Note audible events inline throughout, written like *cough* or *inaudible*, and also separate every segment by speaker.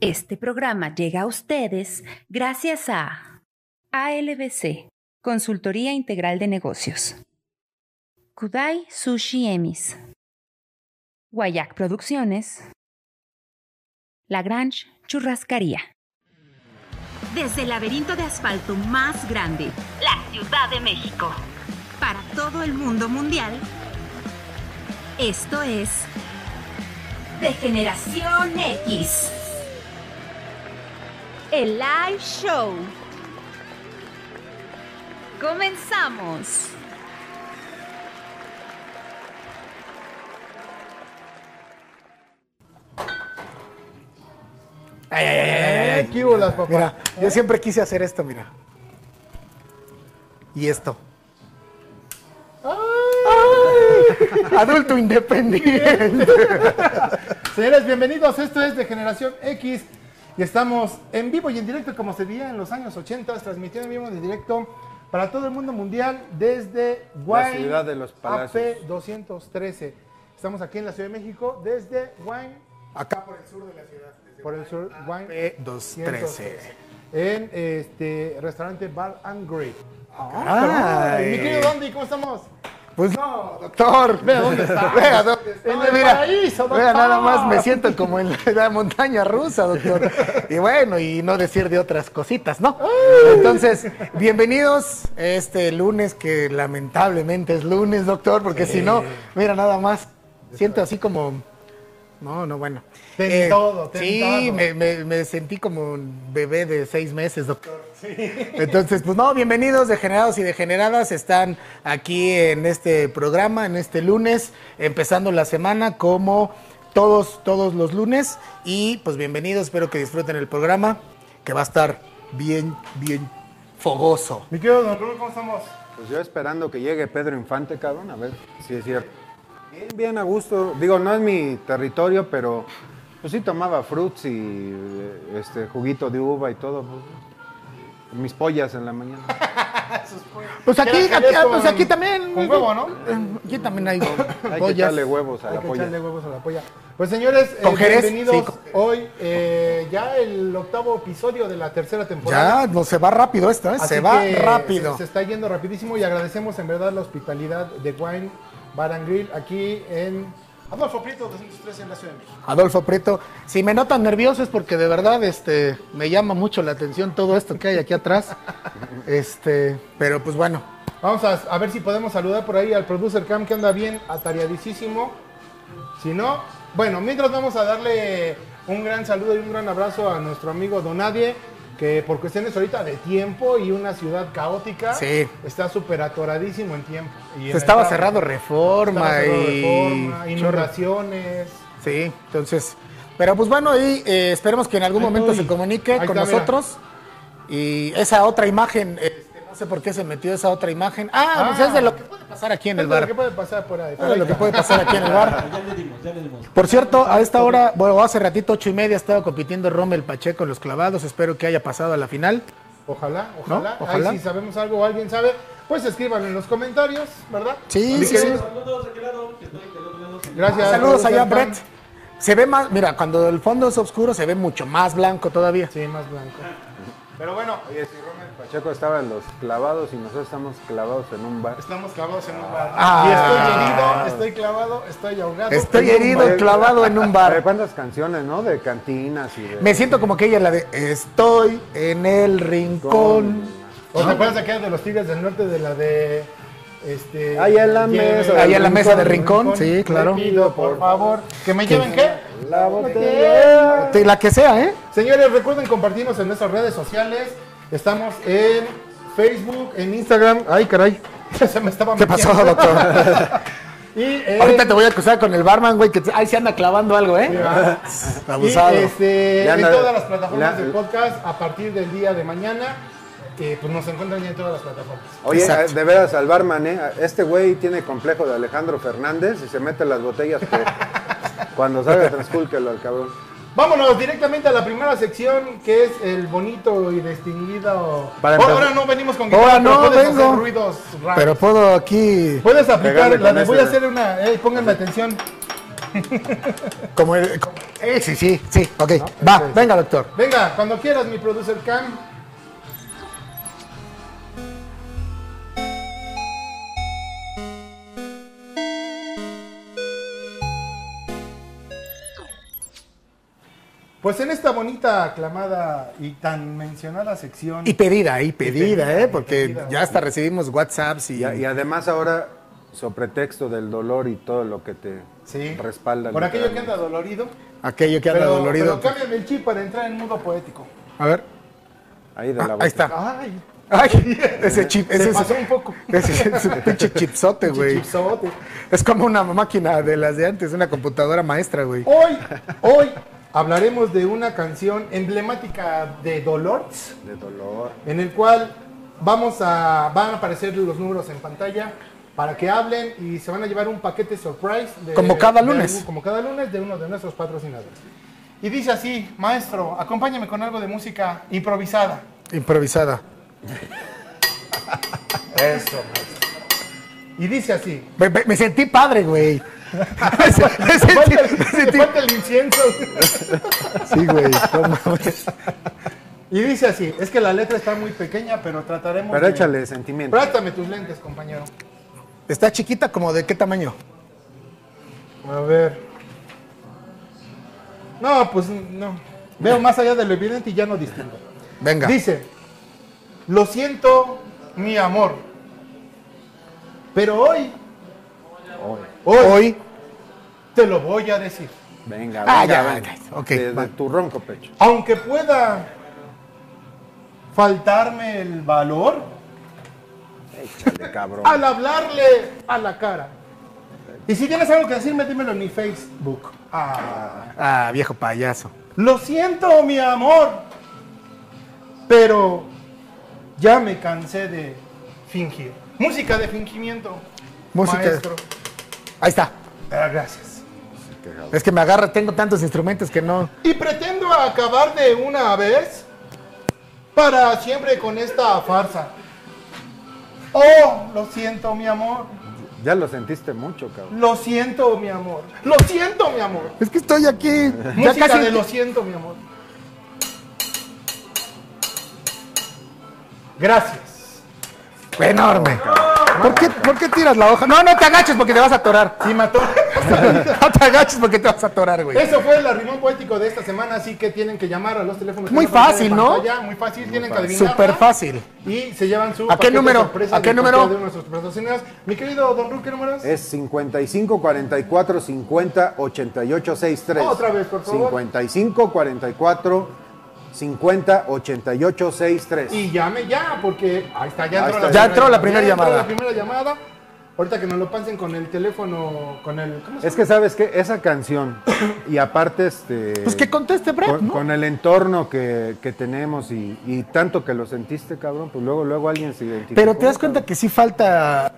Speaker 1: Este programa llega a ustedes gracias a ALBC, Consultoría Integral de Negocios. Kudai Sushi Emis. Guayac Producciones. Lagrange Churrascaría.
Speaker 2: Desde el laberinto de asfalto más grande, la Ciudad de México. Para todo el mundo mundial, esto es de Generación X. El live show. Comenzamos.
Speaker 3: Ay, ay, ay, ay, ay,
Speaker 4: ¿Qué bolas, papá?
Speaker 3: Mira, yo siempre quise hacer esto, mira. Y esto. *laughs* Adulto independiente.
Speaker 4: Señores, bienvenidos. Esto es de Generación X. Y estamos en vivo y en directo, como se veía en los años 80, transmitiendo en vivo y en directo para todo el mundo mundial desde Wine
Speaker 5: ciudad de los palacios.
Speaker 4: AP 213. Estamos aquí en la Ciudad de México desde Wine,
Speaker 3: Acá por el sur de la ciudad.
Speaker 4: por el sur, Wine
Speaker 3: P213.
Speaker 4: En este restaurante Bar and Grill.
Speaker 3: caray.
Speaker 4: Mi querido Dondi, ¿cómo estamos?
Speaker 3: Pues no, doctor.
Speaker 4: Vea dónde está.
Speaker 3: Vea dónde está.
Speaker 4: En el paraíso,
Speaker 3: vea, nada
Speaker 4: doctor.
Speaker 3: más me siento como en la, la montaña rusa, doctor. Y bueno, y no decir de otras cositas, ¿no? Entonces, bienvenidos este lunes, que lamentablemente es lunes, doctor, porque si no, mira, nada más siento así como. No, no, bueno. Eh,
Speaker 4: Ten todo, ten
Speaker 3: sí,
Speaker 4: todo.
Speaker 3: Me, me- me sentí como un bebé de seis meses, doctor. Entonces, pues no, bienvenidos degenerados y degeneradas. Están aquí en este programa, en este lunes, empezando la semana como todos, todos los lunes. Y pues bienvenidos, espero que disfruten el programa, que va a estar bien, bien fogoso.
Speaker 4: Mi querido Don Rubén, ¿cómo estamos?
Speaker 5: Pues yo esperando que llegue Pedro Infante, cabrón, a ver si es cierto. Bien, bien a gusto. Digo, no es mi territorio, pero pues sí tomaba fruits y eh, este juguito de uva y todo. pues. mis pollas en
Speaker 3: *laughs*
Speaker 5: la mañana.
Speaker 3: Pues aquí,
Speaker 4: Quiero
Speaker 3: aquí,
Speaker 4: que
Speaker 3: ah,
Speaker 4: con-
Speaker 3: pues aquí también. Eh,
Speaker 4: con huevo, ¿no?
Speaker 3: Aquí también hay
Speaker 5: Hay que
Speaker 3: ollas.
Speaker 4: eh,
Speaker 5: echarle huevos a
Speaker 4: Hay
Speaker 5: la
Speaker 4: que
Speaker 5: polla.
Speaker 4: echarle huevos a la polla. Pues señores, eh,
Speaker 3: Con Jerez,
Speaker 4: bienvenidos
Speaker 3: sí, con-
Speaker 4: hoy eh, ya el octavo episodio de la tercera temporada.
Speaker 3: Ya, no se va rápido esto, ¿eh?
Speaker 4: Así
Speaker 3: se va
Speaker 4: que
Speaker 3: rápido.
Speaker 4: Se, se está yendo rapidísimo y agradecemos en verdad la hospitalidad de Wine Bar and Grill aquí en Adolfo Prieto 213 en la Ciudad de México.
Speaker 3: Adolfo Prieto, si me notan nervioso es porque de verdad este, me llama mucho la atención todo esto que hay aquí atrás.
Speaker 4: *laughs*
Speaker 3: Este, pero pues bueno,
Speaker 4: Vamos a, a ver si podemos saludar por ahí al producer Cam que anda bien atareadísimo. Si no, bueno, mientras vamos a darle un gran saludo y un gran abrazo a nuestro amigo Donadie, que por cuestiones ahorita de tiempo y una ciudad caótica,
Speaker 3: Sí.
Speaker 4: está súper atoradísimo en tiempo. Y en
Speaker 3: se
Speaker 4: el
Speaker 3: estaba
Speaker 4: tráfico.
Speaker 3: cerrado
Speaker 4: Estaba
Speaker 3: reforma
Speaker 4: cerrado
Speaker 3: y
Speaker 4: Reforma,
Speaker 3: chorro.
Speaker 4: inundaciones.
Speaker 3: Sí, entonces, pero pues bueno, y eh, esperemos que en algún
Speaker 4: Ahí
Speaker 3: momento
Speaker 4: estoy.
Speaker 3: se comunique
Speaker 4: Ahí
Speaker 3: con
Speaker 4: está, mira.
Speaker 3: nosotros. Y esa otra imagen, este, no sé por qué se metió esa otra imagen. Ah,
Speaker 4: Ah.
Speaker 3: pues es de lo que puede pasar aquí en el
Speaker 4: Es de
Speaker 3: bar. Ah.
Speaker 4: Lo que puede pasar por ahí.
Speaker 3: Bueno, lo que puede pasar aquí en el bar. Por cierto, a esta hora, bueno, hace ratito, ocho y media, estaba compitiendo Rommel Pacheco en los clavados. Espero que haya pasado a la final.
Speaker 4: Ojalá, ojalá.
Speaker 3: ¿No? Ojalá.
Speaker 4: Ahí si sabemos algo o alguien sabe, pues escríbanlo en los comentarios, ¿verdad?
Speaker 3: Sí,
Speaker 4: Mi
Speaker 3: sí, sí.
Speaker 4: querido- Gracias.
Speaker 3: Saludos allá,
Speaker 4: Productor Cam.
Speaker 3: Brett. Se ve más, mira, cuando el fondo es oscuro, se ve mucho más blanco todavía.
Speaker 4: Sí, más blanco. Pero bueno,
Speaker 5: Oye, si Romel Pacheco estaba en los clavados y nosotros estamos clavados en un bar.
Speaker 4: estamos clavados en un bar.
Speaker 3: Ah.
Speaker 4: y estoy herido, estoy clavado, estoy ahogado.
Speaker 3: Estoy
Speaker 4: en un
Speaker 3: herido,
Speaker 4: bar.
Speaker 3: clavado en un
Speaker 5: Hay
Speaker 3: bar.
Speaker 5: cuántas canciones, ¿no? De cantinas y de...
Speaker 3: Me siento como que ella la de Estoy en el rincón.
Speaker 4: ¿O te acuerdas de aquella de los Tigres del Norte de la de este
Speaker 5: Ahí en la mesa
Speaker 4: del
Speaker 3: Ahí en la mesa
Speaker 4: rincón,
Speaker 3: del rincón, sí,
Speaker 4: Te
Speaker 3: claro.
Speaker 4: pido, por favor, que me lleven qué?
Speaker 5: La botella.
Speaker 4: botella.
Speaker 3: Te- La que sea, ¿eh?
Speaker 4: Señores, recuerden compartirnos en nuestras redes sociales. Estamos en Facebook, en Instagram. Ay, caray. *laughs* Se me estaba
Speaker 3: ¿Qué pasó,
Speaker 4: metiendo.
Speaker 3: doctor?
Speaker 4: Y en-
Speaker 3: Ahorita te voy a acusar con el barman, güey, que ahí se anda clavando algo, ¿eh?
Speaker 4: Mira.
Speaker 3: Abusado.
Speaker 4: Y, ah. este,
Speaker 5: Ya
Speaker 4: en
Speaker 5: anda-
Speaker 4: todas las plataformas
Speaker 5: la-
Speaker 4: de podcast a partir del día de mañana. eh, pues nos encuentran ya en todas las plataformas.
Speaker 5: Oye,
Speaker 3: Exacto.
Speaker 5: de veras, al barman, ¿eh? Este güey tiene complejo de Alejandro Fernández y se mete las botellas pero
Speaker 3: *laughs*
Speaker 5: cuando salga transcúlquelo al cabrón.
Speaker 4: Vámonos directamente a la primera sección que es el bonito y distinguido. Oh,
Speaker 5: Para empezar-
Speaker 4: Ahora no venimos con
Speaker 3: Ahora
Speaker 4: pero
Speaker 3: no
Speaker 4: puedes hacer
Speaker 3: vengo.
Speaker 4: ruidos raros.
Speaker 3: Pero puedo aquí,
Speaker 4: puedes aplicar
Speaker 5: Pegarle
Speaker 4: la
Speaker 5: con
Speaker 4: de voy a
Speaker 5: ese,
Speaker 4: hacer una. eh, pónganme atención.
Speaker 3: como el, como- Eh, sí, sí, sí, ok. Va,
Speaker 4: Entonces-
Speaker 3: venga, doctor.
Speaker 4: Venga, cuando quieras, mi producer Cam. Pues en esta bonita, aclamada y tan mencionada sección.
Speaker 3: Y pedida, y pedida,
Speaker 4: pedida,
Speaker 3: ¿eh?
Speaker 4: y
Speaker 3: Porque
Speaker 4: pedida.
Speaker 3: ya hasta recibimos WhatsApps y...
Speaker 5: Y, a- y además ahora, sobre texto del dolor y todo lo que te
Speaker 4: Sí.
Speaker 5: respalda.
Speaker 4: Por aquello que
Speaker 5: literalmente.
Speaker 4: anda dolorido.
Speaker 3: Aquello que anda
Speaker 4: pero,
Speaker 3: dolorido.
Speaker 4: Pero cámbiame el chip para entrar en mundo poético.
Speaker 3: A
Speaker 4: *laughs*
Speaker 3: ver.
Speaker 5: Ahí de
Speaker 3: Ah,
Speaker 5: la boca.
Speaker 3: ahí está.
Speaker 4: Ay,
Speaker 3: Ay, ese chip,
Speaker 4: se
Speaker 3: ese
Speaker 4: pasó
Speaker 3: es,
Speaker 4: un poco.
Speaker 3: ese es un pinche chipsote, *laughs* güey.
Speaker 4: Chipsote.
Speaker 3: Es como una máquina de las de antes, una computadora maestra, güey.
Speaker 4: Hoy, hoy hablaremos de una canción emblemática de dolor,
Speaker 5: De dolor.
Speaker 4: en el cual vamos a, van a aparecer los números en pantalla para que hablen y se van a llevar un paquete surprise. de-
Speaker 3: Como cada
Speaker 4: de
Speaker 3: lunes.
Speaker 4: algún- como cada lunes de uno de nuestros patrocinadores. Y dice así, maestro, acompáñame con algo de música improvisada.
Speaker 3: Improvisada.
Speaker 4: Eso, maestro. Y dice así.
Speaker 3: Me, me- me sentí padre, güey. *laughs* Me, se- me sentí,
Speaker 4: Falta el-
Speaker 3: me
Speaker 4: *laughs*
Speaker 3: sentí-
Speaker 4: falta el incienso.
Speaker 3: Sí, güey. no mames.
Speaker 4: Y dice así, es que la letra está muy pequeña, pero trataremos
Speaker 5: Pero
Speaker 4: de-
Speaker 5: échale sentimiento.
Speaker 4: Préstame tus lentes, compañero.
Speaker 3: Está chiquita, como de qué tamaño.
Speaker 4: A ver. No, pues no. Veo más allá de lo evidente y ya no distingo.
Speaker 3: Venga.
Speaker 4: Dice, lo siento, mi amor. Pero hoy,
Speaker 5: Hoy.
Speaker 4: hoy,
Speaker 3: Hoy.
Speaker 4: te lo voy a decir.
Speaker 5: Venga, venga,
Speaker 3: Ah, ya,
Speaker 5: venga.
Speaker 3: ya, ok,
Speaker 5: De- de
Speaker 3: va.
Speaker 5: tu ronco pecho.
Speaker 4: Aunque pueda faltarme el valor
Speaker 5: Échale, cabrón.
Speaker 3: Ah,
Speaker 4: al hablarle a la cara. Y si tienes algo que decirme, dímelo en mi Facebook. Ah.
Speaker 3: Ah, viejo payaso.
Speaker 4: Lo siento, mi amor, pero ya me cansé de fingir. Música de fingimiento.
Speaker 3: Música de-
Speaker 4: Maestro.
Speaker 3: Ahí está.
Speaker 4: Ah, gracias.
Speaker 3: Es que me agarra, tengo tantos instrumentos que no.
Speaker 4: Y pretendo acabar de una vez para siempre con esta farsa. Oh, lo siento, mi amor.
Speaker 5: Ya lo sentiste mucho, cabrón.
Speaker 4: Lo siento, mi amor. Lo siento, mi amor.
Speaker 3: Es que estoy aquí. Ya
Speaker 4: Música
Speaker 3: casi.
Speaker 4: de lo siento, mi amor. Gracias.
Speaker 3: Enorme. ¿Por qué, por qué tiras la hoja? No, no te agaches porque te vas a atorar.
Speaker 4: Sí, mató.
Speaker 3: *laughs* No te agaches porque te vas a atorar, güey.
Speaker 4: Eso fue el arrimón poético de esta semana, así que tienen que llamar a los teléfonos. que
Speaker 3: Muy
Speaker 4: están
Speaker 3: fácil,
Speaker 4: en
Speaker 3: ¿no?
Speaker 4: pantalla, Muy fácil, tienen que adivinar.
Speaker 3: Súper fácil.
Speaker 4: Y se llevan su.
Speaker 3: ¿A qué
Speaker 4: paquete
Speaker 3: número?
Speaker 4: sorpresa
Speaker 3: ¿A qué
Speaker 4: de
Speaker 3: número?
Speaker 4: parte de uno de nuestros patrocinadores. Mi querido Don Ru, ¿qué número es?
Speaker 5: Es 55 44 50 88 63.
Speaker 4: Otra vez, por favor.
Speaker 5: 55 44 50 88 63.
Speaker 4: Y llame ya, porque ahí está, ya
Speaker 5: Ahí
Speaker 4: entró,
Speaker 5: está.
Speaker 4: la,
Speaker 3: Ya entró la primera
Speaker 4: ya entró
Speaker 3: llamada.
Speaker 4: la primera llamada. Ahorita que nos lo pasen con el teléfono, con el. ¿cómo se
Speaker 5: Es que sabes que esa canción, *coughs* y aparte este.
Speaker 3: Pues que conteste, Brad,
Speaker 5: con,
Speaker 3: ¿no?
Speaker 5: con el entorno que, que tenemos y, y tanto que lo sentiste, cabrón, pues luego, luego alguien se identificó.
Speaker 3: Pero te das cuenta que sí falta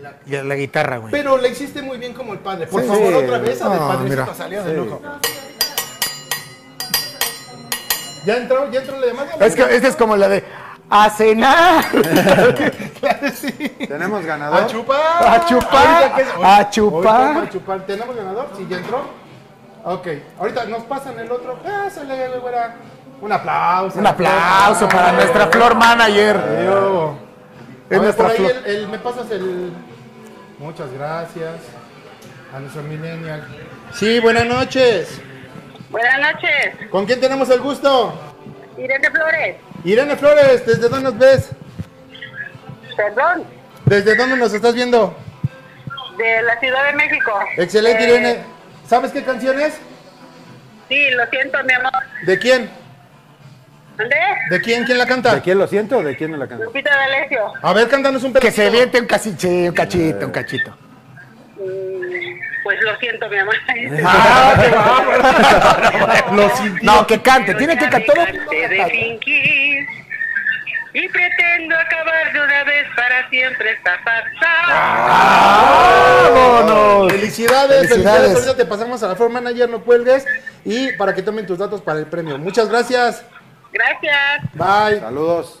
Speaker 3: la, la- la guitarra, güey.
Speaker 4: Pero le hiciste muy bien como el padre. Por
Speaker 5: Sí.
Speaker 4: favor, otra vez a del
Speaker 3: No,
Speaker 4: padrecito
Speaker 3: mira.
Speaker 4: salió de
Speaker 5: Sí.
Speaker 4: lujo. Ya entró, ya entró la llamada.
Speaker 3: Es que esta es como la de a cenar, eh,
Speaker 4: Claro, sí.
Speaker 5: Tenemos ganador.
Speaker 4: A chupar.
Speaker 3: A chupar,
Speaker 4: Ahorita Ah, que es-
Speaker 3: a chupar.
Speaker 4: ahorita va a chupar. ¿Tenemos ganador? ¿Sí ya entró? Ok. Ahorita nos pasan el otro. Ah, Pásale, güera. Un aplauso.
Speaker 3: Un aplauso para nuestra flor manager.
Speaker 4: Adiós.
Speaker 3: Es nuestra
Speaker 4: por ahí
Speaker 3: flor.
Speaker 4: el, el- me pasas el. Muchas gracias. A nuestro millennial. Sí, buenas noches.
Speaker 6: Buenas noches,
Speaker 4: ¿Con quién tenemos el gusto?
Speaker 6: Irene Flores.
Speaker 4: Irene Flores, ¿desde dónde nos ves?
Speaker 6: Perdón,
Speaker 4: ¿Desde dónde nos estás viendo?
Speaker 6: de la Ciudad de México.
Speaker 4: Excelente,
Speaker 6: Eh,
Speaker 4: Irene. ¿Sabes qué canción es?
Speaker 6: Sí, lo siento, mi amor.
Speaker 4: ¿De quién?
Speaker 6: ¿Dónde?
Speaker 4: ¿De quién? ¿Quién la canta?
Speaker 5: ¿De quién lo siento o de quién no la canción?
Speaker 6: Lupita D'Alessio.
Speaker 4: A ver, cántanos un
Speaker 3: Que
Speaker 4: pedacito.
Speaker 3: se viente un cachito, un cachito, un cachito.
Speaker 6: Mm, Pues lo siento, mi amor.
Speaker 3: Ah,
Speaker 6: *laughs*
Speaker 3: No, que cante, tiene que
Speaker 6: Pero ya
Speaker 3: cantar.
Speaker 6: me cansé de fingir y pretendo acabar de una vez para siempre esta farsa.
Speaker 3: Ah.
Speaker 4: Ah,
Speaker 3: ¡Vámonos!
Speaker 4: Felicidades, felicidades,
Speaker 3: Felicidades.
Speaker 4: Ahorita te pasamos a la forma manager, no cuelgues. Y para que tomen tus datos para el premio. Muchas gracias.
Speaker 6: Gracias.
Speaker 4: Bye.
Speaker 5: Saludos.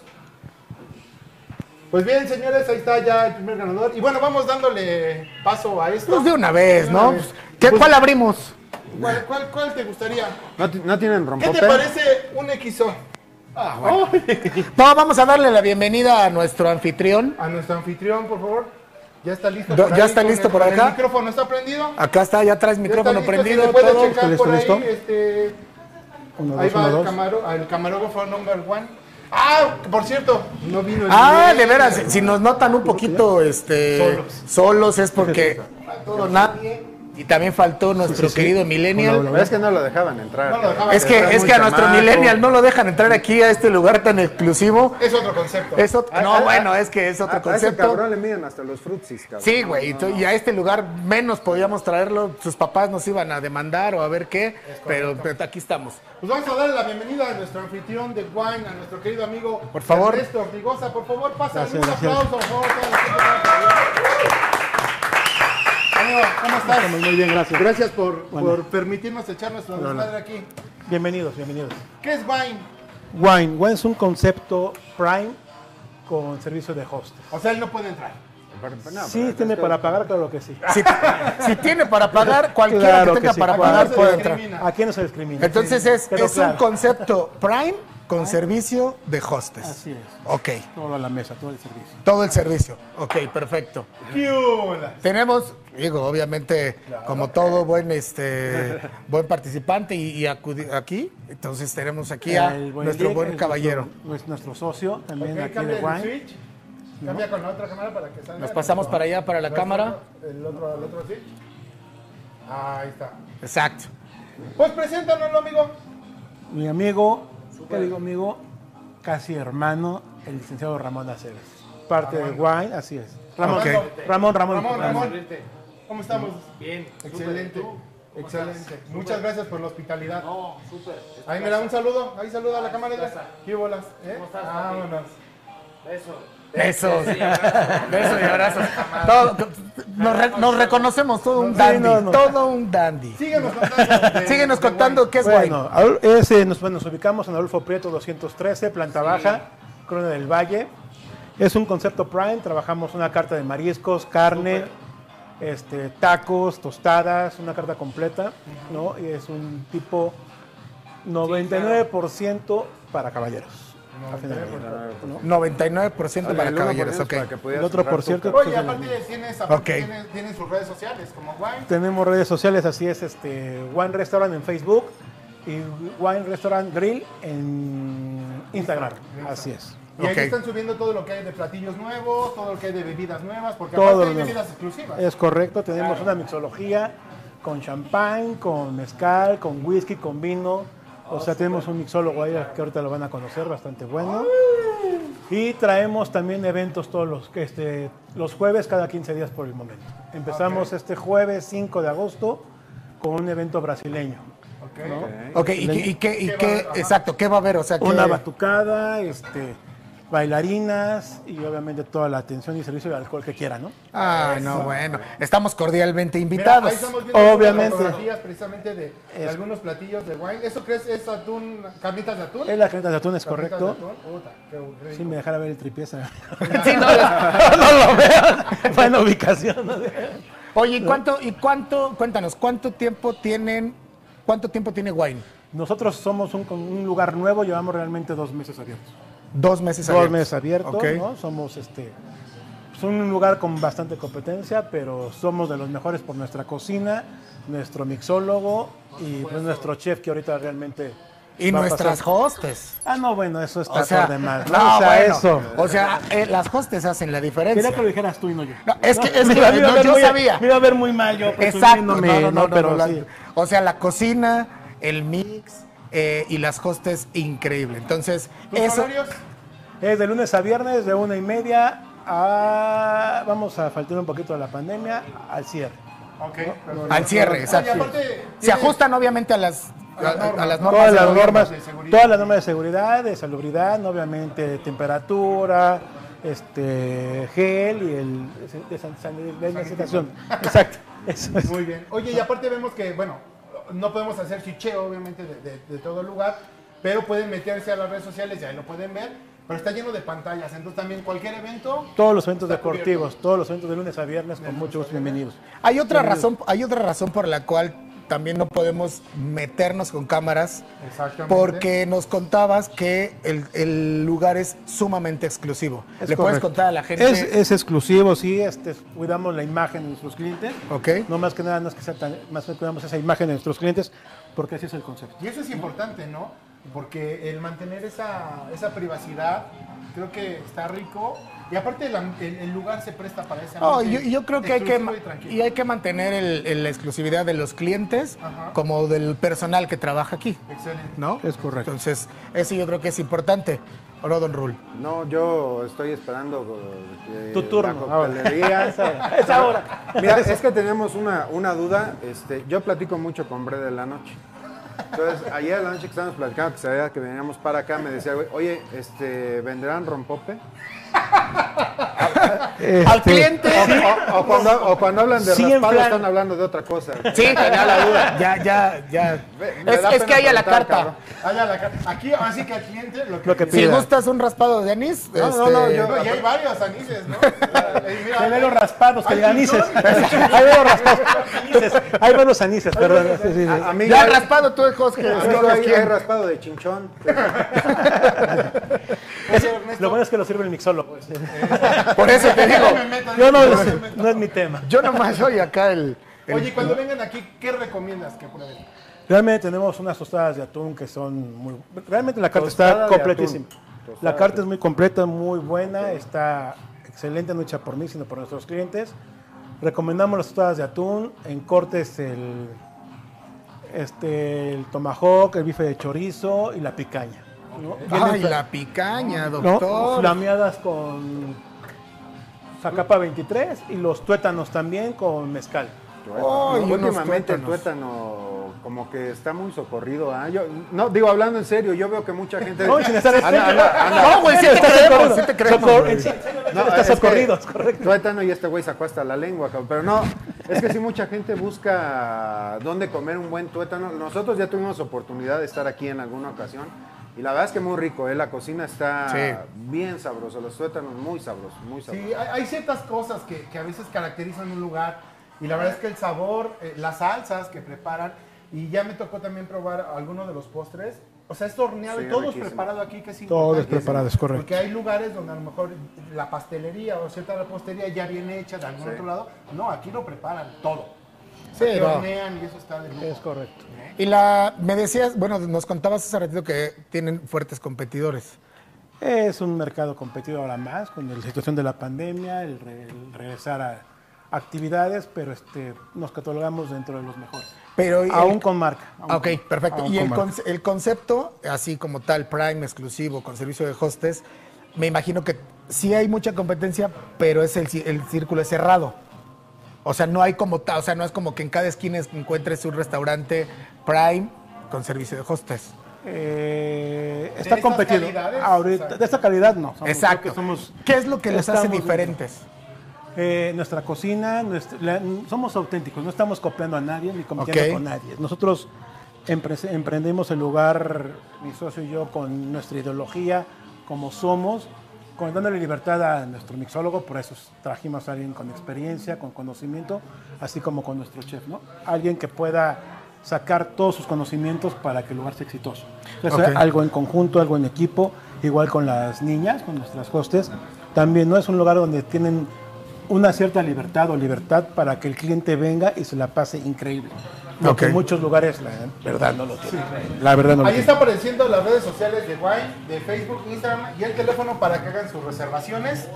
Speaker 4: Pues bien, señores, ahí está ya el primer ganador. Y bueno, vamos dándole paso a esto.
Speaker 3: Pues de una vez,
Speaker 4: De una
Speaker 3: ¿no?
Speaker 4: vez.
Speaker 3: ¿Qué,
Speaker 4: Pues-
Speaker 3: ¿Cuál abrimos?
Speaker 4: ¿Cuál, cuál, cuál te gustaría?
Speaker 5: ¿No, ti- no tienen
Speaker 4: ¿Qué
Speaker 5: rompope?
Speaker 4: te parece un XO? Ah,
Speaker 3: No, vamos a darle la bienvenida a nuestro anfitrión.
Speaker 4: A nuestro anfitrión, por favor. Ya está listo.
Speaker 3: Do-
Speaker 4: por
Speaker 3: ya
Speaker 4: ahí
Speaker 3: está
Speaker 4: con
Speaker 3: listo
Speaker 4: el-
Speaker 3: por
Speaker 4: con
Speaker 3: acá.
Speaker 4: El micrófono está prendido.
Speaker 3: Acá está, ya traes
Speaker 4: Ya
Speaker 3: micrófono
Speaker 4: está listo,
Speaker 3: prendido.
Speaker 4: si le puede
Speaker 3: todo.
Speaker 4: checar
Speaker 5: ¿Listo,
Speaker 4: por
Speaker 5: listo?
Speaker 4: ahí, este,
Speaker 5: Uno,
Speaker 4: ahí
Speaker 5: dos,
Speaker 4: va
Speaker 5: uno,
Speaker 4: el,
Speaker 5: dos.
Speaker 4: camaro, el camarógrafo number one. Ah, por cierto, no vino el
Speaker 3: Ah,
Speaker 4: video.
Speaker 3: de veras, si nos notan un poquito este solos,
Speaker 4: Solos.
Speaker 3: es porque
Speaker 5: *laughs*
Speaker 3: faltó nadie y también faltó nuestro querido
Speaker 5: Uno, uno.
Speaker 3: millennial.
Speaker 5: Es que no lo dejaban entrar.
Speaker 4: No lo dejaban.
Speaker 3: Es que
Speaker 5: Está
Speaker 3: es
Speaker 5: muy
Speaker 3: que a nuestro
Speaker 5: chamaco.
Speaker 3: millennial no lo dejan entrar aquí a este lugar tan exclusivo.
Speaker 4: Es otro concepto.
Speaker 3: Es otro-
Speaker 5: Ah,
Speaker 3: no,
Speaker 5: ah,
Speaker 3: bueno,
Speaker 5: ah,
Speaker 3: es que es
Speaker 5: ah, a
Speaker 3: otro
Speaker 5: ese
Speaker 3: concepto.
Speaker 5: cabrón le miden hasta los frutsis, cabrón.
Speaker 3: Sí, güey, y tú- y a este lugar menos podíamos traerlo, sus papás nos iban a demandar o a ver qué, pero, pero aquí estamos.
Speaker 4: Pues vamos a darle la bienvenida a nuestro anfitrión de Wine, a nuestro querido amigo
Speaker 3: Por favor.
Speaker 4: Ernesto Ortigosa. Por favor, pásale
Speaker 5: Gracias,
Speaker 4: un
Speaker 5: gracias.
Speaker 4: aplauso. Por favor, toda la gente que va. Amigo, ¿cómo estás?
Speaker 7: Estamos muy bien, gracias.
Speaker 4: Gracias por,
Speaker 7: Bueno.
Speaker 4: por permitirnos echar nuestro desmadre aquí.
Speaker 7: Bienvenidos, bienvenidos.
Speaker 4: ¿Qué es Wine?
Speaker 7: Wine. Wine es un concepto Prime con servicio de host.
Speaker 4: O sea, él no puede entrar.
Speaker 5: Pero- pero
Speaker 3: Ah,
Speaker 5: no,
Speaker 7: sí,
Speaker 5: pero
Speaker 7: tiene
Speaker 5: es que-
Speaker 7: para pagar, claro que sí.
Speaker 3: Si, si tiene para
Speaker 7: *laughs*
Speaker 3: pagar, Ah, cualquiera
Speaker 7: Claro
Speaker 3: que
Speaker 7: que
Speaker 3: tenga
Speaker 7: sí.
Speaker 3: para
Speaker 7: Aquí
Speaker 4: no
Speaker 3: pagar
Speaker 4: se
Speaker 3: puede
Speaker 4: discrimina.
Speaker 3: entrar.
Speaker 7: Aquí no se discrimina.
Speaker 3: Entonces es,
Speaker 7: Pero
Speaker 3: es un
Speaker 7: claro,
Speaker 3: concepto Prime con servicio de hostes.
Speaker 7: Así es.
Speaker 3: Ok,
Speaker 7: Todo a la mesa, todo el servicio.
Speaker 3: todo el servicio. Ok, perfecto.
Speaker 4: ¿Qué hola?
Speaker 3: Tenemos, digo, obviamente, como todo buen este buen participante y, y acudi- aquí, entonces tenemos aquí a
Speaker 7: El
Speaker 3: nuestro
Speaker 7: Diego,
Speaker 3: buen
Speaker 7: el-
Speaker 3: caballero.
Speaker 7: Nuestro, pues, nuestro socio también
Speaker 4: Ok,
Speaker 7: aquí
Speaker 4: cambia
Speaker 7: de
Speaker 4: el
Speaker 7: Wine.
Speaker 4: switch. Cambia con la otra cámara para que salga.
Speaker 3: Nos pasamos para allá, para la
Speaker 4: ¿No
Speaker 3: cámara.
Speaker 4: está El otro, el otro switch. Ahí está.
Speaker 3: Exacto.
Speaker 4: Pues preséntanoslo, amigo.
Speaker 7: Mi amigo, ¿qué digo amigo? Casi hermano, el licenciado Ramón Aceves. Parte de Wine, así es. Ramón,
Speaker 3: Ok.
Speaker 7: Ramón, Ramón.
Speaker 4: Ramón, Ramón. ¿Cómo estamos? Bien. Excelente. Excelente. Muchas gracias por la hospitalidad. No, súper. Ahí me da un saludo. Ahí saluda a la cámara. ¿Qué bolas? ¿Eh? Vámonos.
Speaker 3: Besos. Besos y abrazos. Todo- nos, re- nos reconocemos todo un dandy.
Speaker 7: no, no.
Speaker 3: Todo un dandy.
Speaker 4: Síguenos contando.
Speaker 3: *laughs*
Speaker 4: de-
Speaker 3: Síguenos
Speaker 4: de
Speaker 3: contando qué es bueno.
Speaker 7: Bueno, Adol- es, eh, nos, bueno, nos ubicamos en Adolfo Prieto 213, planta baja, Corona del Valle. Es un concepto prime, trabajamos una carta de mariscos, carne, este, tacos, tostadas, una carta completa, ¿no? Y es un tipo 99% para caballeros. a fin de cuentas, ¿no?
Speaker 3: 99% para
Speaker 5: el
Speaker 3: caballeros,
Speaker 5: 1%
Speaker 3: ok.
Speaker 5: para que pudieras
Speaker 7: El otro
Speaker 5: comprar
Speaker 7: por
Speaker 5: tu
Speaker 7: cierto-
Speaker 5: carro.
Speaker 4: Wine. Oye, aparte tienes,
Speaker 3: Ok.
Speaker 4: tienes, tienes sus redes sociales como Wine.
Speaker 7: Tenemos redes sociales, así es, este, One Restaurant en Facebook y Wine Restaurant Grill en Instagram, así es.
Speaker 4: Y ahí
Speaker 3: Ok.
Speaker 4: te están subiendo todo lo que hay de platillos nuevos, todo lo que hay de bebidas nuevas, porque
Speaker 7: Todo
Speaker 4: aparte
Speaker 7: lo
Speaker 4: hay
Speaker 7: nuevo.
Speaker 4: bebidas exclusivas.
Speaker 7: Es correcto, tenemos una mixología con champán, con mezcal, con whisky, con vino. O sea, tenemos un mixólogo ahí que ahorita lo van a conocer, bastante bueno. Y traemos también eventos todos los, que, este, los jueves cada 15 días por el momento. Empezamos este jueves 5 de agosto con un evento brasileño.
Speaker 4: Ok.
Speaker 3: Ok, ¿y, qué- y qué, y
Speaker 4: ¿Qué
Speaker 3: qué-
Speaker 4: va a haber?
Speaker 3: exacto, qué va a haber? O sea, ¿qué-
Speaker 7: Una batucada, este, bailarinas y obviamente toda la atención y servicio de alcohol que quieran, ¿no?
Speaker 3: Ah, no, bueno. Estamos cordialmente
Speaker 4: Mira,
Speaker 3: invitados.
Speaker 4: ahí estamos viendo algunas
Speaker 7: Obviamente.
Speaker 4: fotografías precisamente de, de algunos platillos de wine. ¿Eso crees es atún, carnitas de atún?
Speaker 7: Es la carnita de atún, es correcto.
Speaker 4: Carnitas de atún. Puta, qué rico.
Speaker 7: Si me dejara ver el tripieza.
Speaker 3: Sí, no, no, no lo veo.
Speaker 7: Buena ubicación. ¿no?
Speaker 3: Oye, ¿y cuánto, y cuánto, cuéntanos, cuánto tiempo tienen, cuánto tiempo tiene Wine?
Speaker 7: Nosotros somos un, con un lugar nuevo, llevamos realmente dos meses abiertos.
Speaker 3: Dos meses
Speaker 7: Dos meses abiertos,
Speaker 3: Ok.
Speaker 7: ¿no? Somos este, pues, un lugar con bastante competencia, pero somos de los mejores por nuestra cocina, nuestro mixólogo y pues, nuestro chef que ahorita realmente...
Speaker 3: Y
Speaker 7: va a
Speaker 3: nuestras
Speaker 7: pasar-
Speaker 3: hostes.
Speaker 7: Ah, no, bueno, eso está
Speaker 3: O sea,
Speaker 7: por demás.
Speaker 3: no,
Speaker 7: o sea,
Speaker 3: bueno,
Speaker 7: eso.
Speaker 3: O sea, eh, las hostes hacen la diferencia.
Speaker 7: Quería que lo dijeras tú y no yo.
Speaker 3: No, es que, es
Speaker 7: Me
Speaker 3: que
Speaker 7: iba a ver
Speaker 3: no, yo
Speaker 7: muy-
Speaker 3: sabía.
Speaker 7: Me iba a ver muy mal yo.
Speaker 3: Exacto, no,
Speaker 7: presumiéndome,
Speaker 3: no, no, no,
Speaker 7: pero
Speaker 3: no, la-
Speaker 7: sí.
Speaker 3: O sea, la cocina, el mix eh, y las hostes, increíble. Entonces,
Speaker 4: ¿Tus
Speaker 3: eso.
Speaker 4: horarios?
Speaker 7: Es de lunes a viernes, de una y media a. Vamos a faltar un poquito a la pandemia, al cierre.
Speaker 4: Ok.
Speaker 3: Al cierre, exacto.
Speaker 4: Oye, aparte,
Speaker 3: Se
Speaker 4: tienes-
Speaker 3: ajustan obviamente a las, a, a- a las normas.
Speaker 7: todas
Speaker 3: del
Speaker 7: las
Speaker 3: gobierno.
Speaker 7: normas,
Speaker 4: de seguridad.
Speaker 7: todas las normas de seguridad, de salubridad, ¿no? obviamente de temperatura, este gel y el de, san- san- de sanitización. Exacto. Eso es.
Speaker 4: Muy bien. Oye, y aparte vemos que, bueno, no podemos hacer chicheo, obviamente, de, de- de todo el lugar, pero pueden meterse a las redes sociales y ahí lo pueden ver, pero está lleno de pantallas, entonces también cualquier evento...
Speaker 7: Todos los eventos
Speaker 4: Está cubierto.
Speaker 7: deportivos, todos los eventos de lunes a viernes, con mucho gusto, bienvenidos.
Speaker 3: Hay otra razón, hay otra razón por la cual también no podemos meternos con cámaras
Speaker 4: Exactamente.
Speaker 3: porque nos contabas que el, el lugar es sumamente exclusivo.
Speaker 7: Es
Speaker 3: Le puedes
Speaker 7: correcto.
Speaker 3: contar a la gente.
Speaker 7: Es, es exclusivo, sí, este, cuidamos la imagen de nuestros clientes.
Speaker 3: Ok.
Speaker 7: No más que nada, no es que sea tan- más que cuidamos esa imagen de nuestros clientes, porque así es el concepto.
Speaker 4: Y eso es importante, ¿no? Porque el mantener esa, esa privacidad creo que está rico. Y aparte el, am- el- el lugar se presta para ese
Speaker 3: No, yo,
Speaker 4: ambiente
Speaker 3: yo creo que hay que,
Speaker 4: exclusivo
Speaker 3: ma-
Speaker 4: y tranquilo.
Speaker 3: y hay que mantener el- el- la exclusividad de los clientes
Speaker 4: Ajá.
Speaker 3: como del personal que trabaja aquí,
Speaker 4: Excelente.
Speaker 3: ¿no?
Speaker 7: Es correcto.
Speaker 3: Entonces, eso yo creo que es importante. ¿O no, don Rul?
Speaker 5: No, yo estoy esperando eh,
Speaker 7: Tu turno,
Speaker 5: la
Speaker 7: ahora.
Speaker 5: coctelería.
Speaker 7: *laughs* Es ahora.
Speaker 5: Mira, es que tenemos una, una duda. Este, yo platico mucho con Bre de la noche. Entonces, ayer en la noche que estábamos platicando, que sabía que veníamos para acá, me decía, güey, oye, este, ¿vendrán rompope?
Speaker 3: Al cliente.
Speaker 5: O, o cuando, o cuando hablan de
Speaker 7: Sí, en
Speaker 5: raspado
Speaker 7: plan-
Speaker 5: están hablando de otra cosa.
Speaker 3: Sí, tenía la duda. *laughs* Ya, ya, ya.
Speaker 5: Ve, me
Speaker 3: Es,
Speaker 5: da
Speaker 3: es
Speaker 5: pena
Speaker 3: que hay a la
Speaker 5: preguntar,
Speaker 3: carta.
Speaker 5: cabrón.
Speaker 4: Ah, ya la ca- Aquí, así que al cliente lo que...
Speaker 7: Lo que
Speaker 3: Si
Speaker 7: Pida.
Speaker 3: gustas un raspado de anís,
Speaker 5: No, no, no,
Speaker 3: este,
Speaker 5: yo-
Speaker 3: *laughs*
Speaker 4: No, y hay varios anises,
Speaker 5: *laughs*
Speaker 4: ¿no? Eh, mira,
Speaker 7: Ahí ve los raspados, que
Speaker 4: Ay,
Speaker 7: le anises.
Speaker 4: perdón.
Speaker 7: Ahí ve los raspados. Ahí ven los anises, perdón. Sí, sí, sí.
Speaker 5: A- amigo,
Speaker 3: Ya
Speaker 5: hay-
Speaker 3: raspado tú, Jorge.
Speaker 5: amigo, hay, hay raspado de chinchón.
Speaker 4: Oye, Ernesto,
Speaker 7: Lo bueno es que lo sirve el mixólogo. pues.
Speaker 3: Por eso te
Speaker 4: *laughs*
Speaker 3: digo,
Speaker 4: me meto en
Speaker 7: Yo no,
Speaker 4: esto,
Speaker 7: no,
Speaker 4: me
Speaker 7: es-
Speaker 4: meto.
Speaker 7: no es mi tema.
Speaker 3: yo nomás soy acá el... el-
Speaker 4: Oye, cuando vengan aquí, ¿qué recomiendas que prueben?
Speaker 7: Realmente tenemos unas tostadas de atún que son muy... Realmente la carta
Speaker 5: Tostada
Speaker 7: está
Speaker 5: de
Speaker 7: completísima.
Speaker 5: atún. Tostada
Speaker 7: La
Speaker 5: de
Speaker 7: carta es muy completa, muy buena, está excelente, no hecha por mí, sino por nuestros clientes. Recomendamos las tostadas de atún, en cortes el, este, el tomahawk, el bife de chorizo y la picaña. ¿no? Vienen
Speaker 3: Ay,
Speaker 7: fla-
Speaker 3: la picaña,
Speaker 7: ¿no?
Speaker 3: doctor.
Speaker 7: flameadas con Zacapa 23 y los tuétanos también con mezcal.
Speaker 3: Ay, unos
Speaker 5: Últimamente el
Speaker 3: tuétanos.
Speaker 5: tuétano como que está muy socorrido. ¿ah? Yo, no, digo, hablando en serio, yo veo que mucha gente... *laughs*
Speaker 7: No, y sin estar
Speaker 5: Anda- anda- anda-
Speaker 3: No, güey, sí te creemos, sí te creemos,
Speaker 7: Socor-
Speaker 3: güey.
Speaker 7: sí, sí,
Speaker 5: Este, No,
Speaker 7: está
Speaker 5: es que
Speaker 7: socorrido, es correcto.
Speaker 5: Tuétano y este güey sacó hasta la lengua, cabrón. Pero no, es que si mucha gente busca dónde comer un buen tuétano. Nosotros ya tuvimos oportunidad de estar aquí en alguna ocasión. Y la verdad es que muy rico, ¿eh? La cocina está
Speaker 3: Sí.
Speaker 5: bien sabrosa, los tuétanos muy sabrosos, muy sabrosos.
Speaker 4: Sí, hay, hay ciertas cosas que, que a veces caracterizan un lugar y la verdad es que el sabor, eh, las salsas que preparan y ya me tocó también probar algunos de los postres. O sea, es horneado
Speaker 5: Sí,
Speaker 4: y todo
Speaker 5: riquísimo.
Speaker 4: es preparado aquí, que sí.
Speaker 7: Todo es preparado, es correcto.
Speaker 4: Porque hay lugares donde a lo mejor la pastelería o cierta repostería ya viene hecha de algún
Speaker 5: Sí.
Speaker 4: otro lado. No, aquí lo preparan todo.
Speaker 3: Sí,
Speaker 4: Aquí
Speaker 3: no.
Speaker 4: hornean y eso está de lujo.
Speaker 7: Es correcto.
Speaker 3: Y la, me decías, bueno, nos contabas hace ratito que tienen fuertes competidores.
Speaker 7: Es un mercado competido ahora más con la situación de la pandemia, el, re- el regresar a actividades, pero este, nos catalogamos dentro de los mejores.
Speaker 3: Pero el-
Speaker 7: Aún con marca. aún
Speaker 3: ah, Ok,
Speaker 7: con-
Speaker 3: perfecto.
Speaker 7: aún
Speaker 3: Y
Speaker 7: con
Speaker 3: el,
Speaker 7: marca.
Speaker 3: conce- el concepto, así como tal, Prime exclusivo, con servicio de hostes, me imagino que sí hay mucha competencia, pero es el, ci- el círculo es cerrado. O sea, no hay como tal, o sea, no es como que en cada esquina es- encuentres un restaurante Prime con servicio de hostes.
Speaker 7: Eh,
Speaker 4: ¿De
Speaker 7: está
Speaker 4: estas
Speaker 7: competido.
Speaker 4: calidades?
Speaker 7: Ahorita,
Speaker 4: Exacto.
Speaker 7: de esta calidad no. somos-
Speaker 3: Exacto.
Speaker 7: creo que somos-
Speaker 3: ¿Qué es lo que los hace
Speaker 7: estamos-
Speaker 3: diferentes?
Speaker 7: Eh, nuestra cocina, nuestra- la- n- somos auténticos, no estamos copiando a nadie ni compitiendo
Speaker 3: Ok.
Speaker 7: con nadie. Nosotros empre- emprendimos el lugar, mi socio y yo, con nuestra ideología, como somos, con dándole libertad a nuestro mixólogo, por eso trajimos a alguien con experiencia, con conocimiento, así como con nuestro chef, ¿no? Alguien que pueda sacar todos sus conocimientos para que el lugar sea exitoso. Entonces,
Speaker 3: Ok.
Speaker 7: algo en conjunto, algo en equipo, igual con las niñas, con nuestras hostes. También no es un lugar donde tienen una cierta libertad o libertad para que el cliente venga y se la pase increíble. Lo que
Speaker 3: Ok.
Speaker 7: en muchos lugares la verdad no lo tienen. La verdad no lo
Speaker 4: Ahí
Speaker 7: tienen.
Speaker 4: está apareciendo las redes sociales de Wine, de Facebook, Instagram y el teléfono para que hagan sus reservaciones.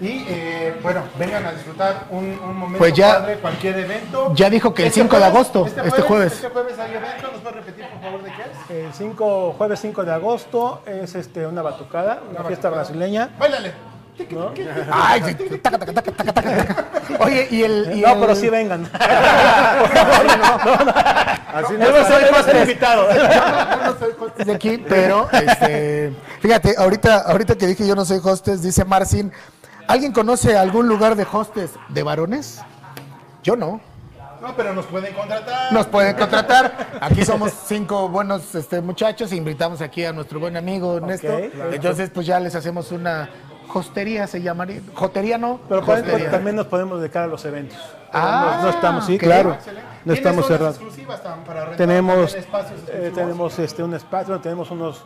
Speaker 4: Y eh, bueno, vengan a disfrutar un, un momento
Speaker 3: Pues ya-
Speaker 4: padre, cualquier evento.
Speaker 3: ya dijo que el 5 de agosto, este jueves.
Speaker 4: Este jueves hay evento, ¿nos puede repetir por favor de qué es?
Speaker 7: El 5, eh, jueves 5 de agosto es este, una batucada, una, fiesta brasileña.
Speaker 4: Báilale.
Speaker 3: *laughs* Ay, sí, taca, taca, taca, taca, taca, taca. Oye, y el. y
Speaker 7: No,
Speaker 3: el-
Speaker 7: pero sí vengan.
Speaker 5: Así no
Speaker 7: Él va a
Speaker 5: está-
Speaker 7: ser- él va a ser
Speaker 3: *laughs*
Speaker 7: invitado.
Speaker 3: de aquí, pero este, fíjate, ahorita, ahorita que dije yo no soy hostes, dice Marcin, ¿alguien conoce algún lugar de hostes de varones? Yo no.
Speaker 4: No, pero nos pueden contratar.
Speaker 3: Nos pueden contratar. Aquí somos cinco buenos este, muchachos. Invitamos aquí a nuestro buen amigo Ernesto.
Speaker 7: claro.
Speaker 3: Entonces, pues ya les hacemos una, Jostería se llamaría. Jotería no.
Speaker 7: Pero por ejemplo,
Speaker 3: jostería.
Speaker 7: también nos podemos dedicar a los eventos.
Speaker 3: Ah,
Speaker 7: no, no estamos, sí,
Speaker 3: ok.
Speaker 7: claro.
Speaker 4: Excelente.
Speaker 7: No
Speaker 4: ¿Tienes
Speaker 7: estamos
Speaker 4: zonas
Speaker 7: cerrados.
Speaker 4: exclusivas tam- para rentar
Speaker 7: Tenemos,
Speaker 4: también espacios
Speaker 7: eh,
Speaker 4: exclusivos?
Speaker 7: tenemos este, un espacio, tenemos unos,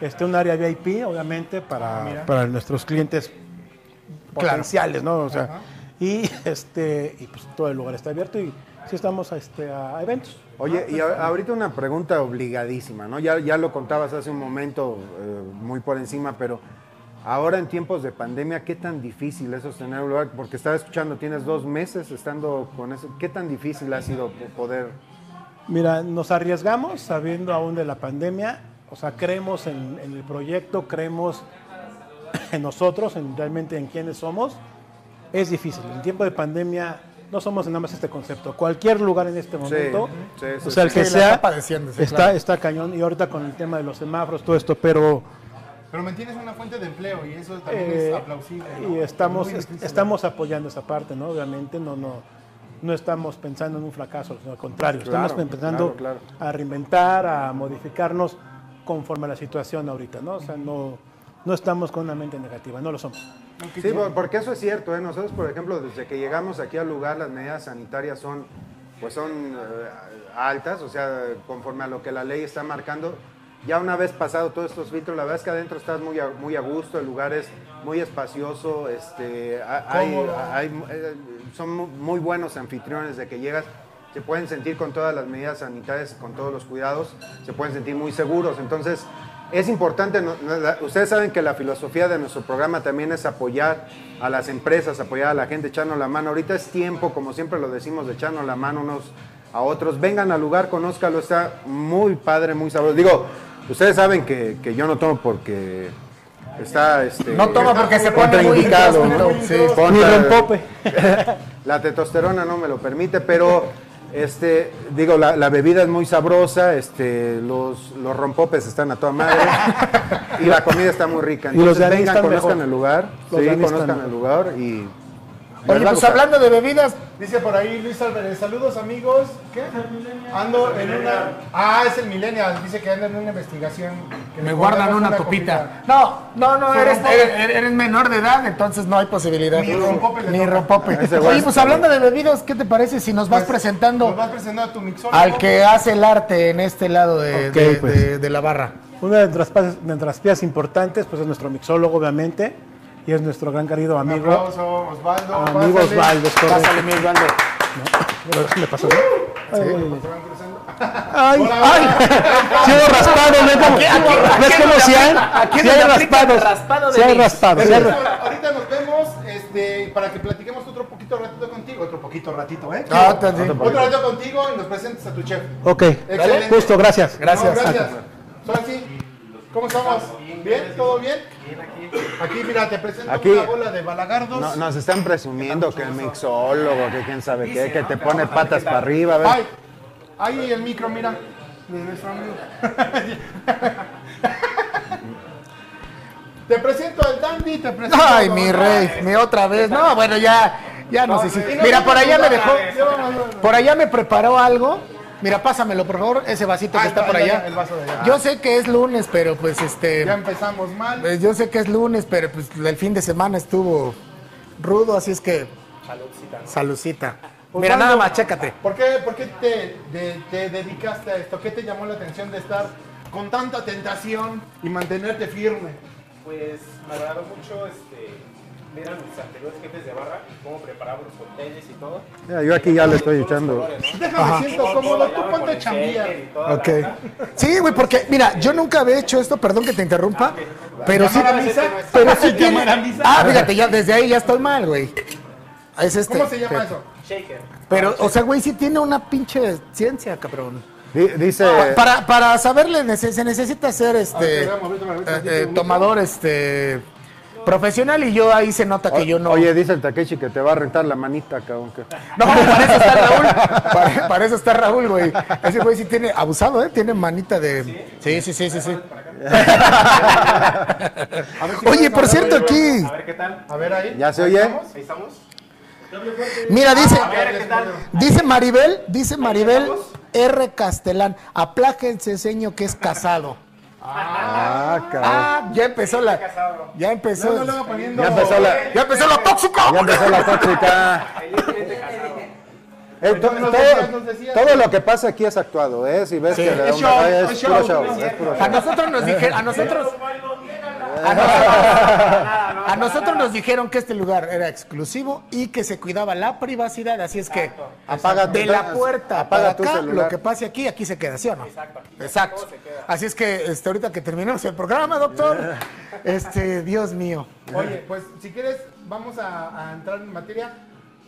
Speaker 7: este, un área VIP, obviamente, para,
Speaker 4: mira.
Speaker 7: para nuestros clientes
Speaker 3: Claro.
Speaker 7: potenciales, ¿no? O sea, y, este, y pues todo el lugar está abierto y sí estamos a, este, a eventos.
Speaker 5: Oye, y a- ahorita una pregunta obligadísima, ¿no? Ya, ya lo contabas hace un momento eh, muy por encima, pero ahora en tiempos de pandemia, ¿qué tan difícil es sostener un lugar? Porque estaba escuchando, tienes dos meses estando con eso. ¿Qué tan difícil ha sido po- poder?
Speaker 7: Mira, nos arriesgamos sabiendo aún de la pandemia, o sea, creemos en, en el proyecto, creemos en nosotros, en realmente en quiénes somos. Es difícil, en tiempo de pandemia no somos nada más este concepto. Cualquier lugar en este momento,
Speaker 5: sí, sí,
Speaker 7: o sea, el
Speaker 5: sí.
Speaker 7: que
Speaker 3: Sí, la
Speaker 7: sea,
Speaker 3: está padeciendo, sí,
Speaker 7: está,
Speaker 3: claro.
Speaker 7: está cañón. Y ahorita con el tema de los semáforos, todo esto, pero
Speaker 4: Pero mantienes una fuente de empleo y eso también
Speaker 7: eh,
Speaker 4: es aplausible.
Speaker 7: y
Speaker 4: ¿no?
Speaker 7: estamos,
Speaker 4: Muy difícil.
Speaker 7: estamos apoyando esa parte, ¿no? Obviamente no, no, no estamos pensando en un fracaso, sino al contrario,
Speaker 5: Claro,
Speaker 7: estamos empezando
Speaker 5: claro,
Speaker 7: a reinventar, a modificarnos conforme a la situación ahorita, ¿no? O sea, no, no estamos con una mente negativa, no lo somos.
Speaker 5: Sí, por- porque eso es cierto, ¿eh? Nosotros, por ejemplo, desde que llegamos aquí al lugar, las medidas sanitarias son, pues son eh, altas, o sea, conforme a lo que la ley está marcando. Ya una vez pasado todos estos filtros, la verdad es que adentro estás muy a, muy a gusto, el lugar es muy espacioso, este, ha- hay, hay- eh, son mu- muy buenos anfitriones de que llegas, se pueden sentir con todas las medidas sanitarias, con todos los cuidados, se pueden sentir muy seguros. Entonces, es importante, no- no- la- ustedes saben que la filosofía de nuestro programa también es apoyar a las empresas, apoyar a la gente, echarnos la mano. Ahorita es tiempo, como siempre lo decimos, de echarnos la mano unos a otros. Vengan al lugar, conózcalo, está muy padre, muy sabroso. Digo, ustedes saben que, que yo no tomo porque está... Este,
Speaker 3: No toma porque se pone muy
Speaker 5: contraindicado, ¿no?
Speaker 3: intox, sí.
Speaker 5: Contra-
Speaker 7: Ni rompope.
Speaker 5: la testosterona no me lo permite, pero este, digo, la, la bebida es muy sabrosa, este, los, los rompopes están a toda madre y la comida está muy rica.
Speaker 7: Y
Speaker 5: Entonces
Speaker 7: los de Anís
Speaker 5: vengan,
Speaker 7: están
Speaker 5: conozcan
Speaker 7: mejor.
Speaker 5: el lugar,
Speaker 7: Los
Speaker 5: sí,
Speaker 7: de Anís
Speaker 5: conozcan
Speaker 7: están
Speaker 5: el lugar y...
Speaker 3: Oye,
Speaker 5: ¿verdad,
Speaker 3: pues
Speaker 5: Gustavo?
Speaker 3: hablando de bebidas,
Speaker 4: Dice por ahí Luis Álvarez, saludos amigos. ¿Qué? Ando en una. Ah, es el Millennial. Dice que anda en una investigación. que
Speaker 3: me
Speaker 4: le
Speaker 3: guardan una
Speaker 4: copita.
Speaker 3: copita. No, no, no,
Speaker 4: Sí,
Speaker 3: eres,
Speaker 4: rompope.
Speaker 3: eres- eres menor de edad, entonces no hay posibilidad.
Speaker 4: Ni rompope le
Speaker 3: Ni
Speaker 4: toca.
Speaker 3: rompope.
Speaker 5: Ese güey
Speaker 3: Oye,
Speaker 5: está
Speaker 3: pues hablando de bebidas, ¿qué te parece si nos vas
Speaker 4: Pues,
Speaker 3: presentando
Speaker 4: Nos vas presentando a tu mixólogo.
Speaker 3: al que hace el arte en este lado de,
Speaker 7: Ok,
Speaker 3: de-
Speaker 7: pues.
Speaker 3: de- de la barra?
Speaker 7: Una de las pas- de nuestras piezas importantes, pues es nuestro mixólogo, obviamente, y es nuestro gran querido
Speaker 4: Un
Speaker 7: amigo,
Speaker 4: aplauso, Osvaldo.
Speaker 7: amigo
Speaker 4: pásale.
Speaker 7: Osvaldo, es correcto.
Speaker 5: Pásale, mi Osvaldo.
Speaker 7: ¿Le pasó? Ay, ay,
Speaker 4: Hola,
Speaker 7: ay. Llevo raspado, ¿ves cómo, ¿ves cómo si hay? Si hay raspados. Si hay raspados. si hay
Speaker 4: Entonces,
Speaker 7: ra-
Speaker 4: ahorita nos vemos este, para que platiquemos otro poquito ratito contigo. Otro poquito ratito, ¿eh?
Speaker 3: Ah, te- sí.
Speaker 4: Otro ratito contigo y nos presentes a tu chef.
Speaker 7: Ok,
Speaker 4: Excelente.
Speaker 7: justo, gracias.
Speaker 3: Gracias.
Speaker 4: No, gracias. Franci, ¿cómo estamos? ¿Bien? ¿Todo bien? Aquí, mira, te presento
Speaker 5: Aquí.
Speaker 4: una bola de balagardos.
Speaker 5: No- nos están presumiendo que el mixólogo, que quién sabe qué, que te pone patas para arriba. a ver.
Speaker 4: Ay, ahí el micro, mira. De nuestro amigo. *laughs* te presento al Dandy, te presento
Speaker 3: Ay,
Speaker 4: a-
Speaker 3: mi rey, mi otra vez. No, bueno, ya, ya nos hiciste. Mira, por allá me dejó, por allá me preparó algo. Mira, pásamelo, por favor, ese vasito
Speaker 4: Ah,
Speaker 3: que está
Speaker 4: el-
Speaker 3: por
Speaker 4: el-
Speaker 3: allá.
Speaker 4: el vaso de allá.
Speaker 3: Yo sé que es lunes, pero pues este...
Speaker 4: Ya empezamos mal.
Speaker 3: Pues yo sé que es lunes, pero pues el fin de semana estuvo rudo, así es que. Saludcita. Saludcita. Mira, nada más, chécate.
Speaker 4: Pues ¿Por qué, por qué te, de- te dedicaste a esto? ¿Qué te llamó la atención de estar con tanta tentación y mantenerte firme?
Speaker 8: Pues me agradó mucho este, ver a mis anteriores jefes de barra, cómo preparaban los cócteles y todo.
Speaker 5: Mira, yo aquí ya le estoy echando.
Speaker 4: Déjame siento cómodo, tú ponte a chambear.
Speaker 3: Ok. Sí, güey, porque, mira, yo nunca había hecho esto, perdón que te interrumpa, pero sí.
Speaker 4: Ah, ¿Llamar a misa?
Speaker 3: Pero
Speaker 4: *laughs*
Speaker 3: sí tiene.
Speaker 4: ¿Llamar a misa?
Speaker 3: Ah, fíjate, ya desde ahí ya estoy mal, güey. Es este.
Speaker 4: ¿Cómo se llama
Speaker 3: pero-
Speaker 4: eso? Ah,
Speaker 8: Shaker.
Speaker 3: Pero, o sea, güey, sí tiene una pinche ciencia, cabrón.
Speaker 5: Di- Dice...
Speaker 3: Pa- Para, para saberle, nece- se necesita ser este.
Speaker 4: te veo, ahorita Ah, me- ahorita
Speaker 3: eh,
Speaker 4: me-
Speaker 3: eh, tomador este. Profesional y yo ahí se nota que yo no.
Speaker 5: Oye, dice el Takeshi que te va a rentar la manita, cabrón. que- *laughs*
Speaker 3: No, para eso está Raúl. *laughs* Para, para eso está Raúl, güey. Ese güey sí tiene abusado, ¿eh? Tiene manita de. Sí, sí, sí, sí. sí.
Speaker 4: A ver si
Speaker 3: Oye,
Speaker 4: puedes
Speaker 3: por
Speaker 4: hablar.
Speaker 3: cierto, aquí.
Speaker 8: A ver qué tal.
Speaker 4: A ver ahí.
Speaker 5: ¿Ya se
Speaker 4: Ahí
Speaker 5: oye?
Speaker 4: estamos.
Speaker 8: Ahí estamos.
Speaker 3: Mira, dice.
Speaker 8: A ver qué tal.
Speaker 3: Dice Maribel, dice Maribel R. Castelán. Aplájense, señor, que es casado.
Speaker 5: Ah, Ah, cabrón.
Speaker 3: Ah, ya empezó la. Ya empezó.
Speaker 4: Luego, luego poniendo-
Speaker 5: Ya empezó la-
Speaker 3: Ya empezó la tóxica.
Speaker 5: Ya empezó la tóxica. Eh, to-
Speaker 4: Entonces,
Speaker 5: todo,
Speaker 4: entonces decías-
Speaker 5: todo lo que pasa aquí es actuado, ¿eh? Si ves
Speaker 3: Sí.
Speaker 5: que le da
Speaker 4: Es
Speaker 5: un-
Speaker 4: show,
Speaker 5: es
Speaker 4: es
Speaker 5: puro
Speaker 4: show,
Speaker 5: show,
Speaker 4: no es
Speaker 5: es puro
Speaker 3: A
Speaker 5: show.
Speaker 3: nosotros nos dijeron, a nosotros,
Speaker 5: *laughs*
Speaker 3: a nosotros nos dijeron que este lugar era exclusivo y que se cuidaba la privacidad, así es que
Speaker 5: Apaga tu-
Speaker 3: de la puerta
Speaker 5: apaga
Speaker 3: apaga
Speaker 5: tu
Speaker 3: acá,
Speaker 5: celular.
Speaker 3: lo que pase aquí, aquí se queda, ¿sí o no? Exacto. Así es que este, ahorita que terminemos el programa,
Speaker 5: *laughs*
Speaker 3: doctor, este, Dios mío.
Speaker 4: *laughs* Oye, pues si quieres, vamos a, a entrar en materia.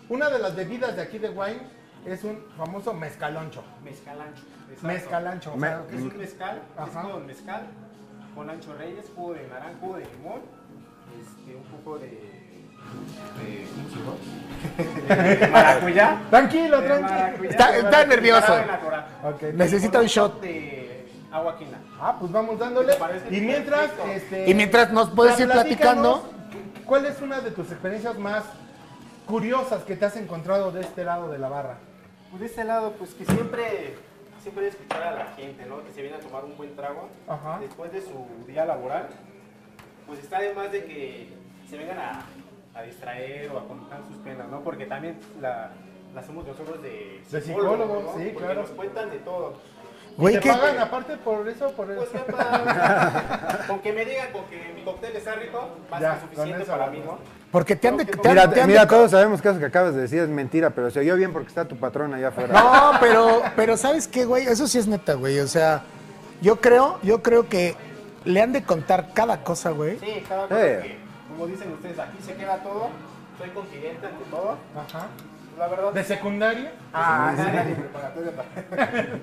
Speaker 4: Una de las bebidas de aquí de Wine es un famoso mezcaloncho.
Speaker 9: Mezcal ancho. exacto.
Speaker 4: Mezcalancho. o
Speaker 5: Me-
Speaker 4: sea,
Speaker 9: Es
Speaker 3: mm.
Speaker 9: un mezcal, es
Speaker 4: Ajá.
Speaker 9: con mezcal, con ancho reyes, jugo de naranja, jugo de limón, este, un poco de... de ¿cómo se
Speaker 4: *laughs*
Speaker 9: llama? De maracuyá.
Speaker 4: Tranquilo,
Speaker 9: De
Speaker 4: tranquilo.
Speaker 9: maracuyá.
Speaker 3: Está- está
Speaker 9: Preparado
Speaker 3: nervioso.
Speaker 9: en la tora.
Speaker 4: Ok.
Speaker 3: Necesita un shot.
Speaker 9: De agua quina.
Speaker 4: Ah, pues vamos dándole.
Speaker 9: ¿Te parece?
Speaker 4: Y mientras, este,
Speaker 3: Y mientras nos puedes ir
Speaker 4: platícanos,
Speaker 3: platicando.
Speaker 4: ¿Cuál es una de tus experiencias más curiosas que te has encontrado de este lado de la barra?
Speaker 9: Pues de este lado, pues que siempre, siempre escuchar a la gente, ¿no? Que se viene a tomar un buen trago
Speaker 4: Ajá.
Speaker 9: después de su día laboral. Pues está además de que se vengan a, a distraer o a contar sus penas, ¿no? Porque también la, la hacemos nosotros de
Speaker 4: De psicólogo, sí,
Speaker 9: Porque
Speaker 4: claro.
Speaker 9: Nos cuentan de todo.
Speaker 3: Güey,
Speaker 4: ¿Te
Speaker 3: ¿qué?
Speaker 4: pagan aparte por eso? Por eso? *laughs*
Speaker 9: Pues ya para- con que me digan con que mi cóctel está rico, va a
Speaker 4: Ya,
Speaker 9: ser
Speaker 4: con
Speaker 9: suficiente
Speaker 4: eso
Speaker 9: para
Speaker 4: la
Speaker 9: mí, ¿no?
Speaker 3: Porque te han de. te han-
Speaker 5: Mira,
Speaker 3: te han de-
Speaker 5: mira, todos sabemos que eso que acabas de decir es mentira, pero se oyó bien porque está tu patrón allá afuera.
Speaker 3: No, pero, pero ¿sabes qué, güey? Eso sí es neta, güey. O sea, yo creo, yo creo que le han de contar cada cosa, güey.
Speaker 9: Sí, cada cosa
Speaker 5: Sí.
Speaker 9: que, como dicen ustedes, aquí se queda todo. Soy confidente ante todo.
Speaker 4: Ajá.
Speaker 9: La verdad,
Speaker 4: ¿De secundaria?
Speaker 9: Ah, sí, de *laughs* preparatoria. *laughs*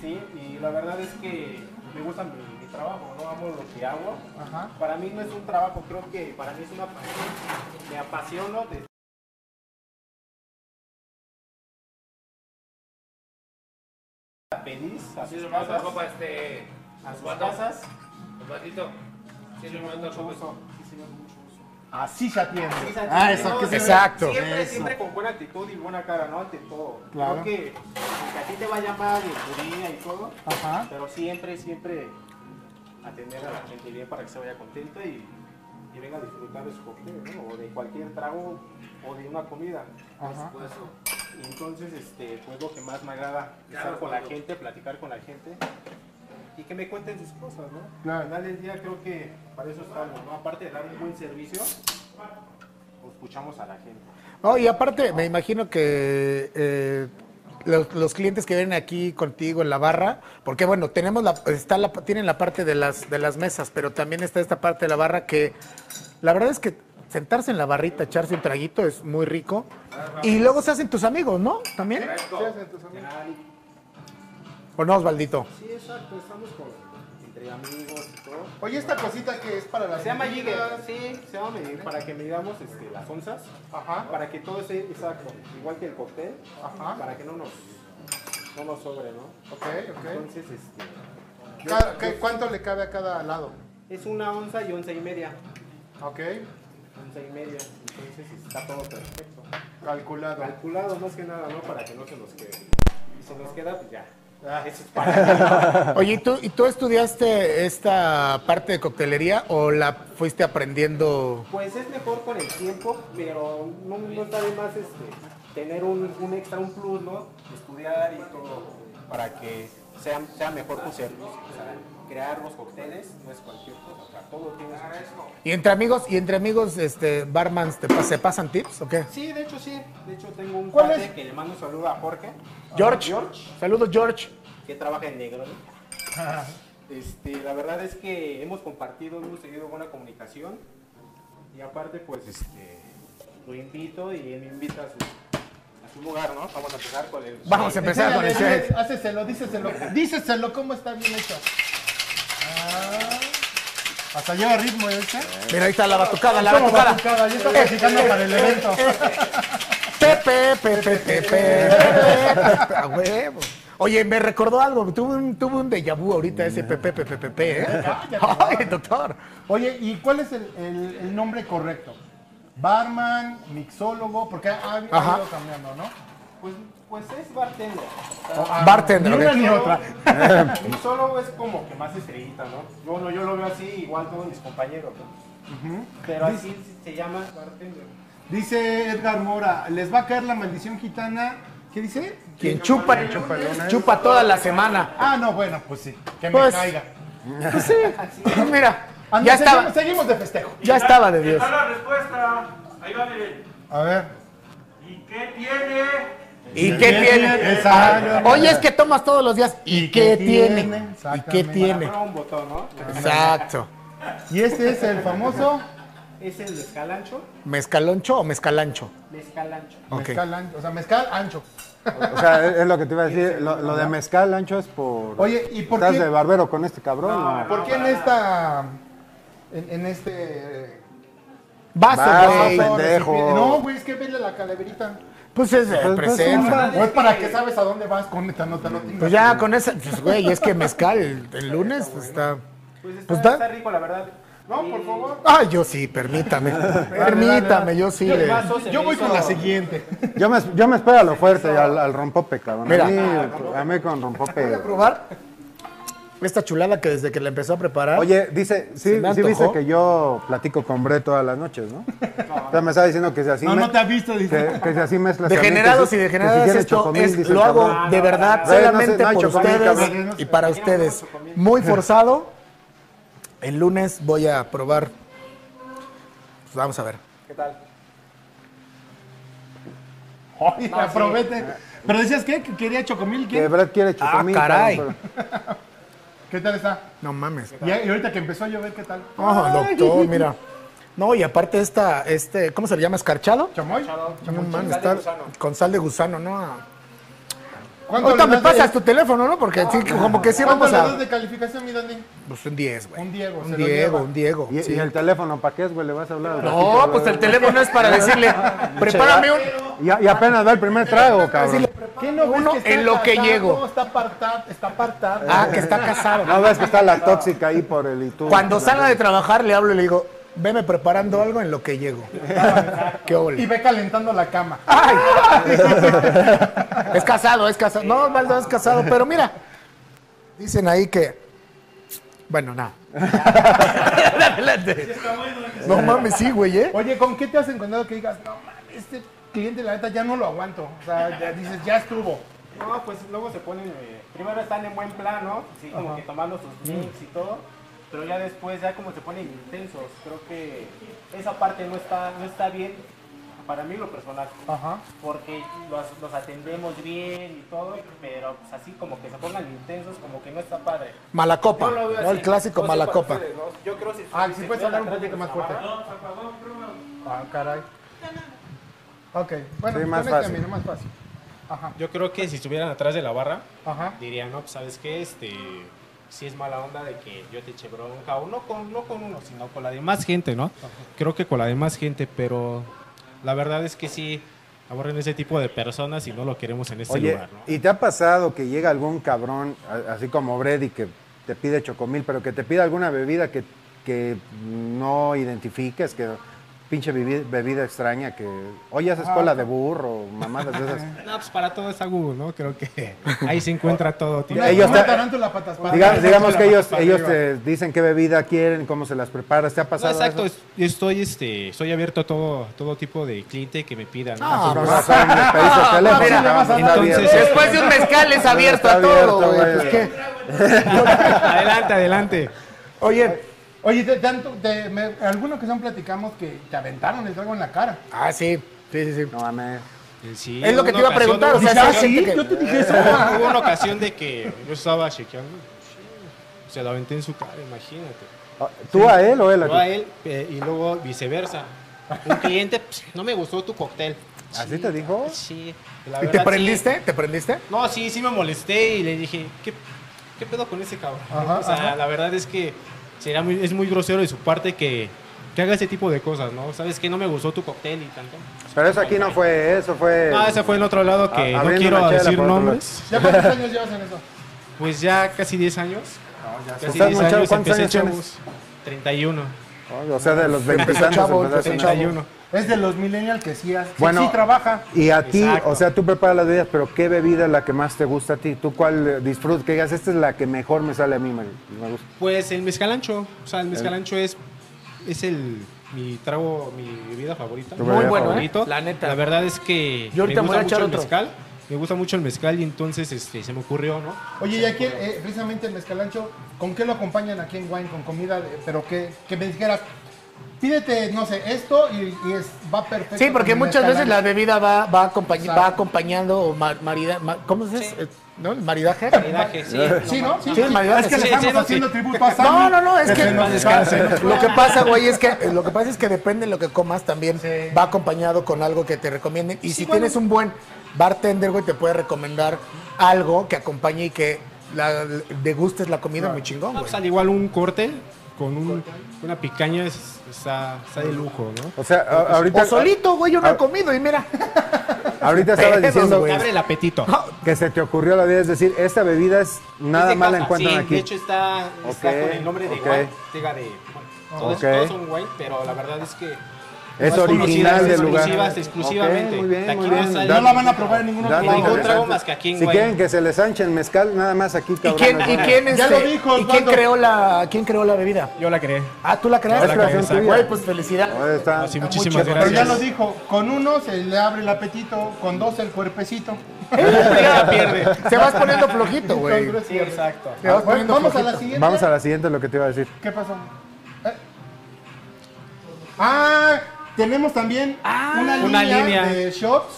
Speaker 9: Sí, y la verdad es que me gusta mi, mi trabajo, no amo lo que hago.
Speaker 4: Ajá.
Speaker 9: Para mí no es un trabajo, creo que para mí es una pasión. Me apasiono desde feliz a sus casas, a sus casas. con mucho gusto. Sí, señor, con mucho gusto.
Speaker 4: Así se atiende.
Speaker 9: Sí, Sánchez,
Speaker 3: Ah, exacto,
Speaker 9: siempre-
Speaker 3: exacto.
Speaker 9: Siempre,
Speaker 3: Eso.
Speaker 9: siempre con buena actitud y buena cara, ¿no? Ante todo.
Speaker 4: Claro.
Speaker 9: Creo que, que a ti te va a llamar de judía y todo,
Speaker 4: Ajá.
Speaker 9: pero siempre, siempre atender a la gente bien para que se vaya contenta y, y venga a disfrutar de su cóctel, ¿no? O de cualquier trago o de una comida.
Speaker 4: Ajá.
Speaker 9: Y entonces, este, pues lo que más me agrada, estar con la gente, platicar con la gente y que me cuenten sus cosas, ¿no?
Speaker 4: Claro.
Speaker 9: Al final del día creo que para eso estamos, ¿no? Aparte de dar un buen servicio, pues, escuchamos a la gente.
Speaker 3: No, y aparte, me imagino que eh, los, los clientes que vienen aquí contigo en la barra, porque bueno, tenemos la, está la, tienen la parte de las, de las mesas, pero también está esta parte de la barra que la verdad es que sentarse en la barrita, echarse un traguito es muy rico. Y luego se hacen tus amigos, ¿no? También. ¿O no, Osvaldito?
Speaker 9: Sí, exacto, estamos con, entre amigos y todo.
Speaker 4: Oye, esta cosita que es para las
Speaker 9: Se llama Jigue,
Speaker 4: bebidas.
Speaker 9: sí, se llama medir para que midamos este, las onzas,
Speaker 4: Ajá.
Speaker 9: para que todo esté exacto, igual que el cóctel,
Speaker 4: Ajá.
Speaker 9: para que no nos, no nos sobre, ¿no?
Speaker 4: Ok, ok.
Speaker 9: Entonces, este,
Speaker 4: Cada- ¿qué- ¿Cuánto le cabe a cada lado?
Speaker 9: es una onza y once y media.
Speaker 4: Ok.
Speaker 9: Once y media, entonces está todo perfecto.
Speaker 4: Calculado.
Speaker 9: Calculado más que nada, ¿no? Para que no se nos quede. Y si nos queda, pues ya.
Speaker 4: Ah.
Speaker 9: Eso es
Speaker 4: *laughs*
Speaker 9: para
Speaker 3: Oye, ¿y tú, ¿y tú estudiaste esta parte de coctelería o la fuiste aprendiendo?
Speaker 9: Pues es mejor con el tiempo, pero no, no está de más este, tener un, un extra, un plus, ¿no? Estudiar y todo, para que sea, sea mejor tu servicio. O sea, crear los cócteles no es cualquier cosa, o sea, todo tiene su chiste.
Speaker 3: Y entre amigos, y entre amigos, este, barmans, ¿te, pas- se pasan tips o qué?
Speaker 9: Sí, de hecho sí. De hecho tengo un
Speaker 4: ¿Cuál
Speaker 9: cuate
Speaker 4: es?
Speaker 9: que le mando un saludo a Jorge.
Speaker 3: George.
Speaker 9: George.
Speaker 3: Saludos, George.
Speaker 9: que trabaja en negro. ¿no? Este, la verdad es que hemos compartido, hemos tenido buena comunicación y aparte pues este, lo invito y él me invita a su, a su lugar, ¿no? Vamos a empezar con el...
Speaker 3: Vamos a empezar con el
Speaker 4: Enséñale,
Speaker 3: shake.
Speaker 4: dile, Háceselo, díceselo. Díceselo cómo está bien hecho. Ah, hasta lleva ritmo este.
Speaker 3: Mira, ahí está la batucada, la
Speaker 4: Como
Speaker 3: batucada. Eh,
Speaker 4: batucada, Yo estaba practicando para el evento.
Speaker 3: Pepe, pepe, pepe, pepe, a huevo. Oye, me recordó algo, tuve un, tuve un déjà vu ahorita ese pepe, pepe, pepe, ¿eh? *laughs* Ay, doctor.
Speaker 4: Oye, ¿y cuál es el, el- el nombre correcto? Barman, mixólogo, porque ha, ha- ha
Speaker 3: Ajá.
Speaker 4: ido cambiando, ¿no? ah,
Speaker 9: Pues, pues es bartender. O sea,
Speaker 3: Bartender.
Speaker 4: Ni
Speaker 3: ok.
Speaker 4: una ni otra.
Speaker 3: *laughs*
Speaker 9: *laughs* Un solo es como que más estrellita, ¿no? Bueno, yo lo veo así, igual todos mis compañeros, ¿no? Pero así se llama bartender.
Speaker 4: Dice Edgar Mora, les va a caer la maldición gitana. ¿Qué dice?
Speaker 3: Quien chupa, chupa toda la semana.
Speaker 4: Ah, no, bueno, pues sí. Que me
Speaker 3: Pues-
Speaker 4: caiga.
Speaker 3: Pues sí, mira,
Speaker 4: Anda,
Speaker 3: ya
Speaker 4: seguimos,
Speaker 3: estaba,
Speaker 4: seguimos de festejo.
Speaker 3: ya estaba de Dios.
Speaker 10: Está la respuesta. Ahí va, miren.
Speaker 4: A ver.
Speaker 10: ¿Y qué tiene?
Speaker 3: ¿Y qué tiene? Ah,
Speaker 4: Exacto.
Speaker 3: Oye, es que tomas todos los días. ¿Y qué tiene? ¿Y qué
Speaker 4: Exactamente.
Speaker 3: tiene?
Speaker 9: Bueno, un botón, ¿no?
Speaker 3: Exacto.
Speaker 4: Y este es el famoso
Speaker 9: Es el mezcalancho.
Speaker 3: ¿Mezcaloncho o mezcalancho?
Speaker 9: Mezcalancho.
Speaker 3: Ok.
Speaker 4: mezcal ancho. O sea, mezcal ancho.
Speaker 5: O sea, es- es lo que te iba a decir. Lo, lo de mezcal ancho es por.
Speaker 4: Oye, ¿y por
Speaker 5: ¿Estás
Speaker 4: qué?
Speaker 5: de barbero con este cabrón? o-
Speaker 4: ¿Por qué en esta. En, en este.
Speaker 3: Vaso,
Speaker 5: Vaso,
Speaker 3: güey.
Speaker 5: pendejo.
Speaker 4: No, güey, es que vele la calaverita.
Speaker 3: Pues es el
Speaker 5: Pues, pues,
Speaker 3: presente.
Speaker 5: una-
Speaker 4: O es para que sabes a dónde vas con esta nota, no tengas-
Speaker 3: Pues ya con esa, pues güey, es que mezcal el, el lunes está.
Speaker 9: Pues está,
Speaker 3: Pues da-
Speaker 9: está rico, la verdad.
Speaker 4: No, por favor.
Speaker 3: Ah, yo sí, permítame. Permítame, yo sí. le-
Speaker 9: Vaso se
Speaker 4: Yo
Speaker 9: me
Speaker 4: voy con
Speaker 9: hizo-
Speaker 4: la siguiente.
Speaker 5: Yo me, yo me espero a lo fuerte, al, al rompope, cabrón.
Speaker 3: Mira.
Speaker 5: a, mí, a mí con rompope.
Speaker 3: probar esta chulada que desde que la empezó a preparar.
Speaker 5: Oye, dice,
Speaker 3: ¿Ah?
Speaker 5: sí,
Speaker 3: Se me
Speaker 5: sí
Speaker 3: antojó.
Speaker 5: dice que yo platico con Bre todas las noches, ¿no? O sea, me está diciendo que si así
Speaker 4: No,
Speaker 5: me-
Speaker 4: no te ha visto, dice.
Speaker 5: que, que si así mezclas a mí, que
Speaker 3: degenerados
Speaker 5: si-
Speaker 3: y
Speaker 5: que si
Speaker 3: degeneradas,
Speaker 5: quiere
Speaker 3: esto
Speaker 5: chocomil,
Speaker 3: es,
Speaker 5: dice el
Speaker 3: lo hago
Speaker 5: cabrón.
Speaker 3: de verdad
Speaker 5: no, no,
Speaker 3: solamente
Speaker 5: no hay
Speaker 3: por
Speaker 5: chocomil,
Speaker 3: ustedes
Speaker 5: cabrón, no
Speaker 3: y para ustedes. Muy forzado. El lunes voy a probar. Pues vamos a ver.
Speaker 9: ¿Qué tal?
Speaker 4: *laughs* Ay, aprobete. Pero decías que que quería chocomil,
Speaker 5: Que
Speaker 4: ¿qué?
Speaker 5: Brad quiere chocomil.
Speaker 3: Ah,
Speaker 5: cabrón,
Speaker 3: caray.
Speaker 5: pero-
Speaker 4: ¿Qué tal está?
Speaker 3: No mames.
Speaker 4: Y, y ahorita que empezó a llover, ¿qué tal?
Speaker 3: Ah, doctor, mira. No, y aparte esta, este, ¿cómo se le llama? ¿Escarchado?
Speaker 4: *laughs* ¿Chamoy?
Speaker 3: No mames,
Speaker 9: sal de
Speaker 3: está
Speaker 9: gusano.
Speaker 3: con sal de gusano, ¿no? Ah.
Speaker 4: ¿Cuánto
Speaker 3: Ahorita
Speaker 4: le
Speaker 3: me
Speaker 4: das de-
Speaker 3: pasas tu teléfono, ¿no? Porque sí, como que sí
Speaker 4: ¿Cuánto
Speaker 3: vamos
Speaker 4: le das
Speaker 3: a...
Speaker 4: de calificación, mi Dani?
Speaker 3: Pues un 10, güey.
Speaker 4: Un Diego,
Speaker 3: Un
Speaker 4: se lo
Speaker 3: Diego,
Speaker 4: lleva.
Speaker 3: un Diego.
Speaker 5: ¿Y,
Speaker 3: Oh, sí.
Speaker 5: y el teléfono para qué es, güey? ¿Le vas a hablar? al
Speaker 3: No,
Speaker 5: ratito,
Speaker 3: pues
Speaker 5: güey?
Speaker 3: el teléfono es para
Speaker 5: *laughs*
Speaker 3: decirle, prepárame un...
Speaker 5: Y, a- y apenas va el primer trago, cabrón.
Speaker 4: ¿Qué no ves
Speaker 3: Uno
Speaker 4: está
Speaker 3: en lo que
Speaker 4: casado?
Speaker 3: llego.
Speaker 4: Está apartado, está apartado.
Speaker 3: Ah, que está casado.
Speaker 5: No ves que está la tóxica ahí por el y tú.
Speaker 3: Cuando salga de trabajar le hablo y le digo, veme preparando algo en lo que llego. Qué
Speaker 4: Y
Speaker 3: ole.
Speaker 4: ve calentando la cama.
Speaker 3: ¡Ay! Es casado, es casado. No, Osvaldo es casado, pero mira. Dicen ahí que. Bueno, nada. Adelante. No mames, sí, güey, ¿eh?
Speaker 4: Oye, ¿con qué te has encontrado que digas, no mames, este cliente la neta ya no lo aguanto? O sea, ya dices, ya estuvo.
Speaker 9: No, pues luego se ponen, eh, primero están en buen plano, sí, como que tomando sus
Speaker 3: Mm.
Speaker 9: drinks y todo, pero ya después ya como se ponen intensos, creo que esa parte no está, no está bien para mí lo personal,
Speaker 4: Ajá.
Speaker 9: porque los, los atendemos bien y todo, pero pues así como que se pongan intensos, como que no está padre.
Speaker 3: Malacopa.
Speaker 9: Yo lo veo
Speaker 3: ¿no?
Speaker 9: así. Pues
Speaker 3: El clásico
Speaker 9: No sé para
Speaker 3: Malacopa.
Speaker 9: ustedes, ¿no? Yo creo si
Speaker 4: Ah,
Speaker 9: si
Speaker 4: si
Speaker 9: se
Speaker 4: puedes hablar un
Speaker 9: atrás de
Speaker 4: poquito más
Speaker 9: Cuernavaca,
Speaker 4: fuerte. Ah, caray. Ok, bueno,
Speaker 5: Sí,
Speaker 4: sí,
Speaker 5: más
Speaker 4: más
Speaker 5: fácil.
Speaker 4: más fácil. Ajá,
Speaker 9: Yo creo que si estuvieran atrás de la barra,
Speaker 4: ajá.
Speaker 9: dirían, no, pues sabes qué, este, si es mala onda de que yo te eche bronca, o no con, no con uno, sino con la demás gente, ¿no? Creo que con la demás gente, pero la verdad es que sí, aborren ese tipo de personas y no lo queremos en este
Speaker 5: Oye,
Speaker 9: lugar, ¿no?
Speaker 5: ¿y te ha pasado que llega algún cabrón, a- así como Brady, que te pide chocomil, pero que te pida alguna bebida que, que no identifiques, que pinche bebi- bebida extraña, que oye,
Speaker 4: Ah,
Speaker 5: esa es cola de burro,
Speaker 4: *laughs*
Speaker 5: mamadas de esas.
Speaker 9: No, pues para todo está Google, ¿no? Creo que *laughs* ahí se encuentra todo tipo.
Speaker 5: Ya, ellos
Speaker 4: Una
Speaker 5: te-
Speaker 4: tarántula patas para
Speaker 5: Diga-
Speaker 4: arriba,
Speaker 5: digamos
Speaker 4: una
Speaker 5: que ellos,
Speaker 4: para
Speaker 5: ellos
Speaker 4: arriba.
Speaker 5: te dicen qué bebida quieren, cómo se las preparas, ¿te ha
Speaker 9: No,
Speaker 5: pasado
Speaker 9: exacto,
Speaker 5: eso?
Speaker 9: es- estoy, este, estoy abierto a todo, todo tipo de cliente que me pidan. ¿no?
Speaker 3: Ah.
Speaker 5: Con razón, me
Speaker 9: *laughs*
Speaker 5: pediste el teléfono,
Speaker 3: mira,
Speaker 5: cabrón,
Speaker 4: vas a
Speaker 5: está
Speaker 9: dar-
Speaker 5: bien.
Speaker 9: entonces-
Speaker 3: Después de un mezcal es abierto
Speaker 5: Está
Speaker 3: a todo,
Speaker 5: abierto,
Speaker 3: güey.
Speaker 5: güey.
Speaker 3: Pues, ¿qué?
Speaker 9: *laughs* adelante, adelante.
Speaker 3: Oye.
Speaker 4: Oye, te, tanto, te, me- alguno que son platicamos que te aventaron el trago en la cara.
Speaker 3: Ah, sí. Sí, sí, sí.
Speaker 5: No mames.
Speaker 9: Sí,
Speaker 3: Es lo
Speaker 9: hubo
Speaker 3: que te
Speaker 9: una
Speaker 3: iba a
Speaker 9: ocasión-
Speaker 3: preguntar, o sea,
Speaker 9: hubo una
Speaker 3: sí,
Speaker 9: ocasión-
Speaker 3: gente que-
Speaker 4: te dije
Speaker 9: Hubo una ocasión de que yo estaba chequeando. Se la aventé en su cara, imagínate.
Speaker 5: Ah, ¿Tú a él o él a ti?
Speaker 9: Yo a él eh, y luego viceversa. Un cliente, pues, no me gustó tu cóctel.
Speaker 5: ¿Así te dijo?
Speaker 9: Sí. la
Speaker 3: ¿Y te
Speaker 9: verdad, sí.
Speaker 3: prendiste? ¿Te prendiste?
Speaker 9: No, sí, sí me molesté y le dije, ¿qué, qué pedo con ese cabrón?
Speaker 4: Ajá,
Speaker 9: o sea,
Speaker 4: ajá.
Speaker 9: la verdad es que será muy- es muy grosero de su parte que, que haga ese tipo de cosas, ¿no? Sabes que no me gustó tu cóctel y tanto.
Speaker 5: Pero eso aquí no fue eso, fue...
Speaker 9: Ah, ese fue en otro lado que
Speaker 5: Eh, A-
Speaker 9: no
Speaker 5: abriendo
Speaker 9: quiero
Speaker 5: una chela
Speaker 9: decir
Speaker 5: por otro lado.
Speaker 9: nombres.
Speaker 4: ¿Ya cuántos años llevas en eso?
Speaker 9: Pues ya casi 10 años. Casi
Speaker 5: ¿Estás
Speaker 9: 10
Speaker 5: manchado?
Speaker 9: años
Speaker 5: ¿Cuántos
Speaker 9: empecé
Speaker 5: años
Speaker 9: chavos. 31.
Speaker 5: O sea, de los 20
Speaker 3: Empezó
Speaker 5: años
Speaker 3: chavo,
Speaker 5: empezaste
Speaker 3: empezó
Speaker 5: en-
Speaker 3: chavo.
Speaker 9: 31.
Speaker 4: Es de los millennials que sí, has- que
Speaker 5: Bueno,
Speaker 4: sí trabaja.
Speaker 5: Y a ti,
Speaker 4: Exacto.
Speaker 5: o sea, tú preparas las bebidas, pero ¿qué bebida es la que más te gusta a ti? ¿Tú cuál eh, disfrutas? Que digas, esta es la que mejor me sale a mí, me, me gusta.
Speaker 9: Pues el mezcalancho, o sea, el mezcalancho es, es el, mi trago, mi bebida favorita.
Speaker 5: Tu bebida
Speaker 9: favorito.
Speaker 11: La neta.
Speaker 9: La verdad es que
Speaker 11: Yo ahorita
Speaker 9: me
Speaker 11: me voy
Speaker 9: gusta
Speaker 11: a
Speaker 9: mucho
Speaker 11: echar
Speaker 9: el
Speaker 11: otro.
Speaker 9: mezcal. Me gusta mucho el mezcal y entonces este, se me ocurrió, ¿no?
Speaker 4: Oye, y aquí, eh, precisamente el mezcalancho, ¿con qué lo acompañan aquí en Wine? Con comida, de- pero que, que me dijeras, pídete, no sé, esto y, y es, va perfecto.
Speaker 3: Sí, porque
Speaker 4: con el
Speaker 3: muchas veces la
Speaker 4: mezcalancho.
Speaker 3: bebida va, va, acompañ-
Speaker 4: Exacto.
Speaker 3: va acompañando o mar- marida, ma- ¿cómo se dice? Eh, ¿No? ¿El ¿Maridaje?
Speaker 9: Maridaje, sí.
Speaker 4: Sí, ¿no?
Speaker 3: Sí, el maridaje.
Speaker 4: Es que le
Speaker 9: Sí,
Speaker 4: estamos
Speaker 9: sí, no,
Speaker 4: haciendo
Speaker 9: sí.
Speaker 4: tributo a Sammy.
Speaker 3: No, no, no, es que
Speaker 4: nos descanse.
Speaker 3: lo que pasa, güey, es que lo que pasa es que depende de lo que comas también va acompañado con algo que te recomienden y si tienes un buen bartender, güey, te puede recomendar algo que acompañe y que la, degustes la comida muy chingón,
Speaker 9: No,
Speaker 3: güey.
Speaker 9: pues, al igual un corte con un- una picaña es- está, está de lujo, ¿no?
Speaker 5: O sea, a- ahorita,
Speaker 3: O solito, güey, yo no he
Speaker 5: Ah.
Speaker 3: comido y mira.
Speaker 5: ahorita estabas
Speaker 3: Pedos,
Speaker 5: diciendo
Speaker 3: güey.
Speaker 9: Te abre el apetito.
Speaker 5: que se te ocurrió la vida, es decir, esta bebida es
Speaker 9: Es
Speaker 5: nada
Speaker 9: de
Speaker 5: más la
Speaker 9: casa,
Speaker 5: encuentran
Speaker 9: sí,
Speaker 5: aquí.
Speaker 9: De hecho está, está
Speaker 5: Ok,
Speaker 9: con el nombre de
Speaker 5: ok.
Speaker 9: wine, diga de bueno, todos,
Speaker 5: Ok.
Speaker 9: todos son wine, pero la verdad es que
Speaker 5: es
Speaker 9: más conocidas,
Speaker 5: original del lugar.
Speaker 9: exclusivas, exclusivamente.
Speaker 5: Ok, muy bien,
Speaker 9: De aquí
Speaker 5: muy
Speaker 9: no
Speaker 5: bien.
Speaker 9: sale-
Speaker 5: Dato-
Speaker 4: No la van a probar en ningún otro
Speaker 5: dato
Speaker 9: ningún
Speaker 4: lado.
Speaker 9: trago
Speaker 5: interesante.
Speaker 9: más que aquí en
Speaker 5: Si
Speaker 9: Guaymas.
Speaker 5: quieren que se les anche el mezcal, nada más aquí,
Speaker 3: ¿Y
Speaker 5: cabrón.
Speaker 3: quién,
Speaker 5: no
Speaker 3: y
Speaker 5: hay.
Speaker 3: quién,
Speaker 4: Ya lo
Speaker 3: este,
Speaker 4: dijo
Speaker 3: ¿y quién
Speaker 4: Osvaldo.
Speaker 3: creó la quién creó la bebida?
Speaker 9: Yo la creé.
Speaker 3: Ah, tú la creaste.
Speaker 5: Es creación tuya.
Speaker 3: Güey, pues felicidades.
Speaker 5: Ahí está.
Speaker 9: Así,
Speaker 5: Muy
Speaker 9: muchísimas
Speaker 5: chévere.
Speaker 4: Pero ya
Speaker 9: gracias.
Speaker 4: lo dijo, con uno se le abre el apetito, con dos el cuerpecito.
Speaker 3: Ya *laughs* pierde. Se vas poniendo flojito, güey.
Speaker 4: *laughs* Entonces,
Speaker 9: Sí, exacto.
Speaker 4: te vas poniendo Vamos a la siguiente.
Speaker 5: Vamos a la siguiente, lo que te iba a decir.
Speaker 4: ¿Qué pasó? Eh. Ah, tenemos también una,
Speaker 9: Una
Speaker 4: línea,
Speaker 9: línea.
Speaker 4: de shots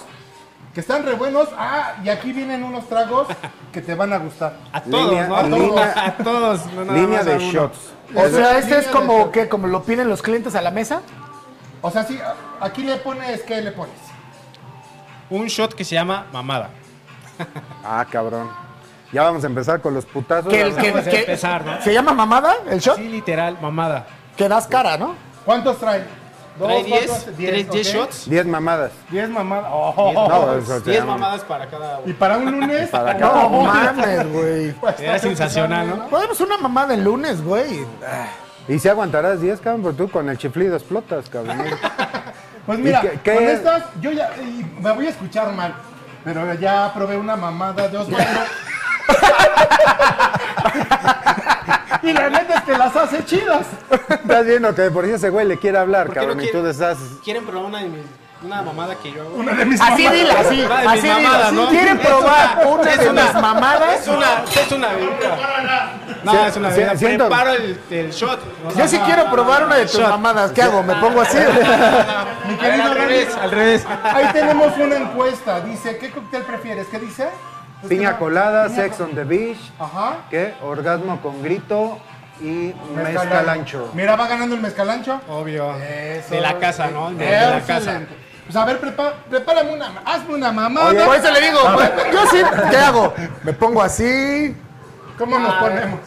Speaker 4: que están re buenos. Ah, y aquí vienen unos tragos que te van a gustar.
Speaker 9: A todos,
Speaker 5: Línea-
Speaker 9: ¿no? A todos,
Speaker 5: línea-
Speaker 9: a todos. no nada
Speaker 5: Línea
Speaker 9: más a
Speaker 5: de
Speaker 9: uno.
Speaker 5: shots.
Speaker 3: O sea, este
Speaker 4: Línea
Speaker 3: es
Speaker 4: de
Speaker 3: como
Speaker 4: shots.
Speaker 3: que como lo piden los clientes a la mesa.
Speaker 4: O sea, sí, a- aquí le pones, ¿qué le pones?
Speaker 9: Un shot que se llama mamada.
Speaker 5: Ah, cabrón. Ya vamos a empezar con los putazos.
Speaker 3: Que, el- que-
Speaker 9: Vamos a
Speaker 3: que-
Speaker 9: empezar, ¿no?
Speaker 3: ¿Se llama mamada el shot?
Speaker 9: Sí, literal, mamada.
Speaker 3: Que das cara, ¿no?
Speaker 4: ¿Cuántos traen?
Speaker 9: Trae
Speaker 4: cuatro,
Speaker 9: 10,
Speaker 4: diez,
Speaker 9: 10
Speaker 4: ok.
Speaker 9: shots.
Speaker 5: 10 mamadas.
Speaker 4: 10 mamadas. Oh.
Speaker 5: No, eso se
Speaker 9: 10
Speaker 5: llama-
Speaker 9: mamadas para cada uno.
Speaker 4: Y para un lunes.
Speaker 5: *laughs*
Speaker 4: pues,
Speaker 5: Para
Speaker 4: *laughs*
Speaker 5: cada
Speaker 3: No mames, güey.
Speaker 9: Era sensacional, ¿no?
Speaker 3: Podemos una mamada el lunes, güey.
Speaker 5: Y si aguantarás 10, cabrón, pero tú con el chiflido explotas, cabrón.
Speaker 4: Pues mira,
Speaker 5: ¿Y qué- qué-
Speaker 4: con estas, yo ya. y me voy a escuchar mal. Pero ya probé una mamada de Osvaldo. y la neta es que las hace chidas.
Speaker 5: Estás viendo que de por sí ese güey le quiere hablar,
Speaker 9: Porque
Speaker 5: cabrón,
Speaker 9: no
Speaker 5: y
Speaker 9: quiere-
Speaker 5: tú estás...
Speaker 9: ¿Quieren probar una de mis- una mamada que yo hago?
Speaker 3: Así dile, así.
Speaker 9: Va de mis
Speaker 3: Así dile,
Speaker 9: mamadas,
Speaker 3: así.
Speaker 9: ¿no?
Speaker 3: ¿Quieren
Speaker 9: Es
Speaker 3: probar
Speaker 9: una-
Speaker 3: una
Speaker 9: es
Speaker 3: de
Speaker 9: una-
Speaker 3: mis mamadas?
Speaker 9: Es una, es una bebida. No,
Speaker 5: Sí,
Speaker 9: es una
Speaker 5: sí,
Speaker 9: bebida.
Speaker 5: siento-
Speaker 9: Preparo el, el shot. O sea,
Speaker 3: Yo sí quiero probar una de tus mamadas. ¿Qué hago? ¿Me pongo así?
Speaker 4: Mi
Speaker 9: a ver,
Speaker 4: querido
Speaker 9: al
Speaker 4: Dani,
Speaker 9: revés, al revés.
Speaker 4: Ahí tenemos una encuesta. Dice, ¿qué cóctel prefieres? ¿Qué dice? Pues
Speaker 5: Piña
Speaker 4: que-
Speaker 5: colada,
Speaker 4: piña
Speaker 5: sex
Speaker 4: co-
Speaker 5: on the beach,
Speaker 4: Ajá.
Speaker 5: ¿qué? Orgasmo con grito y
Speaker 4: Mezcalancho.
Speaker 5: mezcalancho.
Speaker 4: Mira, va ganando el mezcalancho.
Speaker 9: Obvio.
Speaker 4: Eso.
Speaker 9: de la casa, ¿no? De, de la casa.
Speaker 4: Excelente. Pues a ver, prepa- prepárame una, hazme una mamada. Pues
Speaker 3: Por eso le digo, pues. güey, yo sí. ¿Qué hago? ¿Me pongo así?
Speaker 4: ¿Cómo nos ponemos?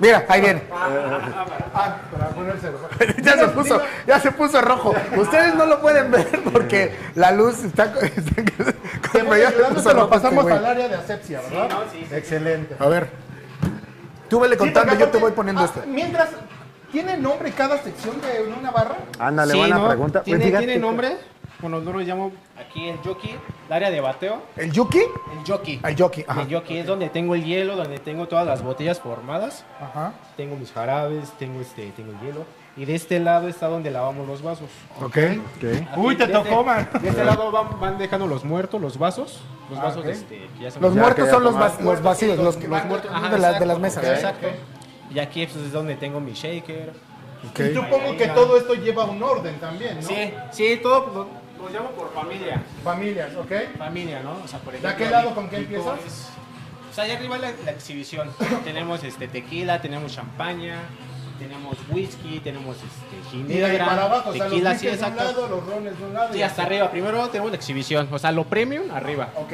Speaker 3: Mira, ahí viene.
Speaker 4: Ah, para ponérselo.
Speaker 3: *laughs* Ya se puso, ya se puso rojo. Ustedes no lo pueden ver porque la luz está, *laughs* está-
Speaker 4: Te voy
Speaker 3: pero ya se
Speaker 4: ayudando,
Speaker 3: puso
Speaker 4: se lo
Speaker 3: rojo este
Speaker 4: pasamos
Speaker 3: güey.
Speaker 4: al área de asepsia, ¿verdad? Excelente.
Speaker 3: A ver. Tú vele contando,
Speaker 4: Sí, porque
Speaker 3: yo te voy
Speaker 4: aparte-
Speaker 3: poniendo este.
Speaker 4: ah,
Speaker 3: esta.
Speaker 4: Mientras, ¿tiene nombre cada sección de una barra?
Speaker 5: Ándale,
Speaker 9: Sí,
Speaker 5: buena
Speaker 9: ¿no?
Speaker 5: pregunta. Pues
Speaker 9: ¿Tiene,
Speaker 5: fíjate
Speaker 9: tiene
Speaker 5: que-
Speaker 9: nombre? Bueno, yo lo llamo aquí el jockey, el área de bateo.
Speaker 3: ¿El Yuki?
Speaker 9: El jockey.
Speaker 3: El Yoki, ajá.
Speaker 9: El jockey es donde tengo el hielo, donde tengo todas las botellas formadas.
Speaker 4: Ajá.
Speaker 9: Tengo mis jarabes, tengo este, tengo el hielo. Y de este lado está donde lavamos los vasos.
Speaker 4: Ok.
Speaker 5: Ok.
Speaker 4: Uy, te
Speaker 9: De
Speaker 4: tocó,
Speaker 9: este-
Speaker 4: man.
Speaker 9: De este lado van, van dejando los muertos, los vasos. Los
Speaker 4: Ah,
Speaker 9: vasos
Speaker 4: ok.
Speaker 9: este, que ya se
Speaker 3: Los
Speaker 5: Ya
Speaker 3: muertos
Speaker 5: quería
Speaker 3: son los,
Speaker 5: tomar.
Speaker 3: vac- los vacíos, los, los muertos de,
Speaker 9: Ajá,
Speaker 3: la- de
Speaker 9: exacto,
Speaker 3: las mesas.
Speaker 9: Exacto. Y aquí pues, es donde tengo mi shaker.
Speaker 4: Y supongo que todo esto lleva un orden también, ¿no?
Speaker 9: Sí, sí, todo pues, lo, lo llamo por familia.
Speaker 4: Familias, ¿ok?
Speaker 9: Familia, ¿no? O sea, por
Speaker 4: ¿De
Speaker 9: ejemplo,
Speaker 4: aquel lado
Speaker 9: mi-
Speaker 4: con qué
Speaker 9: mi
Speaker 4: empiezas?
Speaker 9: co- es- O sea, allá arriba la,
Speaker 4: *laughs*
Speaker 9: la exhibición. tenemos este tequila, tenemos champaña, tenemos whisky, tenemos este
Speaker 4: Y de
Speaker 9: ginebra,
Speaker 4: ahí para abajo, o sea, los
Speaker 9: tequila, sí,
Speaker 4: whisky de un
Speaker 9: exacto.
Speaker 4: lado, los rones de un lado.
Speaker 9: Sí, hasta arriba. Primero tenemos la exhibición, o sea, lo premium arriba.
Speaker 4: Ok.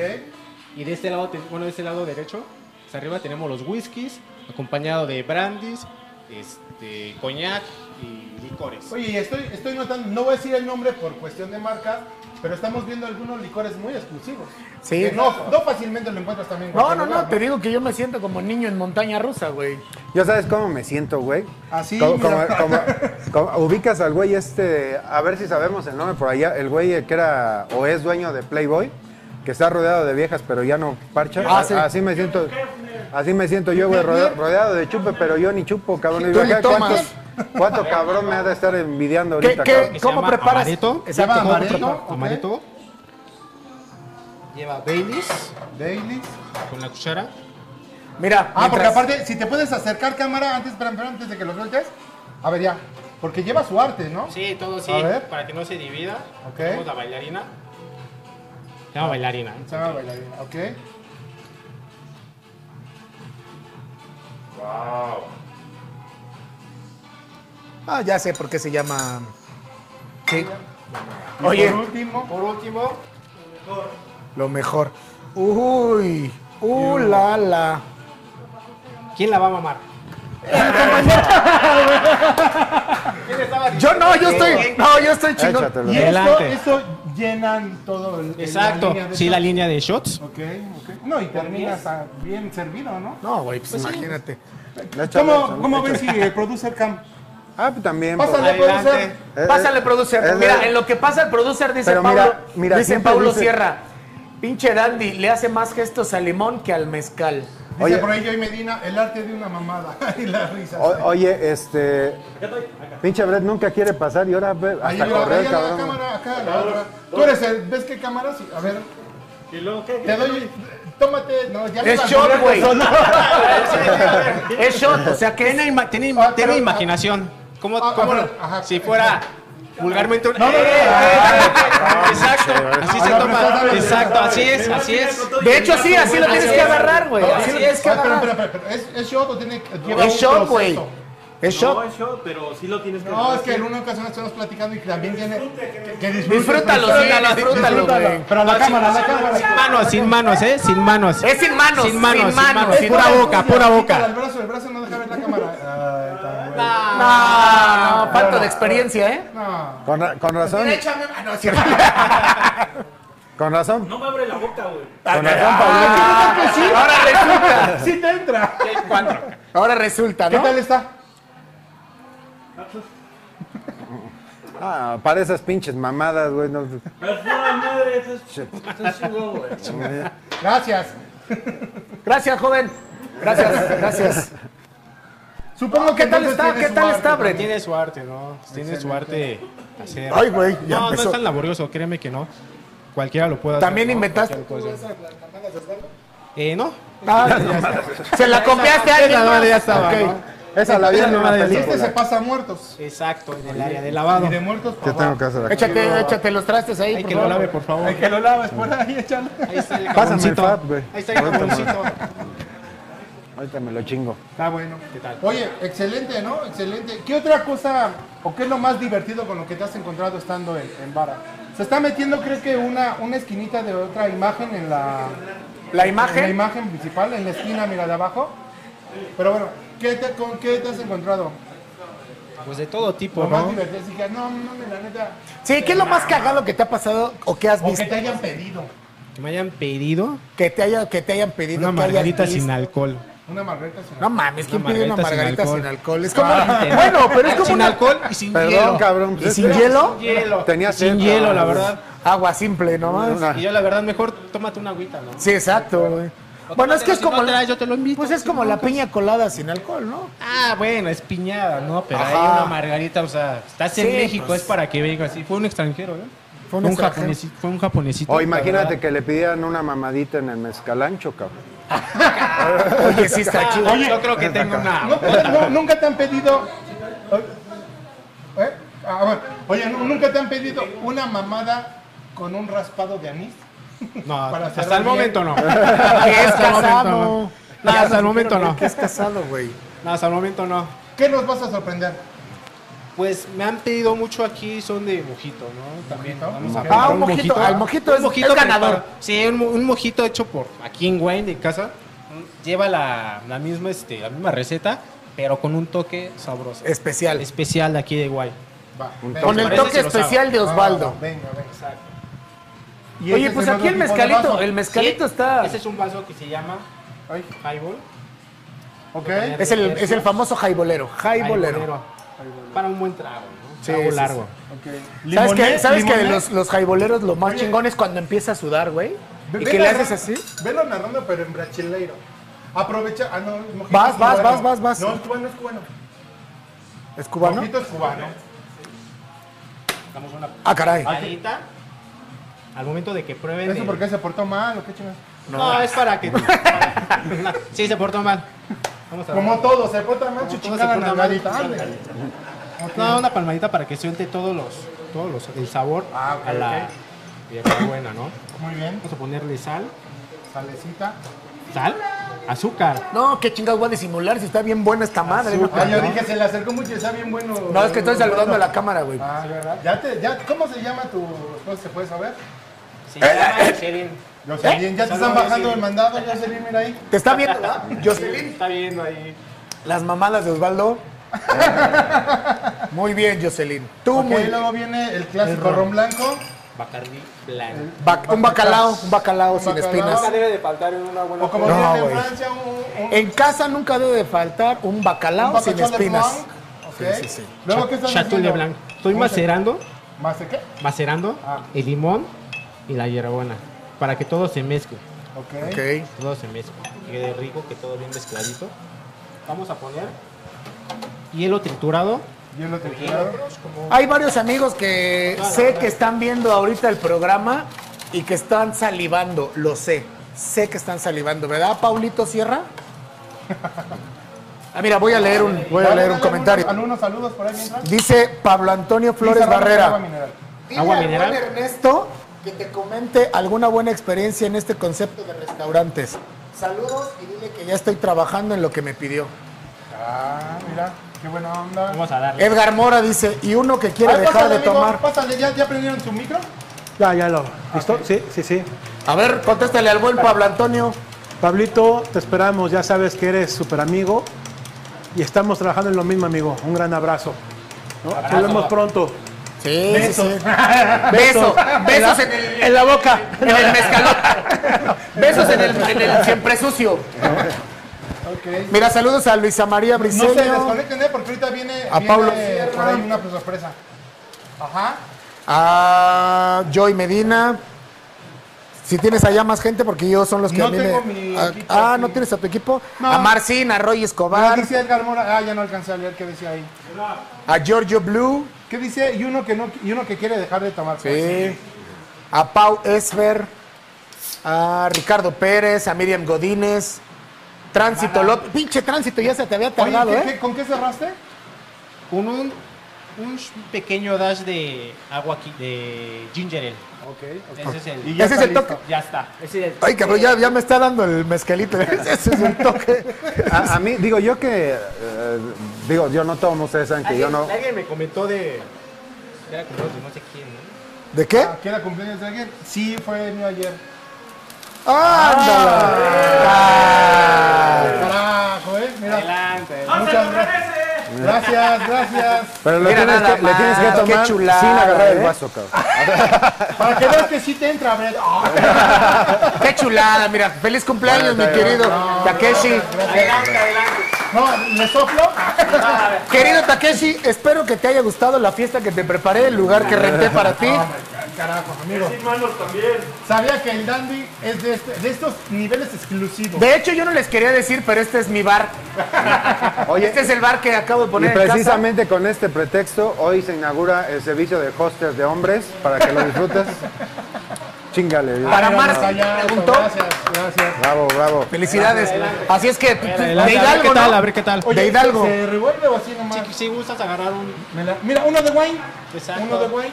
Speaker 9: Y de este lado, te- bueno, de este lado derecho, hasta arriba tenemos los whiskies, acompañado de brandies, este, coñac y licores.
Speaker 4: Oye, y estoy, estoy notando, no voy a decir el nombre por cuestión de marcas, pero estamos viendo algunos licores muy exclusivos.
Speaker 3: Sí.
Speaker 4: Que no, no fácilmente lo encuentras también. en
Speaker 3: No,
Speaker 4: cualquier
Speaker 3: no,
Speaker 4: lugar,
Speaker 3: no, te digo que yo me siento como niño en montaña rusa, güey.
Speaker 5: Yo sabes cómo me siento, güey.
Speaker 4: Así,
Speaker 5: Como, como-
Speaker 4: mira.
Speaker 5: como- como- ubicas al güey este, a ver si sabemos el nombre por allá, el güey que era o es dueño de Playboy, que está rodeado de viejas, pero ya no parcha.
Speaker 4: Ah, sí.
Speaker 5: Así me siento, así me siento yo, güey, rodea- rodeado de chupe, pero yo ni chupo, cabrón. Y
Speaker 4: Tú
Speaker 5: digo,
Speaker 4: ni
Speaker 5: acá,
Speaker 4: tomas.
Speaker 5: ¿Cuántos, cuánto cabrón me ha de estar envidiando
Speaker 4: ¿Qué-
Speaker 5: ahorita,
Speaker 4: qué-
Speaker 5: cabrón?
Speaker 4: ¿Cómo
Speaker 9: llama
Speaker 4: preparas?
Speaker 9: Amaretto.
Speaker 4: Exacto,
Speaker 9: Lleva
Speaker 4: ¿cómo
Speaker 9: amaretto,
Speaker 4: preparas? Ok.
Speaker 9: amaretto. Lleva Baileys
Speaker 4: Dailies.
Speaker 9: con la cuchara.
Speaker 3: Mira,
Speaker 4: Ah, porque
Speaker 3: mientras-
Speaker 4: aparte, si te puedes acercar cámara antes, espera, espera, antes de que lo sueltes. A ver, ya. Porque lleva su arte, ¿no?
Speaker 9: Sí, todo sí,
Speaker 4: A ver.
Speaker 9: para que no se divida.
Speaker 4: Ok.
Speaker 9: Tenemos la bailarina. Se llama bailarina.
Speaker 4: Se llama bailarina, ok.
Speaker 3: Ah, ya sé por qué se llama. Sí,
Speaker 4: Y
Speaker 3: Oye.
Speaker 4: Por último, por último.
Speaker 3: lo mejor. Uy, uh, la, la.
Speaker 9: ¿Quién la va a mamar?
Speaker 3: Yo no, yo estoy. No, yo estoy chingón.
Speaker 5: Échatelo.
Speaker 4: Y esto,
Speaker 9: Adelante.
Speaker 4: esto llenan todo el. el-
Speaker 9: Exacto,
Speaker 4: de
Speaker 9: sí, la
Speaker 4: esto.
Speaker 9: línea de shots.
Speaker 4: Ok, ok. No, y terminas ah, bien servido, ¿no?
Speaker 3: No, güey, pues, imagínate.
Speaker 5: Échale,
Speaker 4: ¿Cómo,
Speaker 5: échale,
Speaker 4: cómo
Speaker 5: échale.
Speaker 4: ven si el producer Cam?
Speaker 5: Ah, pues también.
Speaker 4: Pásale,
Speaker 5: pues.
Speaker 9: Adelante.
Speaker 4: producer.
Speaker 5: Eh,
Speaker 3: Pásale,
Speaker 5: eh,
Speaker 3: producer.
Speaker 5: eh,
Speaker 3: mira,
Speaker 5: eh,
Speaker 3: en lo que pasa el producer dice
Speaker 5: Pero
Speaker 3: Pablo,
Speaker 5: mira, mira,
Speaker 3: dice
Speaker 5: siempre
Speaker 3: Paulo
Speaker 5: dice-
Speaker 3: Sierra. Pinche Dandy, le hace más gestos al limón que al mezcal.
Speaker 4: Dice
Speaker 5: Oye.
Speaker 4: por ahí Joy Medina, el arte de una mamada. *laughs* y la risa.
Speaker 5: o- oye, este. Pinche Brett nunca quiere pasar y ahora ve-
Speaker 4: Ahí mira,
Speaker 5: hasta
Speaker 4: ahí
Speaker 5: correr,
Speaker 4: a la
Speaker 5: cabrón.
Speaker 4: cámara, acá, la otra. Tú eres el, ¿ves qué cámara? Sí, a ver. Te doy, tómate, no, ya
Speaker 3: Es
Speaker 4: vas a
Speaker 3: shot,
Speaker 4: volver
Speaker 3: güey.
Speaker 4: con-
Speaker 3: es shot, o sea que
Speaker 9: Tiene, ima- tiene-
Speaker 4: Ah,
Speaker 9: tiene
Speaker 4: pero-
Speaker 9: imaginación. ¿Cómo,
Speaker 4: Ah,
Speaker 9: cómo
Speaker 4: ah,
Speaker 9: lo-
Speaker 4: ajá.
Speaker 9: si fuera vulgarmente un...
Speaker 4: No, no, no,
Speaker 9: ¡Eh!
Speaker 3: Ah, eh, *laughs*
Speaker 4: no,
Speaker 9: Exacto, así se
Speaker 4: Ah, no, pero
Speaker 9: toma.
Speaker 4: está bien,
Speaker 9: Exacto,
Speaker 4: está
Speaker 9: así
Speaker 4: bien.
Speaker 9: es, así es.
Speaker 3: De hecho, sí, así lo tienes que agarrar, güey. Así lo
Speaker 4: Ah,
Speaker 3: tienes que
Speaker 4: espera, espera,
Speaker 3: agarrar.
Speaker 4: espera, espera. ¿Es, es shot o tiene que lleva
Speaker 3: Es
Speaker 4: un
Speaker 3: shot, güey.
Speaker 4: proceso?
Speaker 3: Es
Speaker 10: No
Speaker 3: shot.
Speaker 10: es show, pero sí lo tienes que
Speaker 4: No, es que en una ocasión estamos platicando y que también tiene que disfrute.
Speaker 3: Disfrútalo, sí, disfrútalo, güey.
Speaker 4: Pero a la cámara, a la cámara.
Speaker 9: Sin manos, sin manos, ¿eh? Sin manos.
Speaker 3: Es sin manos,
Speaker 9: Sin manos,
Speaker 3: sin
Speaker 9: sin
Speaker 3: manos.
Speaker 9: manos.
Speaker 3: Es
Speaker 9: Pura
Speaker 4: Ay,
Speaker 9: boca,
Speaker 4: tuya,
Speaker 9: pura
Speaker 4: quítala
Speaker 9: boca.
Speaker 4: El brazo, el brazo no deja ver la
Speaker 3: *laughs*
Speaker 4: cámara. Ah, Ay, tan
Speaker 3: No, Ah, falta de experiencia, ¿eh?
Speaker 4: güey. No.
Speaker 5: Con, ra- con razón,
Speaker 3: Ah, no, es cierto.
Speaker 5: *laughs* con razón,
Speaker 10: No me abre la boca, güey.
Speaker 5: con razón, Paulina.
Speaker 3: Ahora resulta.
Speaker 4: Sí te entra.
Speaker 3: Ahora resulta,
Speaker 4: ¿Qué
Speaker 3: ¿no?
Speaker 4: tal está?
Speaker 5: Ah, para esas pinches mamadas, güey. no-
Speaker 10: Me fue la madre, eso es- eso es chingón, güey.
Speaker 4: Gracias.
Speaker 3: Gracias, joven. Gracias, gracias.
Speaker 4: Supongo
Speaker 3: ¿Qué tal está? ¿Qué tal está, Brett?
Speaker 9: Tiene su arte, ¿no? Tiene su arte hacer.
Speaker 3: Ay, güey, ya
Speaker 9: No, no
Speaker 3: empezó.
Speaker 9: es tan laborioso, créeme que no. Cualquiera lo puede hacer.
Speaker 3: También
Speaker 9: ¿no?
Speaker 3: inventaste-
Speaker 9: Cualquier cosa. Eh, no.
Speaker 3: Se la copiaste a alguien. más.
Speaker 9: ya estaba.
Speaker 3: Ok.
Speaker 5: Esa la vida Ah, no la
Speaker 4: Y
Speaker 5: pensé
Speaker 4: este se
Speaker 5: volar.
Speaker 4: pasa a muertos.
Speaker 9: Exacto, en el área de
Speaker 4: Y
Speaker 9: lavado.
Speaker 4: de muertos pues, para
Speaker 5: Yo tengo
Speaker 4: abajo.
Speaker 5: que hacer acá.
Speaker 3: Échate, échate los trastes ahí,
Speaker 9: Ay,
Speaker 3: por
Speaker 9: que lo
Speaker 3: favor.
Speaker 9: lave, por favor.
Speaker 4: Ay, que lo laves por ahí, échalo.
Speaker 9: Ahí está el
Speaker 5: Pásame el
Speaker 9: jaboncito.
Speaker 5: fab, güey.
Speaker 9: Ahí está el
Speaker 5: Ahorita me-
Speaker 9: jaboncito.
Speaker 5: Ahorita me lo chingo.
Speaker 4: Está bueno.
Speaker 9: ¿Qué tal?
Speaker 4: Oye, excelente, ¿no? Excelente. ¿Qué otra cosa o qué es lo más divertido con lo que te has encontrado estando en, en Vara? Se está metiendo, creo que, una, una esquinita de otra imagen en la,
Speaker 3: La
Speaker 4: en la
Speaker 3: imagen.
Speaker 4: imagen principal, en la esquina, mira, de abajo. Pero bueno, ¿qué te, ¿con qué te has encontrado?
Speaker 9: Pues de todo tipo,
Speaker 4: Lo más
Speaker 9: ¿no?
Speaker 4: divertido. Así que, no, no, la neta.
Speaker 3: Sí, ¿qué es lo más cagado que te ha pasado o que has
Speaker 4: O
Speaker 3: visto?
Speaker 4: que te hayan pedido
Speaker 9: Que me hayan pedido
Speaker 3: Que te, haya, que te hayan pedido
Speaker 9: una
Speaker 3: que hayas
Speaker 9: margarita
Speaker 3: visto.
Speaker 9: sin alcohol.
Speaker 4: una margarita sin
Speaker 3: No mames, ¿quién
Speaker 9: Una
Speaker 3: pide una
Speaker 9: margarita
Speaker 3: margarita
Speaker 9: sin
Speaker 3: sin alcohol? Es como.
Speaker 9: Ah,
Speaker 3: Bueno, pero es como.
Speaker 9: Sin
Speaker 3: una-
Speaker 9: alcohol y sin
Speaker 5: Perdón,
Speaker 9: hielo.
Speaker 5: cabrón.
Speaker 3: ¿Y
Speaker 5: pues,
Speaker 3: sin
Speaker 5: es-
Speaker 3: hielo?
Speaker 9: hielo.
Speaker 5: Tenía
Speaker 9: sin
Speaker 5: sed.
Speaker 9: hielo, la
Speaker 5: Ah,
Speaker 9: verdad.
Speaker 3: Agua simple, nomás.
Speaker 5: Una-
Speaker 9: Y yo la verdad mejor tómate una agüita, ¿no?
Speaker 3: Sí, exacto, güey.
Speaker 9: O
Speaker 3: Bueno, es que es
Speaker 9: tómatela, si
Speaker 3: como.
Speaker 9: no te das, yo te lo invito.
Speaker 3: Pues es
Speaker 9: Sí,
Speaker 3: como
Speaker 9: no.
Speaker 3: la piña colada sin alcohol,
Speaker 9: *laughs*
Speaker 3: ¿no?
Speaker 9: Ah, bueno, es piñada, ¿no? Pero hay
Speaker 3: Ajá.
Speaker 9: una margarita, o sea, estás en
Speaker 3: Sí,
Speaker 9: México,
Speaker 3: pues.
Speaker 9: es para que venga así. Fue un extranjero, ¿eh?
Speaker 3: Fue un extranjero.
Speaker 9: japonesi- fue un japonesito.
Speaker 5: O
Speaker 3: Oh,
Speaker 9: la
Speaker 5: imagínate
Speaker 9: verdad.
Speaker 5: que le pidieran una mamadita en el mezcalancho, cabrón.
Speaker 3: Oye, sí está chido.
Speaker 9: Oye, yo creo que tengo una.
Speaker 4: No,
Speaker 3: *laughs*
Speaker 4: no, nunca te han pedido. ¿Eh? Ah, bueno. Oye, nu- nunca te han pedido una mamada con un raspado de anís.
Speaker 9: No,
Speaker 4: Para
Speaker 9: hasta
Speaker 4: cerrar
Speaker 9: el
Speaker 4: bien.
Speaker 3: *laughs*
Speaker 9: momento no.
Speaker 3: Que es
Speaker 9: Hasta el momento
Speaker 3: casado.
Speaker 9: no. No, hasta el momento no.
Speaker 3: Que es casado, güey.
Speaker 9: No, hasta el momento no.
Speaker 4: ¿Qué nos vas a sorprender?
Speaker 9: Pues me han pedido mucho aquí, son de mojito, ¿no? También.
Speaker 4: ¿Mojito?
Speaker 9: Vamos
Speaker 4: Ah,
Speaker 9: comprar
Speaker 3: un mojito. Ah, el mojito es- es
Speaker 9: preparado.
Speaker 3: ganador.
Speaker 9: Sí, un, mo- un mojito hecho por aquí en Wayne, en casa. Lleva la, la misma, este, la misma receta, pero con un toque sabroso.
Speaker 3: Especial.
Speaker 9: Especial de aquí de Guay.
Speaker 4: Va, venga.
Speaker 3: Con el
Speaker 9: Parece
Speaker 3: toque
Speaker 9: si lo sabe.
Speaker 3: especial de
Speaker 4: Ah,
Speaker 3: Osvaldo.
Speaker 4: venga, venga. Y
Speaker 3: Oye,
Speaker 4: ese
Speaker 3: pues
Speaker 4: es
Speaker 3: aquí
Speaker 4: otro
Speaker 3: el
Speaker 4: tipo de
Speaker 3: mezcalito,
Speaker 4: vaso.
Speaker 3: el mezcalito
Speaker 9: Sí,
Speaker 3: está.
Speaker 9: Ese es un vaso que se llama
Speaker 4: Ay,
Speaker 9: Highball.
Speaker 4: Ok.
Speaker 3: Es el, es el famoso jaibolero. Jaibolero.
Speaker 9: Para un buen trago, ¿no?
Speaker 3: Sí,
Speaker 12: Trago
Speaker 3: sí,
Speaker 12: largo.
Speaker 3: sí. ¿Sabes
Speaker 4: Limoné,
Speaker 3: que, ¿sabes que de
Speaker 4: limoné.
Speaker 3: los, los jaiboleros lo más chingón es cuando empieza a sudar, güey?
Speaker 4: Ve-
Speaker 3: Y
Speaker 4: ve
Speaker 3: que le
Speaker 4: narra-
Speaker 3: haces así.
Speaker 4: Velo narrando, pero en brachileiro. Aprovecha. Ah, no, el mojito
Speaker 3: Vas,
Speaker 4: es
Speaker 3: vas,
Speaker 4: cubano.
Speaker 3: vas, vas, vas.
Speaker 4: No, es cubano, es cubano.
Speaker 3: ¿Es cubano?
Speaker 4: Mojito es cubano.
Speaker 9: Damos una
Speaker 3: Ah, caray.
Speaker 9: patadita. Al momento de que prueben.
Speaker 4: ¿Eso
Speaker 9: el-
Speaker 4: porque se portó mal o qué chingas?
Speaker 9: No, es para *laughs* que. sí, se portó mal. Vamos a
Speaker 4: Como todo, se porta mal, su
Speaker 9: todo se
Speaker 4: chingada
Speaker 9: porta mal, pues,
Speaker 4: nalgadita.
Speaker 9: su
Speaker 4: ándale.
Speaker 9: No, una palmadita para que suelte todos los, todos los, el sabor
Speaker 4: Ah, ok,
Speaker 9: a la hierbabuena, ¿no?
Speaker 4: Muy bien, pues,
Speaker 9: Vamos a ponerle sal,
Speaker 4: salecita.
Speaker 9: sal, azúcar.
Speaker 3: No, qué chingados voy a disimular si está bien buena esta madre. no,
Speaker 4: Ah, yo dije, se le acercó mucho y está bien bueno.
Speaker 3: No, es que estoy saludando a la cámara, güey.
Speaker 4: Ah, es ¿verdad? Ya te, ya, ¿Cómo se llama tu esposa? ¿Se puede saber?
Speaker 9: Se llama Jocelyn.
Speaker 4: Yo
Speaker 3: ¿Eh?
Speaker 4: sé bien, ya te están bajando el mandado, ya se mira ahí.
Speaker 3: ¿Te está viendo,
Speaker 4: *laughs*
Speaker 3: verdad? Jocelyn?
Speaker 9: Está viendo ahí.
Speaker 3: Las mamadas de
Speaker 4: *laughs*
Speaker 3: Osvaldo. Muy bien, Jocelyn. Tú,
Speaker 4: Ok,
Speaker 3: muy bien.
Speaker 4: luego viene el clásico ron blanco.
Speaker 9: Bacardí blanco.
Speaker 3: Bac- un bacalao, un bacalao
Speaker 4: Un
Speaker 3: sin
Speaker 4: bacalao.
Speaker 3: espinas.
Speaker 9: debe de faltar en una buena
Speaker 4: O como
Speaker 3: No,
Speaker 4: viene en
Speaker 3: güey.
Speaker 4: Francia, un, un,
Speaker 3: En casa nunca debe de faltar un bacalao
Speaker 4: un
Speaker 3: sin
Speaker 4: pacachón de
Speaker 3: espinas.
Speaker 4: blanc, ok.
Speaker 3: Sí, sí, sí.
Speaker 4: Luego, ¿qué estás
Speaker 9: Chatul de
Speaker 4: haciendo?
Speaker 9: blanco. Estoy
Speaker 4: Un
Speaker 9: macerando,
Speaker 4: cha- ¿Mace qué?
Speaker 9: macerando
Speaker 4: Ah.
Speaker 9: el limón y la hierbabuena para que todo se mezcle.
Speaker 4: Ok.
Speaker 3: Ok.
Speaker 9: Todo se mezcla. Que quede rico, que todo bien mezcladito. Vamos a poner hielo triturado.
Speaker 4: Hielo triturado.
Speaker 3: Hay varios amigos que sé que están viendo ahorita el programa y que están salivando, lo sé. Sé que están salivando, ¿verdad, Paulito Sierra? Ah, mira, voy a leer un, voy a
Speaker 4: Dale,
Speaker 3: leer un
Speaker 4: dale
Speaker 3: comentario.
Speaker 4: Algunos, algunos saludos por ahí mientras.
Speaker 3: Dice Pablo Antonio Flores
Speaker 4: Dice Ramos, agua
Speaker 3: Barrera.
Speaker 4: mineral.
Speaker 3: Dile
Speaker 9: Agua
Speaker 3: al
Speaker 9: mineral.
Speaker 3: buen Ernesto que te comente alguna buena experiencia en este concepto de restaurantes. Saludos y dile que ya estoy trabajando en lo que me pidió.
Speaker 4: Ah, mira, qué buena onda.
Speaker 9: Vamos a darle.
Speaker 3: Edgar Mora dice, y uno que quiere
Speaker 4: Ay,
Speaker 3: dejar
Speaker 4: pásale,
Speaker 3: de
Speaker 4: amigo,
Speaker 3: tomar.
Speaker 4: Pásale, ¿ya, ya prendieron su micro?
Speaker 7: Ya, ya lo. ¿Listo? Sí, sí, sí.
Speaker 3: A ver, contéstale al buen Pablo Antonio.
Speaker 7: Pablito, te esperamos. Ya sabes que eres súper amigo. Y estamos trabajando en lo mismo, amigo. Un gran abrazo. ¿no? Te vemos pronto.
Speaker 3: Sí, besos. *laughs* Besos. Besos en, el- en la boca. En el mezcalón. *laughs* Besos en el, en el siempre sucio.
Speaker 4: Ok.
Speaker 3: Mira, saludos a Luisa María
Speaker 4: No
Speaker 3: Briseño.
Speaker 4: se desconecten, ¿eh? porque ahorita viene,
Speaker 3: A
Speaker 4: viene
Speaker 3: Pablo
Speaker 4: por
Speaker 3: Sierra.
Speaker 4: ahí una sorpresa. Ajá.
Speaker 3: a Joy Medina. Si tienes allá más gente, porque yo son los que
Speaker 4: No
Speaker 3: a mí
Speaker 4: tengo
Speaker 3: me-
Speaker 4: mi
Speaker 3: Ah,
Speaker 4: equipo
Speaker 3: ah,
Speaker 4: aquí.
Speaker 3: ¿no tienes a tu equipo?
Speaker 4: No.
Speaker 3: A Marcin, a Roy
Speaker 4: Mira,
Speaker 3: Escobar,
Speaker 4: dice Edgar Mora. Ah, ya no alcancé a leer qué decía ahí.
Speaker 3: a Giorgio Blue,
Speaker 4: ¿Qué dice? Y uno que, no, y uno que quiere dejar de tomar.
Speaker 3: sí, a Pau Esfer, a Ricardo Pérez, a Miriam Godínez, Tránsito López. Pinche Tránsito, ya se te había
Speaker 4: Oye,
Speaker 3: tardado,
Speaker 4: ¿qué-
Speaker 3: ¿eh?
Speaker 4: qué- ¿con qué cerraste?
Speaker 9: Con un, un sh- pequeño dash de agua qui- de ginger ale.
Speaker 4: Ok.
Speaker 9: Ese es el.
Speaker 4: Y ya
Speaker 3: Ese es
Speaker 4: está
Speaker 3: el toque.
Speaker 9: Ya está. Ese es el.
Speaker 3: Ay, cabrón, ya, ya me está dando el mezcalito. *laughs* Ese es el toque.
Speaker 5: A, a mí, digo, yo que. eh, digo, yo no tomo, ustedes saben que
Speaker 9: Alguien,
Speaker 5: yo no.
Speaker 9: alguien me comentó de. Era como de no sé quién, ¿no?
Speaker 3: ¿De qué?
Speaker 4: ¿Aquí Ah, era cumpleaños de alguien? Sí, fue el mío ayer. Ah.
Speaker 3: ¡Ándala!
Speaker 4: Carajo, ¿eh? Mira.
Speaker 9: Adelante.
Speaker 4: Muchas gracias. Gracias, gracias.
Speaker 5: Pero le
Speaker 3: Mira
Speaker 5: tienes,
Speaker 3: nada
Speaker 5: que, le tienes que
Speaker 3: más, qué
Speaker 5: tomar
Speaker 3: chulada,
Speaker 5: sin agarrar
Speaker 3: ¿eh?
Speaker 5: el vaso, cabrón.
Speaker 4: Para que veas que sí te entra, Brett. Ah,
Speaker 3: ¡Qué chulada! Mira, feliz cumpleaños, mi
Speaker 5: Bueno,
Speaker 3: querido Takeshi.
Speaker 9: Adelante, adelante.
Speaker 4: no, le soplo.
Speaker 3: Querido Takeshi, espero que te haya gustado la fiesta que te preparé, el lugar que renté para ti.
Speaker 4: Carajo, amigo.
Speaker 10: Sin manos también.
Speaker 4: Sabía que el dandy es de, este- de estos niveles exclusivos.
Speaker 3: De hecho, yo no les quería decir, pero este es mi bar.
Speaker 5: Oye,
Speaker 3: Este es el bar que acabo de
Speaker 5: y
Speaker 3: poner en casa.
Speaker 5: precisamente con este pretexto, hoy se inaugura el servicio de hostels de hombres para que lo
Speaker 3: *laughs*
Speaker 5: disfrutes. Chingale. Dios.
Speaker 3: Para
Speaker 4: Ay,
Speaker 3: Marx,
Speaker 4: vamos allá,
Speaker 3: preguntó.
Speaker 4: Gracias, gracias.
Speaker 5: Bravo, bravo.
Speaker 3: Felicidades. Así es que pues, de
Speaker 9: Adelante, a ver
Speaker 3: Hidalgo,
Speaker 9: qué tal, a
Speaker 3: ¿no?
Speaker 9: ver qué tal.
Speaker 3: De Hidalgo.
Speaker 4: ¿Se revuelve o así nomás?
Speaker 9: Si, si gustas agarrar un,
Speaker 4: Me la- Mira, uno de wine.
Speaker 9: Exacto.
Speaker 4: Uno de wine.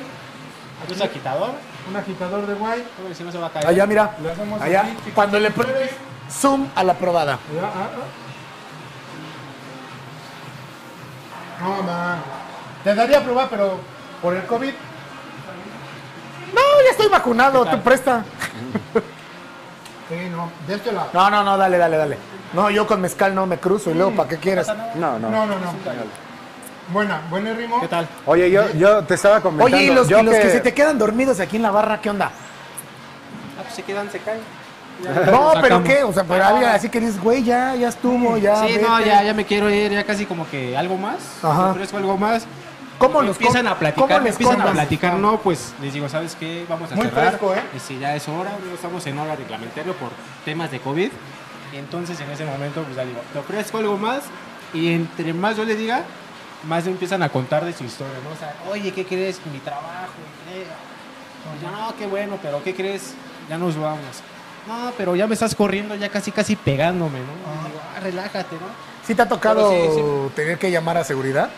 Speaker 9: un agitador,
Speaker 4: Un agitador de wine.
Speaker 9: porque si no se va a caer.
Speaker 3: Allá, mira.
Speaker 4: Lo hacemos
Speaker 3: Allá.
Speaker 4: así, chiquito.
Speaker 3: Cuando le pruebes zoom a la probada.
Speaker 4: Ya, ah, ah. No, man. Te daría a probar, pero por el COVID.
Speaker 3: No, ya estoy vacunado, tú presta.
Speaker 4: Sí, no. De este lado.
Speaker 3: No, no, no, dale, dale, dale. No, yo con mezcal no me cruzo y luego, ¿para qué quieres?
Speaker 5: No, no.
Speaker 4: No, no, no. Buena, buen ritmo.
Speaker 9: ¿Qué tal?
Speaker 5: Oye, yo, yo te estaba comentando.
Speaker 3: Oye, ¿y los,
Speaker 5: yo
Speaker 3: y los que se te quedan dormidos aquí en la barra, qué onda?
Speaker 9: Ah, pues se quedan, se caen.
Speaker 3: *laughs* No, pero
Speaker 9: sacamos.
Speaker 3: ¿qué? O sea, pero había así que dices, güey, ya, ya estuvo, ya.
Speaker 9: sí, no,
Speaker 3: vete".
Speaker 9: ya, ya me quiero ir, ya casi como que algo más.
Speaker 3: Ajá.
Speaker 9: me ofrezco algo más.
Speaker 3: ¿Cómo
Speaker 9: Me
Speaker 3: los
Speaker 9: empiezan
Speaker 3: com-
Speaker 9: a platicar,
Speaker 3: ¿Cómo
Speaker 9: me
Speaker 3: les
Speaker 9: empiezan a
Speaker 3: compras?
Speaker 9: platicar, no, pues les digo, ¿sabes qué? Vamos a
Speaker 4: Muy
Speaker 9: cerrar.
Speaker 4: fresco, ¿eh?
Speaker 9: Este, ya es hora, digo, estamos en hora reglamentario por temas de COVID. Entonces en ese momento, pues ya digo, te ofrezco algo más y entre más yo le diga, más me empiezan a contar de su historia, ¿no? O sea, oye, ¿qué crees? Mi trabajo, mi colega. Pues, ya, no, qué bueno, pero ¿qué crees? Ya nos vamos. No, pero ya me estás corriendo, ya casi, casi pegándome, ¿no? Y digo, ah, relájate, ¿no?
Speaker 3: ¿Sí te ha tocado
Speaker 9: Pero sí,
Speaker 3: tener que llamar a seguridad?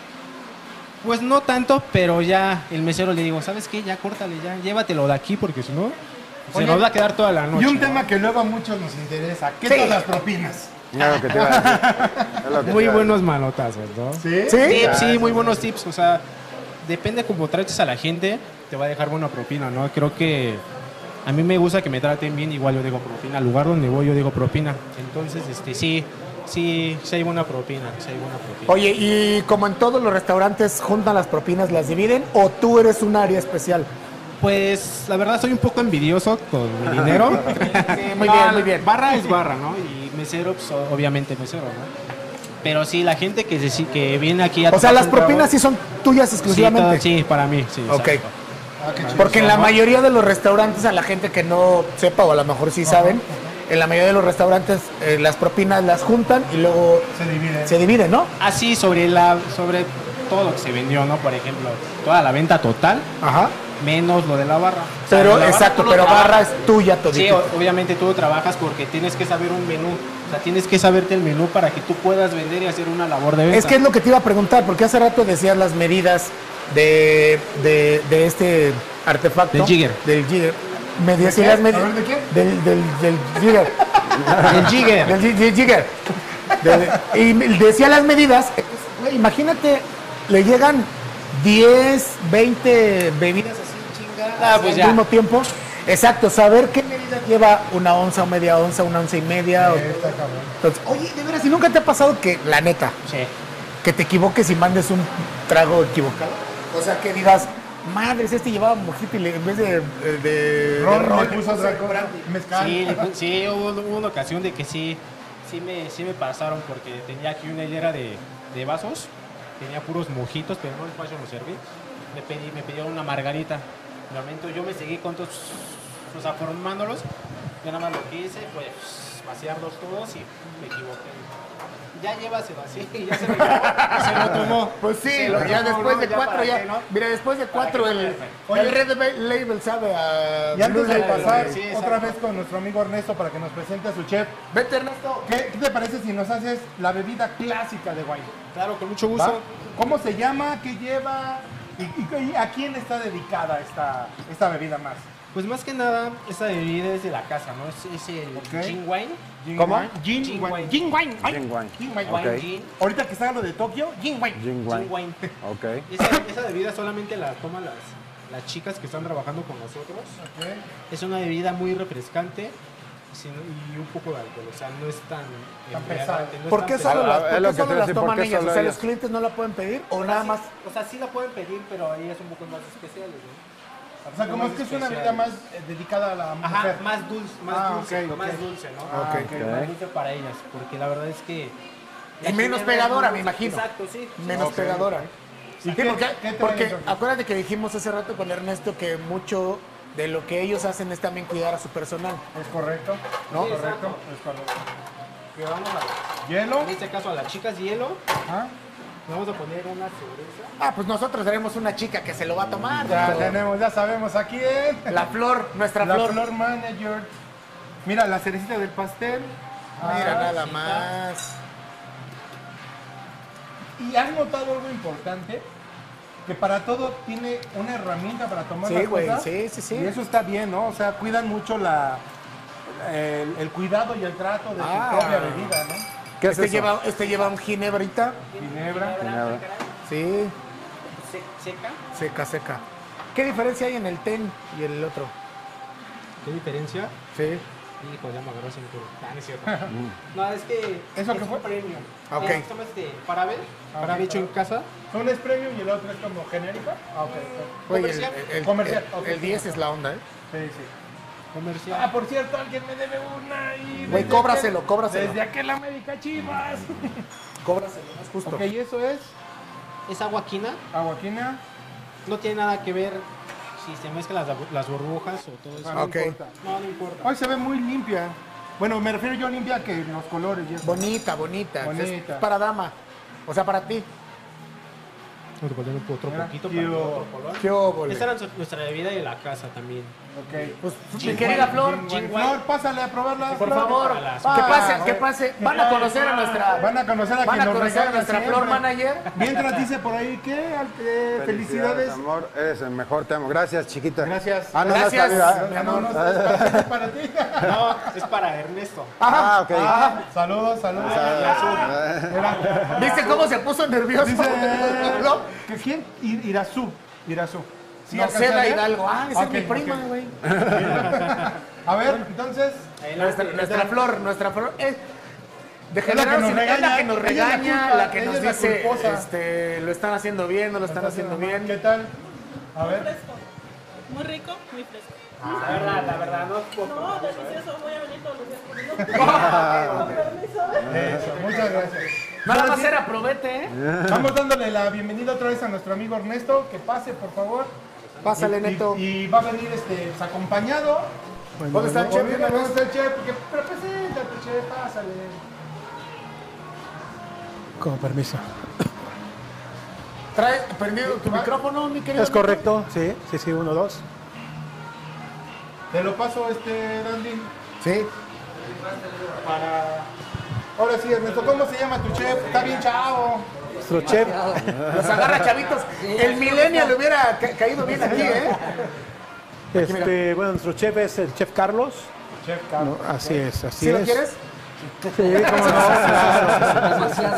Speaker 9: Pues no tanto, pero ya el mesero le digo, ¿sabes qué? Ya córtale, ya, llévatelo de aquí porque si no,
Speaker 4: Oye,
Speaker 9: se nos va a quedar toda la noche.
Speaker 4: Y un
Speaker 9: ¿no?
Speaker 4: tema que luego a muchos nos interesa, ¿qué
Speaker 3: Sí.
Speaker 4: son las propinas?
Speaker 5: Es lo que te iba a
Speaker 3: *laughs*
Speaker 5: decir. Es lo que te
Speaker 9: Muy
Speaker 5: iba a
Speaker 9: buenos manotazos, ¿no?
Speaker 4: ¿Sí?
Speaker 9: Tips, sí, muy buenos tips. O sea, depende cómo trates a la gente, te va a dejar buena propina, ¿no? Creo que a mí me gusta que me traten bien, igual yo digo propina. Al lugar donde voy, yo digo propina. Entonces, este, sí, sí, sí hay buena propina, sí hay buena propina.
Speaker 3: Oye, y como en todos los restaurantes, juntan las propinas, las dividen, o tú eres un área especial.
Speaker 9: Pues la verdad soy un poco envidioso con
Speaker 3: *laughs*
Speaker 9: mi dinero.
Speaker 3: muy
Speaker 9: No,
Speaker 3: bien, muy bien.
Speaker 9: Barra es barra, ¿no? Y mesero, pues, o- obviamente mesero, ¿no? Pero sí, la gente que, se, sí- que viene aquí a
Speaker 3: O sea,
Speaker 9: tomar
Speaker 3: las
Speaker 9: un trago-
Speaker 3: propinas sí son tuyas
Speaker 9: sí, todo-
Speaker 3: exclusivamente.
Speaker 9: sí, para mí, sí.
Speaker 3: Ok.
Speaker 9: exacto. Ah,
Speaker 3: Porque en la mayoría de los restaurantes, a la gente que no sepa, o a lo mejor sí saben, en la mayoría de los restaurantes eh, las propinas las juntan y luego
Speaker 4: Se divide.
Speaker 3: se dividen, ¿no?
Speaker 9: Así sobre la sobre todo lo que se vendió, ¿no? Por ejemplo, toda la venta total
Speaker 3: Ajá.
Speaker 9: menos lo de la barra. O sea,
Speaker 3: Pero,
Speaker 9: la barra
Speaker 3: exacto,
Speaker 9: tú lo
Speaker 3: pero
Speaker 9: trabajas.
Speaker 3: barra es tuya
Speaker 9: Sí,
Speaker 3: todita.
Speaker 9: o- obviamente tú lo trabajas porque tienes que saber un menú. O sea, tienes que saberte el menú para que tú puedas vender y hacer una labor de venta.
Speaker 3: Es que es lo que te iba a preguntar, porque hace rato decías las medidas de, de, de este artefacto.
Speaker 9: Del jigger.
Speaker 3: Del jigger. Me decías las
Speaker 4: A
Speaker 3: medidas.
Speaker 4: ver, ¿de qué?
Speaker 3: Del, del, del
Speaker 9: *laughs*
Speaker 3: jigger.
Speaker 9: El jigger.
Speaker 3: Del ji- del jigger. Del- y me- decía las medidas. Güey, Imagínate, le llegan 10, 20 bebidas así chingadas
Speaker 9: Ah, pues
Speaker 3: al
Speaker 9: ya.
Speaker 3: mismo tiempo. Exacto, saber qué medida lleva una onza o media onza, una onza y media. o- Entonces, oye, de veras, ¿y nunca te ha pasado que, la neta,
Speaker 9: Sí.
Speaker 3: que te equivoques y mandes un trago equivocado. O sea, que digas, madres, este llevaba mojito y le- en vez de, de, de
Speaker 4: Ron,
Speaker 3: ron,
Speaker 4: me
Speaker 3: le
Speaker 4: puso
Speaker 3: puse
Speaker 4: otra cosa.
Speaker 3: brandy".
Speaker 4: Mezcal. *laughs*
Speaker 9: Sí, le pu- sí, hubo, hubo una ocasión de que sí, sí me, sí me pasaron porque tenía aquí una hilera de, de vasos, tenía puros mojitos, pero no el vaso lo serví. Me, pedí, me pidieron una margarita. De momento yo me seguí con todos, o sea, formándolos. Yo nada más lo que hice fue vaciarlos todos y me equivoqué. Ya llévaselo así, *laughs* ya se lo, llevó, Ah, se lo tomó.
Speaker 3: Pues sí,
Speaker 9: Se lo
Speaker 3: ya
Speaker 9: tomó,
Speaker 3: después
Speaker 9: ¿no?
Speaker 3: de cuatro,
Speaker 9: para
Speaker 3: ya.
Speaker 9: qué, ¿no?
Speaker 3: Mira, después de cuatro,
Speaker 9: qué
Speaker 3: el,
Speaker 9: te-
Speaker 3: el Red Label sabe a.
Speaker 4: Y antes
Speaker 3: Blue
Speaker 4: de
Speaker 3: Label,
Speaker 4: pasar
Speaker 3: güey.
Speaker 9: Sí, exacto.
Speaker 4: otra vez con nuestro amigo Ernesto para que nos presente a su chef,
Speaker 3: Vete, Ernesto.
Speaker 4: ¿qué, qué te parece si nos haces la bebida clásica de Guaymas?
Speaker 9: Claro, con mucho
Speaker 4: ¿Va?
Speaker 9: gusto.
Speaker 4: ¿Cómo se llama? ¿Qué lleva? ¿Y, y- y a quién está dedicada esta, esta bebida más?
Speaker 9: Pues más que nada, esta bebida es de la casa, ¿no? Es, es el
Speaker 4: Ok.
Speaker 9: gin wine.
Speaker 4: Gin
Speaker 5: ¿Cómo?
Speaker 4: wine. Gin,
Speaker 9: Gin
Speaker 4: wine.
Speaker 9: wine.
Speaker 4: Gin wine. Ay,
Speaker 5: Gin wine.
Speaker 4: Gin wine.
Speaker 5: Ok.
Speaker 9: Wine gin,
Speaker 4: Ahorita que está lo de Tokio, gin wine.
Speaker 5: Gin
Speaker 9: gin
Speaker 5: wine.
Speaker 9: wine.
Speaker 5: Ok.
Speaker 9: Esa, esa bebida solamente la toman las, las chicas que están trabajando con nosotros. Es una bebida muy refrescante sino- y un poco de alcohol. O sea, no es tan embriagante. No es
Speaker 3: ¿Por
Speaker 9: tan
Speaker 3: qué
Speaker 9: pesada.
Speaker 3: solo
Speaker 5: Ah,
Speaker 3: las,
Speaker 5: es
Speaker 3: por qué
Speaker 5: lo que
Speaker 3: solo
Speaker 5: te iba a
Speaker 3: las
Speaker 5: decir, ¿por
Speaker 3: toman
Speaker 5: qué
Speaker 3: ellas? O
Speaker 5: solo
Speaker 3: sea,
Speaker 5: ellas?
Speaker 3: los clientes no la pueden pedir o
Speaker 9: O sea,
Speaker 3: nada
Speaker 9: Ah, sí-
Speaker 3: más.
Speaker 9: O sea, sí la pueden pedir, pero ahí es un poco más especial. ¿no?
Speaker 4: O sea, como es que es una bebida más eh, dedicada a la mujer.
Speaker 9: Ajá, más dulce, más
Speaker 4: Ah,
Speaker 9: dulce,
Speaker 4: ok, ok.
Speaker 9: más dulce, ¿no?
Speaker 4: Ah, ok.
Speaker 9: Más dulce para ellas, porque la verdad es que...
Speaker 3: Y
Speaker 9: la
Speaker 3: menos
Speaker 9: ginebra es
Speaker 3: pegadora, me
Speaker 9: muy dulce.
Speaker 3: imagino.
Speaker 9: Exacto, sí. sí,
Speaker 3: menos
Speaker 9: sí.
Speaker 3: pegadora. Sí,
Speaker 4: qué-
Speaker 3: porque,
Speaker 4: qué traen
Speaker 3: porque
Speaker 4: entonces?
Speaker 3: acuérdate que dijimos hace rato con Ernesto que mucho de lo que ellos hacen es también cuidar a su personal.
Speaker 4: Es correcto.
Speaker 3: ¿No?
Speaker 4: Es correcto. Es correcto.
Speaker 9: Que vamos a-
Speaker 4: Hielo.
Speaker 9: en este caso a las chicas hielo,
Speaker 4: Ajá.
Speaker 9: le vamos a poner una cerveza.
Speaker 3: Ah, pues nosotros tenemos una chica que se lo va a tomar.
Speaker 4: Ya
Speaker 3: doctor.
Speaker 4: tenemos, ya sabemos a quién.
Speaker 3: La flor, nuestra
Speaker 4: La
Speaker 3: flor.
Speaker 4: flor manager. Mira, la cerecita del pastel.
Speaker 3: Mira,
Speaker 4: Ah,
Speaker 3: nada
Speaker 4: sí.
Speaker 3: más.
Speaker 4: Y has notado algo importante, que para todo tiene una herramienta para tomar
Speaker 3: Sí,
Speaker 4: las
Speaker 3: güey,
Speaker 4: cosas.
Speaker 3: sí, sí, sí.
Speaker 4: Y eso está bien, ¿no? O sea, cuidan mucho la el, el cuidado y el trato de
Speaker 3: Ah.
Speaker 4: su propia bebida, ¿no?
Speaker 5: ¿Qué es
Speaker 3: Este
Speaker 5: eso?
Speaker 3: lleva, este lleva un ginebrita.
Speaker 4: Ginebra.
Speaker 5: Ginebra.
Speaker 3: Sí,
Speaker 9: se- seca.
Speaker 3: seca, seca. ¿Qué diferencia hay en el ten y el otro?
Speaker 9: ¿Qué diferencia?
Speaker 3: Sí.
Speaker 9: Hijo, ya me agarró sin culo. Ah, no
Speaker 3: *laughs*
Speaker 9: es cierto.
Speaker 3: Mm.
Speaker 9: no, es que
Speaker 4: ¿Eso
Speaker 9: es
Speaker 4: qué
Speaker 9: un
Speaker 4: fue?
Speaker 9: premium.
Speaker 3: Ah, ok. Ah,
Speaker 9: Es, toma este parabel, parabel hecho en casa.
Speaker 4: Uno es premium y el otro es como genérico. Ah, ok.
Speaker 3: Güey, el,
Speaker 9: Comercial.
Speaker 3: el- el-
Speaker 4: Comercial,
Speaker 3: el-
Speaker 4: ok.
Speaker 3: el 10 es la onda, ¿eh?
Speaker 4: Sí, sí.
Speaker 13: comercial.
Speaker 4: Ah, por cierto, alguien me debe una y...
Speaker 3: Güey,
Speaker 4: desde
Speaker 3: cóbraselo,
Speaker 4: aquel-
Speaker 3: cóbraselo.
Speaker 4: Desde aquel América Chivas.
Speaker 3: Cóbraselo, no es justo.
Speaker 4: ok, ¿y eso es?
Speaker 13: Es agua quina,
Speaker 4: Aguaquina.
Speaker 13: no tiene nada que ver si se mezclan las, las burbujas o todo eso.
Speaker 3: Ah, ok.
Speaker 13: No, no importa.
Speaker 4: Hoy se ve muy limpia. Bueno, me refiero yo a limpia que los colores y eso.
Speaker 3: Bonita, bonita.
Speaker 4: Bonita.
Speaker 3: Es para dama. O sea, para ti.
Speaker 13: Vamos a poner un otro
Speaker 4: Mira,
Speaker 13: poquito
Speaker 4: tío.
Speaker 13: para otro color.
Speaker 3: Qué óvole.
Speaker 13: Esa era su- nuestra bebida de la casa también.
Speaker 4: Ok.
Speaker 3: Pues, mi
Speaker 13: Chinguay,
Speaker 3: querida Flor,
Speaker 13: chinguay.
Speaker 4: Flor, pásale a probarla.
Speaker 3: por
Speaker 4: Flor.
Speaker 3: favor,
Speaker 13: Para las-
Speaker 3: que pase,
Speaker 4: Ah,
Speaker 3: que pase. Van a conocer a nuestra,
Speaker 4: Van a conocer a
Speaker 3: van
Speaker 4: quien
Speaker 3: a
Speaker 4: nos
Speaker 3: conocer a
Speaker 4: regala
Speaker 3: nuestra
Speaker 4: siempre.
Speaker 3: Flor Manager.
Speaker 4: Mientras dice por ahí que al- eh, felicidades.
Speaker 5: amor. Eres el mejor, te amo. Gracias, chiquita.
Speaker 4: Gracias.
Speaker 5: Ah, no, no
Speaker 3: Gracias,
Speaker 5: sabía.
Speaker 3: mi amor.
Speaker 4: Es para ti.
Speaker 13: No, es para Ernesto.
Speaker 5: Ah, ok.
Speaker 4: Ah, saludos, saludos.
Speaker 3: Ah,
Speaker 4: Era-
Speaker 3: ¿Viste cómo se puso nervioso?
Speaker 4: Dice,
Speaker 3: *laughs* ¿No?
Speaker 4: ¿que ¿quién? Ir- Irazú, Irazú. ¿Sí
Speaker 3: No,
Speaker 4: alcanzó a
Speaker 3: Seda
Speaker 4: leer?
Speaker 3: Hidalgo. Ah, esa
Speaker 4: Ok,
Speaker 3: es mi prima,
Speaker 4: ok.
Speaker 3: güey.
Speaker 4: A ver, entonces,
Speaker 3: Nuestra, nuestra flor, nuestra flor. Es, de
Speaker 4: la que
Speaker 3: general,
Speaker 4: nos
Speaker 3: sin- es la
Speaker 4: regaña,
Speaker 3: que nos
Speaker 4: ella es la
Speaker 3: regaña,
Speaker 4: culpa,
Speaker 3: la que
Speaker 4: ella
Speaker 3: nos
Speaker 4: es la
Speaker 3: dice,
Speaker 4: culposa.
Speaker 3: este, lo están haciendo bien, no lo están haciendo bien.
Speaker 4: ¿Qué tal? A ver,
Speaker 14: Fresco. Muy rico, muy fresco.
Speaker 3: Ah,
Speaker 13: La verdad, la verdad, no es poco.
Speaker 14: No, delicioso, voy a venir todos los días conmigo.
Speaker 3: *laughs*
Speaker 14: Con permiso.
Speaker 4: eso, muchas gracias.
Speaker 3: Nada más era probete, ¿eh?
Speaker 4: Vamos dándole la bienvenida otra vez a nuestro amigo Ernesto, que pase, por favor.
Speaker 3: Pásale,
Speaker 4: Y-
Speaker 3: Neto.
Speaker 4: Y, y va a venir este, pues, acompañado.
Speaker 3: ¿Dónde está el chef?
Speaker 4: Obviamente, ¿Dónde está el chef? Porque, pero preséntate, chef, pásale.
Speaker 7: Con permiso.
Speaker 3: Trae prendido tu micrófono, mi querido.
Speaker 7: Es
Speaker 3: Neto?
Speaker 7: correcto, sí, sí, sí, uno, dos.
Speaker 4: Te lo paso, este, Dandy.
Speaker 3: Sí.
Speaker 4: Para. Ahora sí, Ernesto, ¿cómo se llama tu chef? Está bien, chao.
Speaker 7: Nuestro chef,
Speaker 3: Los agarra chavitos. El millennial le hubiera ca- caído bien aquí, ¿eh?
Speaker 7: este, bueno, nuestro chef es el chef Carlos.
Speaker 4: Chef,
Speaker 7: No, así es, así
Speaker 3: ¿Sí
Speaker 7: es.
Speaker 3: lo quieres?
Speaker 7: Sí, cómo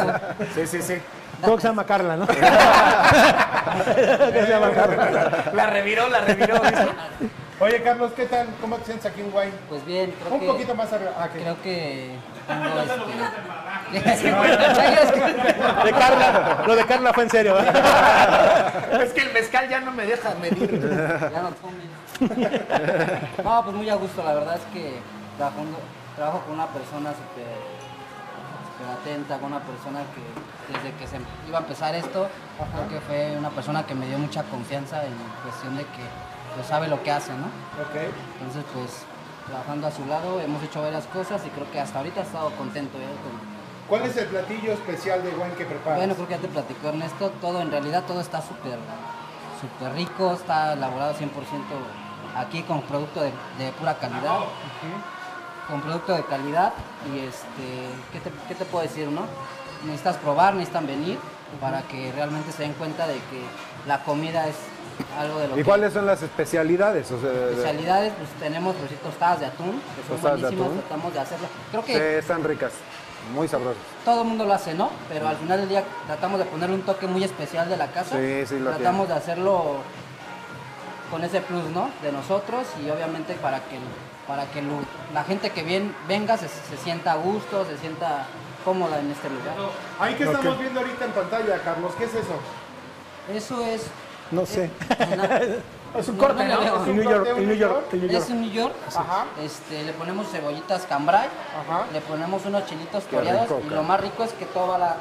Speaker 7: no.
Speaker 3: Sí, sí, sí.
Speaker 7: Creo que se llama Carla, ¿no? Creo que se llama Carla.
Speaker 3: La reviró, la reviró. ¿viste?
Speaker 4: Oye, Carlos, ¿qué tal? ¿Cómo te sientes aquí en Guay?
Speaker 9: Pues bien, creo
Speaker 4: Un
Speaker 9: que...
Speaker 4: poquito más arriba. Ah, que-
Speaker 9: Creo que... tengo, este- *laughs* Sí, güey. Ay,
Speaker 7: De Carla, lo de Carla fue en serio.
Speaker 3: Es que el mezcal ya no me deja medir.
Speaker 9: Dios, Ya no comen. No, pues muy a gusto. La verdad es que trabajando- trabajo con una persona súper súper atenta, con una persona que desde que se iba a empezar esto, creo que fue una persona que me dio mucha confianza en cuestión de que pues, sabe lo que hace, ¿no?
Speaker 4: Ok.
Speaker 9: Entonces, pues, trabajando a su lado, hemos hecho varias cosas y creo que hasta ahorita he estado contento. ¿eh? Con-
Speaker 4: ¿Cuál es el platillo especial de Guay que preparas?
Speaker 9: Bueno, creo que ya te platicó Ernesto, todo, en realidad todo está súper súper rico, está elaborado 100% aquí con producto de, de pura calidad. Con producto de calidad y este, ¿qué te, qué te puedo decir, no? Necesitas probar, necesitan venir para que realmente se den cuenta de que la comida es algo de lo
Speaker 5: ¿Y
Speaker 9: que...
Speaker 5: cuáles son las especialidades? O sea, de-
Speaker 9: Especialidades, pues tenemos pues, tostadas de atún, que son
Speaker 5: Tostadas de
Speaker 9: buenísimas,
Speaker 5: atún.
Speaker 9: tratamos de hacerlo. Creo
Speaker 5: Sí,
Speaker 9: que
Speaker 5: están ricas, muy sabrosas.
Speaker 9: todo el mundo lo hace, ¿no? Pero al final del día tratamos de ponerle un toque muy especial de la casa.
Speaker 5: Sí, sí, lo
Speaker 9: Tratamos de hacerlo con ese plus, ¿no? De nosotros y obviamente para que, para que lu- la gente que bien, venga se, se sienta a gusto, se sienta cómoda en este lugar.
Speaker 4: Ahí que estamos viendo ahorita en pantalla, Carlos, ¿qué es eso?
Speaker 9: Eso es...
Speaker 7: No sé.
Speaker 5: *laughs*
Speaker 9: Es un
Speaker 4: corte, ¿no?
Speaker 7: En New York, en New York, en New
Speaker 9: Es
Speaker 7: York.
Speaker 9: un New York,
Speaker 4: Ajá.
Speaker 9: este, le ponemos cebollitas cambray,
Speaker 4: Ajá.
Speaker 9: le ponemos unos chilitos
Speaker 5: Qué
Speaker 9: toreados
Speaker 5: rico,
Speaker 9: y
Speaker 5: cara.
Speaker 9: lo más rico es que todo va a, la-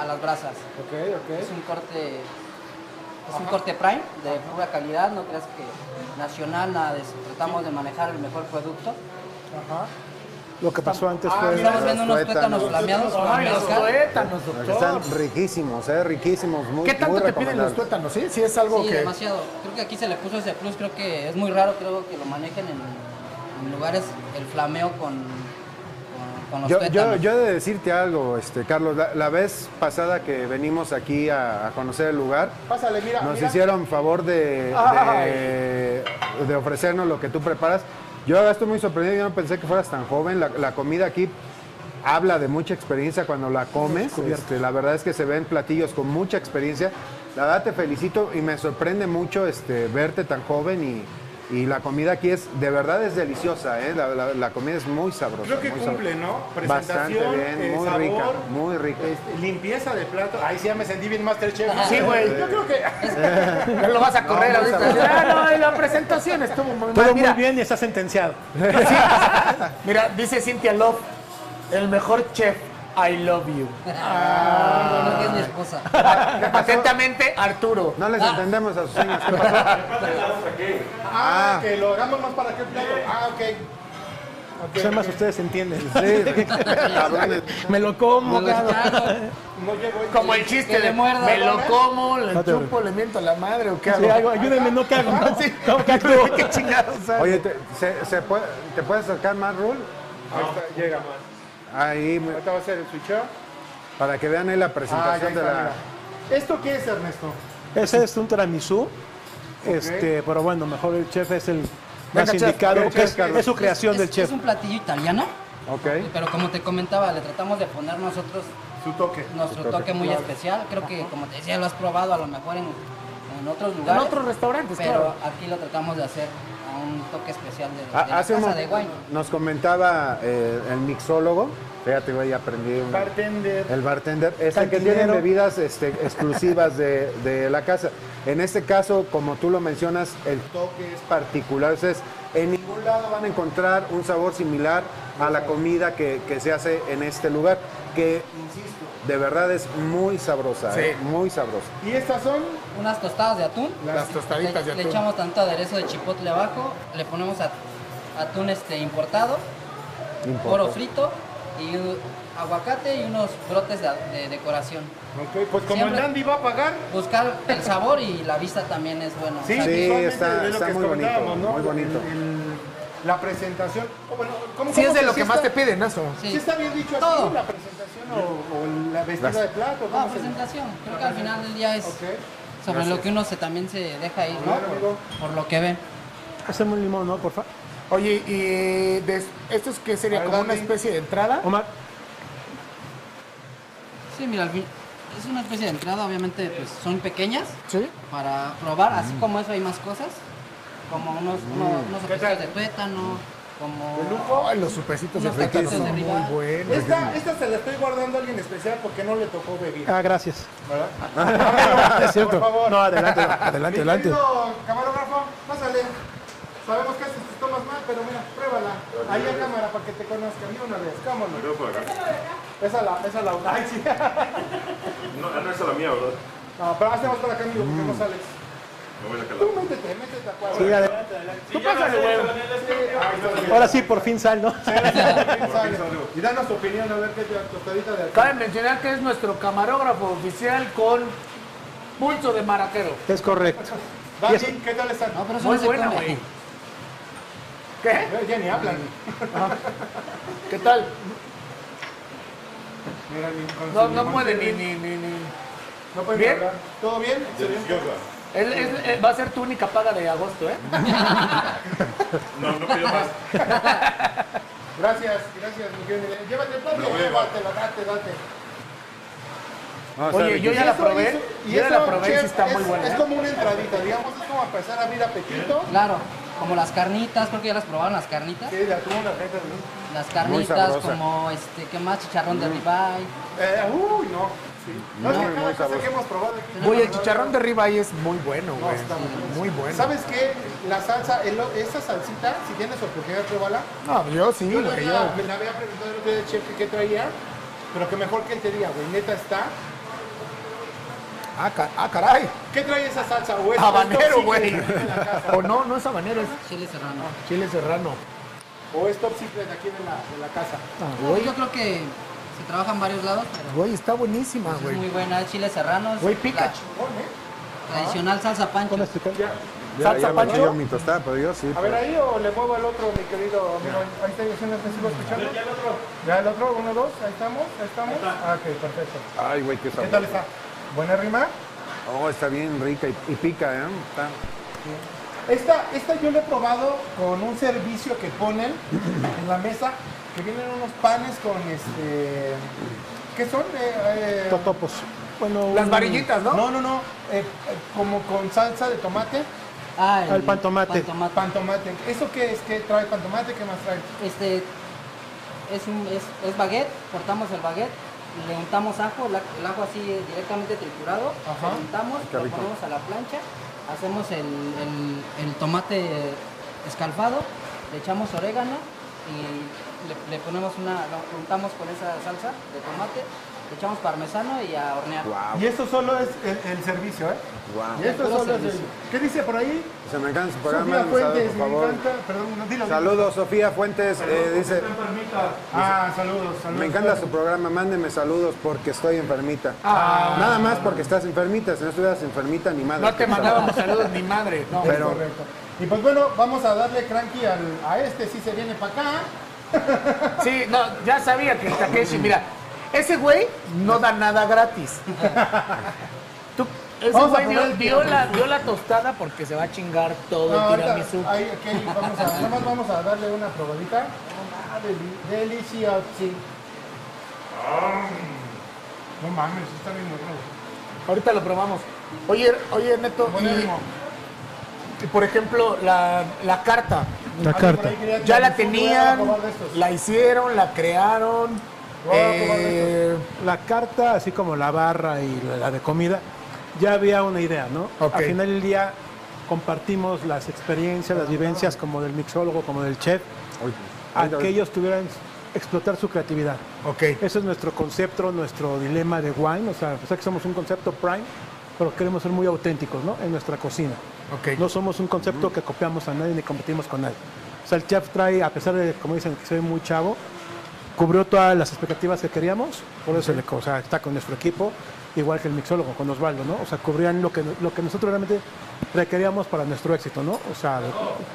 Speaker 9: a las brasas.
Speaker 4: Ok,
Speaker 9: Es
Speaker 4: ok.
Speaker 9: un corte, es un corte prime de pura calidad, no creas que nacional, nada de eso. Tratamos de manejar el mejor producto.
Speaker 4: Ajá.
Speaker 7: Lo que pasó antes
Speaker 4: Ah,
Speaker 7: fue.
Speaker 4: mira,
Speaker 9: Estamos viendo
Speaker 5: los
Speaker 9: unos tuétanos
Speaker 5: tuétanos.
Speaker 9: flameados con
Speaker 3: Ay, los
Speaker 9: mezcal.
Speaker 3: tuétanos, doctor.
Speaker 5: Están riquísimos, eh, riquísimos. Muy,
Speaker 3: ¿Qué
Speaker 5: muy
Speaker 3: tanto te piden los
Speaker 5: recomendables.
Speaker 3: tuétanos? Sí, sí es algo
Speaker 9: Sí,
Speaker 3: que...
Speaker 9: demasiado. Creo que aquí se le puso ese plus, creo que es muy raro, creo que lo manejen en, en lugares el flameo con, con, con los
Speaker 5: Yo, yo,
Speaker 9: tuétanos.
Speaker 5: yo he de decirte algo, este, Carlos. La, la vez pasada que venimos aquí a, a conocer el lugar,
Speaker 4: Pásale, mira.
Speaker 5: nos
Speaker 4: mira.
Speaker 5: hicieron favor de, de, de ofrecernos lo que tú preparas. Yo ahora estoy muy sorprendido, yo no pensé que fueras tan joven. La, la comida aquí habla de mucha experiencia cuando la comes. Este, la verdad es que se ven platillos con mucha experiencia. La verdad te felicito y me sorprende mucho este, verte tan joven y Y la comida aquí es, de verdad es deliciosa, ¿eh? la, la- la comida es muy sabrosa.
Speaker 4: Creo que
Speaker 5: muy sabrosa.
Speaker 4: cumple, ¿no?
Speaker 5: Bastante
Speaker 4: Presentación,
Speaker 5: bien,
Speaker 4: eh,
Speaker 5: muy
Speaker 4: sabor,
Speaker 5: rica, muy rica.
Speaker 4: este, limpieza de plato. Ahí sí ya me sentí bien Masterchef.
Speaker 3: Ah, Sí, güey.
Speaker 4: Yo creo
Speaker 7: *laughs*
Speaker 4: que.
Speaker 3: No *laughs* lo vas a correr
Speaker 4: No,
Speaker 3: ahorita.
Speaker 4: no, no.
Speaker 3: Ah, no, y la presentación estuvo muy
Speaker 7: Todo
Speaker 3: mal.
Speaker 7: muy
Speaker 3: Ah, Mira,
Speaker 7: bien y está sentenciado.
Speaker 3: mira, dice Cynthia Love, el mejor chef, I love you.
Speaker 9: Ah, no, no, que es mi esposa.
Speaker 3: Atentamente, Arturo.
Speaker 5: No les entendemos a sus señas.
Speaker 4: *laughs* Ah, que lo hagamos más para qué plato. Ah, ok.
Speaker 7: Pues además ustedes entienden.
Speaker 5: cabrones.
Speaker 7: Me lo como, cabrón.
Speaker 4: No llegó el-
Speaker 3: Como el chiste
Speaker 9: Que le
Speaker 3: de
Speaker 9: muerda,
Speaker 3: me lo
Speaker 9: ¿no?
Speaker 3: como, le
Speaker 7: No te
Speaker 3: chupo, le miento la madre o qué hago. Ah,
Speaker 7: Sí,
Speaker 3: *laughs*
Speaker 7: algo, ayúdenme, no cago. ¿no?
Speaker 3: Sí.
Speaker 7: ¿Cómo que actúo?
Speaker 3: *laughs* ¿Qué chingados hago?
Speaker 5: Oye, ¿te, se, se puede, ¿te puedes acercar más, Rul?
Speaker 4: Ahí está, llega más.
Speaker 5: Ahí,
Speaker 4: Ahorita va a ser el switch-up.
Speaker 5: para que vean ahí la
Speaker 4: Ah, ya
Speaker 5: presentación de
Speaker 4: está,
Speaker 5: la...
Speaker 4: mira. ¿Esto qué es, Ernesto?
Speaker 7: Ese es un tiramisú. Este, pero bueno, mejor el chef es el más
Speaker 5: Venga, chef,
Speaker 7: indicado
Speaker 5: venga,
Speaker 7: porque es,
Speaker 5: chef, Carlos.
Speaker 7: es su creación
Speaker 9: Es-
Speaker 7: del chef.
Speaker 9: Es un platillo italiano,
Speaker 5: Ok.
Speaker 9: pero como te comentaba, le tratamos de poner nosotros
Speaker 4: Su toque.
Speaker 9: nuestro
Speaker 5: toque,
Speaker 9: toque, muy
Speaker 5: claro.
Speaker 9: especial. Creo que, como te decía, lo has probado a lo mejor en, en otros
Speaker 3: En
Speaker 9: lugares.
Speaker 3: otros restaurantes,
Speaker 9: pero
Speaker 3: claro.
Speaker 9: aquí lo tratamos de hacer a un toque especial de, de
Speaker 5: Ah,
Speaker 9: la
Speaker 5: hace un
Speaker 9: casa
Speaker 5: mo-
Speaker 9: de wine.
Speaker 5: nos comentaba eh, el mixólogo, fíjate, güey, aprendí un...
Speaker 4: Bartender.
Speaker 5: El bartender es el que
Speaker 7: Cantinero.
Speaker 5: tiene bebidas este, exclusivas de, de la casa. En este caso, como tú lo mencionas, el toque es particular. O sea, es- en ningún lado van a encontrar un sabor similar a la comida que, que se hace en este lugar, que, insisto, de verdad es muy sabrosa,
Speaker 3: Sí.
Speaker 5: ¿eh? muy sabrosa.
Speaker 4: Y estas son
Speaker 9: Unas tostadas de atún.
Speaker 3: Las tostaditas de
Speaker 9: le, le
Speaker 3: atún.
Speaker 9: echamos tanto aderezo de chipotle abajo, le ponemos a- atún este importado, oro frito y uh, aguacate y unos brotes de, de decoración.
Speaker 4: Ok, pues como
Speaker 9: Siempre-
Speaker 4: el Dandy va a pagar,
Speaker 9: Buscar el sabor y la vista también es bueno.
Speaker 4: sí,
Speaker 9: O sea,
Speaker 5: Sí,
Speaker 4: visualmente
Speaker 5: está-
Speaker 4: es lo
Speaker 5: está
Speaker 4: que
Speaker 5: muy
Speaker 4: comentábamos,
Speaker 5: bonito, muy bonito.
Speaker 4: El- el- la presentación. o bueno, ¿cómo-
Speaker 3: Si
Speaker 4: cómo
Speaker 3: es de
Speaker 4: se-
Speaker 3: lo
Speaker 4: si
Speaker 3: que más
Speaker 4: está-
Speaker 3: te piden, eso.
Speaker 9: sí.
Speaker 4: si está bien dicho aquí,
Speaker 9: Todo.
Speaker 4: la presentación o, o la vestida
Speaker 5: Las-
Speaker 4: de plato?
Speaker 9: Ah,
Speaker 4: ¿cómo se-
Speaker 9: presentación. Creo que al final del día es
Speaker 4: Ok.
Speaker 9: sobre lo que uno se, también se deja ir, ¿no?
Speaker 4: Claro, amigo.
Speaker 9: Por, por lo que ve.
Speaker 7: Hacemos un limón, ¿no? Por favor.
Speaker 3: Oye, ¿y de- esto es que sería
Speaker 4: Al
Speaker 3: como una
Speaker 4: Dandy.
Speaker 3: especie de entrada?
Speaker 7: Omar,
Speaker 9: Sí, mira, al fin- es una especie de entrada, obviamente pues son pequeñas
Speaker 3: Sí.
Speaker 9: para probar, así como eso hay más cosas, como unos, unos, unos objetos de tuétano, como...
Speaker 3: Ay, los supecitos de
Speaker 9: Unos
Speaker 3: fritos
Speaker 9: taquitos de
Speaker 3: son muy
Speaker 9: rival.
Speaker 3: buenos.
Speaker 4: Esta, esta se la estoy guardando a alguien especial porque no le tocó bebida.
Speaker 7: ah, gracias.
Speaker 4: ¿verdad?
Speaker 7: *laughs* Es cierto.
Speaker 4: Por favor.
Speaker 7: No,
Speaker 4: *laughs*
Speaker 7: adelante, adelante,
Speaker 4: Mi
Speaker 7: adelante.
Speaker 4: querido camarógrafo, pásale. Sabemos que haces tus tomas mal, pero mira, pruébala. Ahí a cámara para que te conozcan de una vez. Cámara. Esa la, esa la. Ay, sí.
Speaker 10: *laughs* No, no es la mía, ¿verdad?
Speaker 4: No, pero hacemos para acá, amigo, porque no sales.
Speaker 10: Me voy a sacar
Speaker 4: Tú métete, métete a cuadro.
Speaker 7: Mm. Sí, adelante.
Speaker 4: Tú pásale, güey.
Speaker 7: Ahora sí, por fin sal, ¿no?
Speaker 4: Y danos tu opinión a ver qué te- tostadita de acá.
Speaker 3: Cabe mencionar que es nuestro camarógrafo oficial con pulso de maraquero.
Speaker 7: Es correcto.
Speaker 4: Dani, ¿qué tal están?
Speaker 9: No, pero eso
Speaker 3: Muy
Speaker 9: no se
Speaker 3: buena,
Speaker 9: come.
Speaker 3: güey. ¿Qué?
Speaker 4: Eh, Ya ni hablan.
Speaker 3: ¿Qué tal?
Speaker 4: Mira, ni- con
Speaker 3: No,
Speaker 4: su
Speaker 3: no
Speaker 4: limón
Speaker 3: puede
Speaker 4: chile.
Speaker 3: ni, ni, ni, ni.
Speaker 4: No pueden
Speaker 3: ¿Bien?
Speaker 4: hablar. ¿Todo bien?
Speaker 10: deliciosa.
Speaker 3: Él es- eh, va a ser tu única paga de agosto, ¿eh?
Speaker 10: No, no pido más.
Speaker 4: Gracias, gracias, mi querido Miguel. Llévate el plato,
Speaker 10: Me lo voy a llevar.
Speaker 4: llévatelo, date, date.
Speaker 5: No, está
Speaker 3: Oye, yo ya
Speaker 5: riquísimo.
Speaker 3: la
Speaker 4: Eso-
Speaker 3: probé.
Speaker 4: eso- y
Speaker 3: Yo ya la
Speaker 4: eso,
Speaker 3: probé y
Speaker 4: chef,
Speaker 3: sí está
Speaker 4: es,
Speaker 3: muy buena.
Speaker 4: Es
Speaker 3: ¿eh?
Speaker 4: como una entradita, digamos, es como empezar a abrir apetito.
Speaker 9: Claro, como las carnitas, creo que ya las probaron las carnitas.
Speaker 4: Sí, de atún, la gente.
Speaker 9: Las
Speaker 5: sabrosa.
Speaker 9: carnitas, como este, ¿qué más? Chicharrón de ribeye.
Speaker 4: Eh, uy, no. Sí. No, es que
Speaker 5: Muy,
Speaker 4: cada
Speaker 5: muy
Speaker 4: cosa
Speaker 5: sabroso.
Speaker 4: que hemos probado aquí.
Speaker 3: Oye, el chicharrón de arriba ahí es muy bueno, güey.
Speaker 4: está bueno.
Speaker 3: muy bueno.
Speaker 4: ¿Sabes qué? La salsa, el- esa salsita, si tienes oportunidad, pruébala.
Speaker 3: No, yo sí,
Speaker 4: Yo la
Speaker 3: güey.
Speaker 4: había,
Speaker 3: yo-
Speaker 4: me la había preguntado el otro día al chef que qué traía, pero que mejor que él te diga, güey, neta está.
Speaker 3: Ah, ca- ah, caray.
Speaker 4: ¿Qué trae esa salsa? O es- esto
Speaker 3: Habanero,
Speaker 4: sí
Speaker 3: güey.
Speaker 4: que viene de la casa.
Speaker 3: O no, no es habanero, es
Speaker 9: Chile serrano.
Speaker 3: chile serrano.
Speaker 4: O es top secret aquí de la, de la casa.
Speaker 3: Güey,
Speaker 9: Yo creo que se trabaja en varios lados, pero
Speaker 3: güey, está buenísima,
Speaker 9: es muy
Speaker 3: Ah, güey.
Speaker 9: buena. Es chile serrano. es
Speaker 3: Güey, pica.
Speaker 9: la ch- Tradicional salsa pancho.
Speaker 5: Ya,
Speaker 3: ¿Salsa
Speaker 5: ya
Speaker 3: pancho?
Speaker 5: metí yo mi tostada, pero yo sí.
Speaker 4: A ver ahí o le muevo al otro, mi querido amigo. Ahí está diciendo que sigo escuchando. Ya el otro. Ya el otro, uno, dos, ahí estamos, ahí estamos. Ah, ok, perfecto.
Speaker 5: Ay, güey, qué
Speaker 4: ¿Qué
Speaker 5: sabor.
Speaker 4: tal está? ¿Buena rima?
Speaker 5: Oh, está bien rica y, y pica, ¿eh? Está-
Speaker 4: Esta, esta yo la he probado con un servicio que ponen en la mesa, que vienen unos panes con este. ¿Qué son? Eh, eh,
Speaker 7: Totopos. Bueno,
Speaker 3: Las
Speaker 7: un-
Speaker 3: varillitas, ¿no?
Speaker 4: No, no, no. eh, eh, como con salsa de tomate.
Speaker 15: Ah,
Speaker 7: Al pantomate.
Speaker 15: pantomate.
Speaker 4: Pantomate. ¿Eso qué es? ¿Qué trae pantomate? ¿Qué más trae?
Speaker 15: Este es, un- es, es baguette, cortamos el baguette, le untamos ajo, el, aj- el ajo así eh, directamente triturado,
Speaker 4: Ajá.
Speaker 15: lo untamos,
Speaker 4: Ay, qué
Speaker 15: lo
Speaker 4: rico.
Speaker 15: ponemos a la plancha, hacemos el, el- el tomate eh, escalfado, le echamos orégano y le, le ponemos una, lo untamos con esa salsa de tomate, le echamos parmesano y a hornear.
Speaker 5: Ah,
Speaker 4: Y eso solo es el, el servicio, ¿eh?
Speaker 5: Wow.
Speaker 4: Y esto
Speaker 15: Puro
Speaker 4: solo es el...
Speaker 15: servicio.
Speaker 4: ¿Qué dice por ahí?
Speaker 5: Se me encanta su
Speaker 4: Sofía
Speaker 5: programa, un saludo,
Speaker 4: Fuentes,
Speaker 5: por
Speaker 4: me
Speaker 5: favor.
Speaker 4: encanta. Perdón, no, dilo.
Speaker 5: Saludos, Sofía Fuentes. eh, dice,
Speaker 4: Ah, saludos, saludos.
Speaker 5: me encanta su programa, mándeme saludos porque estoy enfermita.
Speaker 4: Ah.
Speaker 5: Nada más porque estás enfermita, si no estuvieras enfermita ni madre.
Speaker 4: No te mandábamos saludos ni madre. No, es
Speaker 5: Pero-
Speaker 4: correcto. Y pues bueno, vamos a darle cranky al, a este, si se viene para acá.
Speaker 3: Sí, no, ya sabía que Takeshi, mira, ese güey no da nada gratis. Tú, ese
Speaker 4: Vamos a
Speaker 3: güey
Speaker 4: poner
Speaker 3: dio,
Speaker 4: el
Speaker 3: dio
Speaker 4: tiempo.
Speaker 3: la, dio la tostada porque se va a chingar todo
Speaker 4: No,
Speaker 3: el
Speaker 4: ahorita,
Speaker 3: tiramisú.
Speaker 4: ahí, ok, vamos a, nada más vamos a darle una probadita. Ah, deli- delicioso. Ah. No mames, está bien bueno.
Speaker 3: Ahorita lo probamos. Oye, oye, Neto,
Speaker 4: Buenísimo.
Speaker 3: y, y por ejemplo, la, la carta.
Speaker 7: La carta.
Speaker 3: Ya la tenían,
Speaker 4: Voy a probar de estos.
Speaker 3: la hicieron, la crearon.
Speaker 4: Voy a probar de
Speaker 7: Eh, la carta, así como la barra y la- la de comida, ya había una idea, ¿no?
Speaker 3: Ok.
Speaker 7: Al final del día compartimos las experiencias, las vivencias como del mixólogo, como del chef, a Ah, que ellos tuvieran explotar su creatividad.
Speaker 3: Ok.
Speaker 7: Ese es nuestro concepto, nuestro dilema de wine, o sea, o sea que somos un concepto prime, pero queremos ser muy auténticos, ¿no? En nuestra cocina.
Speaker 3: Ok.
Speaker 7: No somos un concepto que copiamos a nadie ni competimos con nadie. O sea, el chef trae, a pesar de, como dicen, que se ve muy chavo, cubrió todas las expectativas que queríamos, por eso le- o sea, está con nuestro equipo, igual que el mixólogo, con Osvaldo, ¿no? O sea, cubrían lo que, lo que nosotros realmente requeríamos para nuestro éxito, ¿no? O sea,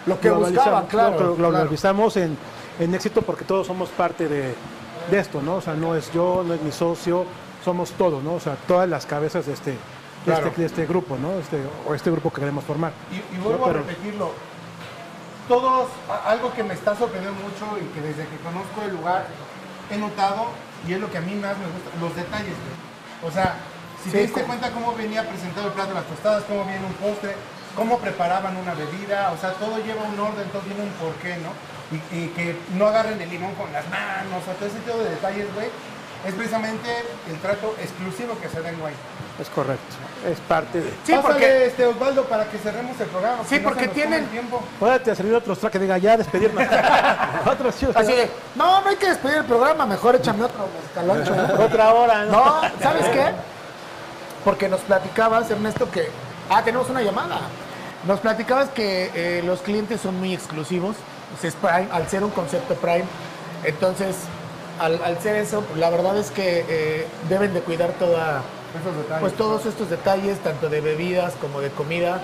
Speaker 3: Lo que
Speaker 7: globalizamos,
Speaker 3: buscaban, claro,
Speaker 7: Lo, que
Speaker 3: claro.
Speaker 7: globalizamos en, en éxito porque todos somos parte de, de esto, ¿no? O sea, no es yo, no es mi socio, somos todos, ¿no? O sea, todas las cabezas de este, de
Speaker 4: Claro.
Speaker 7: este, de este grupo, ¿no? Este, o este grupo que queremos formar.
Speaker 4: Y, y vuelvo
Speaker 7: No,
Speaker 4: a
Speaker 7: pero-
Speaker 4: repetirlo. Todos, a- algo que me está sorprendiendo mucho y que desde que conozco el lugar he notado, y es lo que a mí más me gusta, los detalles. güey. O sea, si
Speaker 3: Sí,
Speaker 4: te diste
Speaker 3: co-
Speaker 4: cuenta cómo venía presentado el plato de las tostadas, cómo viene un postre, cómo preparaban una bebida, o sea, todo lleva un orden, todo tiene un porqué, ¿no? Y, y que no agarren el limón con las manos, o sea, todo ese tipo de detalles, güey, es precisamente el trato exclusivo que se da en Guay.
Speaker 7: Es correcto, es parte de...
Speaker 4: Sí,
Speaker 3: Sí, porque-
Speaker 4: este Osvaldo para que cerremos el programa.
Speaker 3: Sí,
Speaker 4: si no
Speaker 3: porque
Speaker 4: se nos come
Speaker 3: tienen-
Speaker 4: el tiempo.
Speaker 7: Puede a salir otro track que diga ya despedirnos. *laughs* otro sí, o sea,
Speaker 3: Así de, no, no hay que despedir el programa, mejor échame otro mezcaloncho.
Speaker 7: Otra hora,
Speaker 3: No,
Speaker 7: ¿no?
Speaker 3: ¿sabes qué? Porque nos platicabas, Ernesto, que... Ah, tenemos una llamada. Nos platicabas que eh, los clientes son muy exclusivos, pues es Prime, al ser un concepto Prime. Entonces, al, al ser eso, pues, la verdad es que eh, deben de cuidar toda,
Speaker 4: Esos detalles.
Speaker 3: pues todos estos detalles, tanto de bebidas como de comida.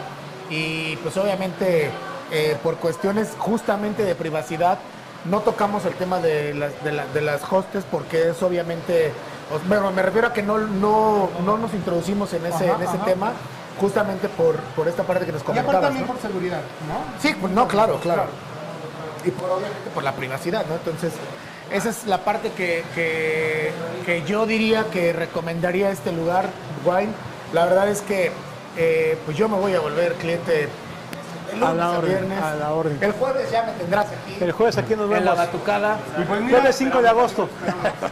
Speaker 3: Y pues obviamente eh, por cuestiones justamente de privacidad, no tocamos el tema de las, de la- de las hostes porque es obviamente, os- bueno, me refiero a que no, no, no nos introducimos en ese,
Speaker 4: Ajá,
Speaker 3: en ese
Speaker 4: ajá.
Speaker 3: tema justamente por, por esta parte que nos
Speaker 4: Y aparte
Speaker 3: comentabas.
Speaker 4: también
Speaker 3: ¿no?
Speaker 4: por seguridad, ¿no?
Speaker 3: Sí, pues, no, claro, claro. Y por, obviamente por la privacidad, ¿no? Entonces, esa es la parte que, que- que yo diría que recomendaría este lugar, Wine. La verdad es que eh, pues yo me voy a volver cliente el lunes
Speaker 7: A la
Speaker 3: a
Speaker 7: orden,
Speaker 3: viernes.
Speaker 7: a la orden.
Speaker 3: El jueves ya me tendrás aquí.
Speaker 7: El jueves aquí nos
Speaker 3: en la
Speaker 7: vemos.
Speaker 3: batucada.
Speaker 4: Y pues mira,
Speaker 7: Jueves 5 de agosto.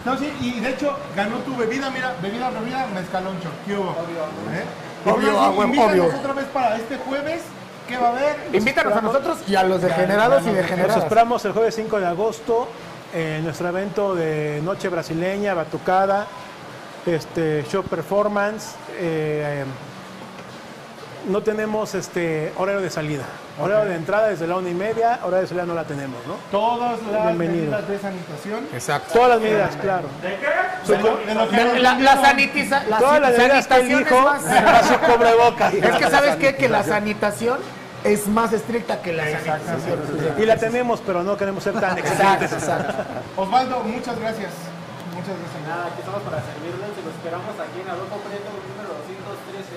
Speaker 4: no, sí, y de hecho ganó tu bebida, mira, bebida bebida mezcaloncho. ¿Qué hubo? ¿Eh?
Speaker 3: Obvio,
Speaker 4: Entonces,
Speaker 3: ah, güey,
Speaker 4: invítanos
Speaker 3: obvio.
Speaker 4: otra vez para este jueves, ¿qué va a haber?
Speaker 3: Invítanos a nosotros y a los degenerados y
Speaker 7: Nos
Speaker 3: degeneradas.
Speaker 7: esperamos el jueves 5 de agosto en nuestro evento de Noche Brasileña, Batucada, este, show performance. eh, no tenemos este horario de salida. Horario de entrada desde la una y media, horario de salida no la tenemos, ¿no?
Speaker 4: Todas las
Speaker 7: Bienvenidos.
Speaker 4: medidas de sanitación.
Speaker 3: Exacto.
Speaker 7: Todas las medidas, claro.
Speaker 4: De lo que nos
Speaker 3: La, la
Speaker 4: dijeron.
Speaker 3: sanitiza, la
Speaker 7: Todas las medidas que él
Speaker 3: sanitación es
Speaker 7: dijo
Speaker 3: más.
Speaker 7: a su
Speaker 3: *laughs*
Speaker 7: cubrebocas.
Speaker 3: Es que sabes qué? que la sanitación es más estricta que la sanitización.
Speaker 7: Y la tenemos, pero no queremos ser tan
Speaker 3: Exacto,
Speaker 7: exigentes.
Speaker 3: exacto.
Speaker 4: Osvaldo, muchas gracias. Muchas gracias.
Speaker 8: Nada, aquí estamos para servirles y los esperamos aquí en Adolfo Prieto, número 213,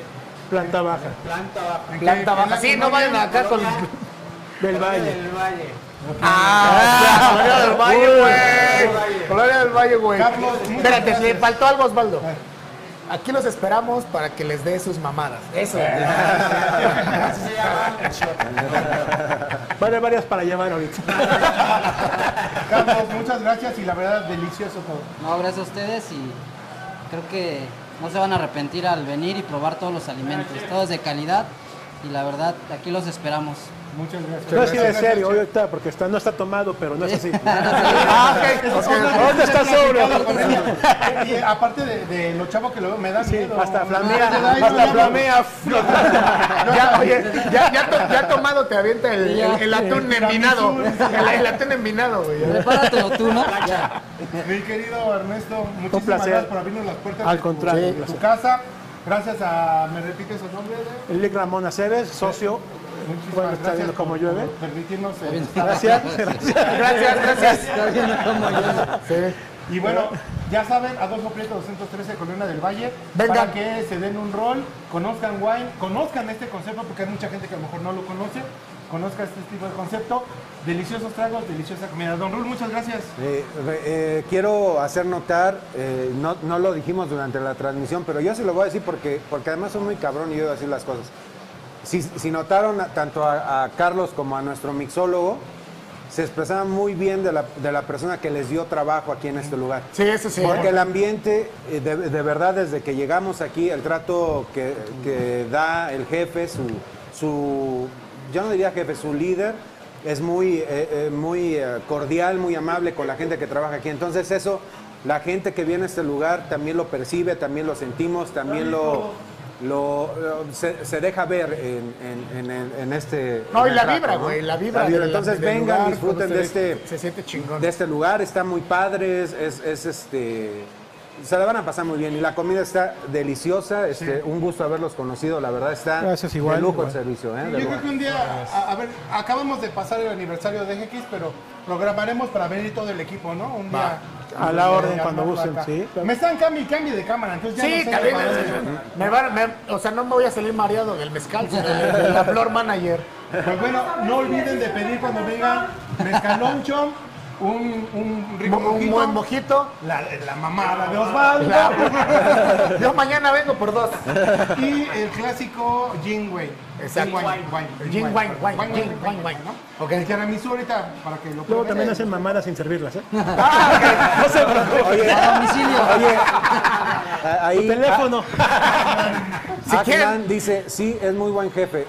Speaker 7: Planta baja.
Speaker 8: planta baja.
Speaker 3: Planta baja. Sí, no vayan acá con. *laughs*
Speaker 7: Del Valle.
Speaker 8: Del Valle.
Speaker 3: Ah, Colonia del Valle, güey. Colonia del Valle, güey.
Speaker 4: Carlos, muchas
Speaker 3: Espérate,
Speaker 4: gracias.
Speaker 3: le faltó algo, Osvaldo. Aquí los esperamos para que les dé sus mamadas. Eso.
Speaker 8: Así se llama.
Speaker 7: compré varias para llevar ahorita.
Speaker 4: Carlos, muchas gracias y la verdad, delicioso todo.
Speaker 15: No, gracias a ustedes y creo que no se van a arrepentir al venir y probar todos los alimentos. Todo es de calidad y la verdad, aquí los esperamos.
Speaker 4: Muchas gracias.
Speaker 7: No es así de
Speaker 4: Gracias,
Speaker 7: serio, ahorita, porque está, no está tomado, pero no es
Speaker 4: *laughs*
Speaker 7: así.
Speaker 4: Ah, ok.
Speaker 7: Ok.
Speaker 4: Es una-
Speaker 7: ¿Dónde está
Speaker 4: una platicada con
Speaker 7: sobrio?
Speaker 4: ella. Y aparte de, de lo chavo que lo veo, me da miedo.
Speaker 7: hasta
Speaker 3: flamea,
Speaker 4: Me da-
Speaker 3: hasta
Speaker 4: me da-
Speaker 3: flamea,
Speaker 4: *laughs*
Speaker 3: Ya, oye, ya, ya, to- ya tomado te avienta el,
Speaker 4: Ya.
Speaker 3: el- el atún envinado. El, el atún envinado, güey.
Speaker 4: Prepáratelo tú, ¿no? Mi querido Ernesto, muchísimas
Speaker 7: placer.
Speaker 4: gracias por abrirnos las puertas
Speaker 7: Al
Speaker 4: de tu-
Speaker 7: contrario,
Speaker 4: de
Speaker 7: un
Speaker 4: tu
Speaker 7: placer.
Speaker 4: casa. Gracias a, ¿me repites el nombre? de-
Speaker 7: Lick Ramón Aceves, socio. Bueno, está viendo cómo llueve.
Speaker 4: Permitirnos. eh,
Speaker 7: Gracias.
Speaker 4: Y bueno, ya saben, Adolfo Prieto 213, Colonia del Valle. Para que se den un rol, conozcan Wine, conozcan este concepto, porque hay mucha gente que a lo mejor no lo conoce. Conozca este tipo de concepto. Deliciosos tragos, deliciosa comida. Don Rul, muchas gracias.
Speaker 5: Eh, re- eh, quiero hacer notar, eh, no, no lo dijimos durante la transmisión, pero yo se lo voy a decir porque, porque además soy muy cabrón y yo decir las cosas. Si, si notaron a- tanto a, a Carlos como a nuestro mixólogo, se expresaban muy bien de la, de la persona que les dio trabajo aquí en este lugar.
Speaker 3: Sí, eso sí.
Speaker 5: Porque el ambiente, eh, de, de verdad, desde que llegamos aquí, el trato que, que da el jefe, su, su, yo no diría jefe, su líder, es muy, eh, eh, muy eh, cordial, muy amable con la gente que trabaja aquí. Entonces eso, la gente que viene a este lugar también lo percibe, también lo sentimos, también lo... lo- lo- se, se deja ver en, en- en- en este...
Speaker 3: No, y
Speaker 5: en
Speaker 3: la
Speaker 5: el trato,
Speaker 3: vibra,
Speaker 5: ¿no?
Speaker 3: güey, la vibra. del-
Speaker 5: Entonces
Speaker 3: del
Speaker 5: vengan,
Speaker 3: lugar,
Speaker 5: disfruten
Speaker 3: cuando
Speaker 5: de
Speaker 3: se-
Speaker 5: este,
Speaker 3: Se siente chingón.
Speaker 5: de este lugar, está muy padre, es, es- es, este. Se la van a pasar muy bien y la comida está deliciosa. Este, Un gusto haberlos conocido, la verdad está
Speaker 7: Gracias, igual,
Speaker 5: de lujo
Speaker 7: igual.
Speaker 5: el servicio. ¿eh?
Speaker 4: Yo
Speaker 5: De
Speaker 4: creo
Speaker 5: lujo.
Speaker 4: que un día, a, a ver, acabamos de pasar el aniversario de GX, pero programaremos para venir todo el equipo, ¿no? Un día.
Speaker 7: Va. A la
Speaker 4: un día
Speaker 7: orden,
Speaker 4: de
Speaker 7: cuando
Speaker 4: armarlo
Speaker 7: gusten,
Speaker 4: acá.
Speaker 7: sí.
Speaker 4: Me están cambiando y cambio de cámara, entonces ya
Speaker 3: Sí,
Speaker 4: no sé
Speaker 3: también.
Speaker 4: qué
Speaker 3: eh,
Speaker 4: pasa.
Speaker 3: Me van- me- o sea, no me voy a salir mareado del mezcal, sino de, de la flor manager.
Speaker 4: Pues bueno, no olviden de pedir cuando vengan mezcaloncho, un, un rico
Speaker 3: Un buen mojito.
Speaker 4: La, la mamada de Osvaldo.
Speaker 3: La- Yo mañana vengo por dos.
Speaker 4: *laughs* Y el clásico Gin Wayne.
Speaker 3: Exacto. Gin
Speaker 4: Gin
Speaker 3: Wayne,
Speaker 4: Wayne,
Speaker 3: Wayne, Gin Wayne,
Speaker 4: ¿no? Ok, el tiramisú ahorita para que lo
Speaker 7: Luego
Speaker 4: prueben.
Speaker 7: también hacen mamadas sin servirlas, ¿eh?
Speaker 4: Ah,
Speaker 7: No se preocupen.
Speaker 5: Oye, *laughs* oye, a- ahí,
Speaker 7: Tu teléfono.
Speaker 3: Ah,
Speaker 5: Si dice, sí, es muy buen jefe.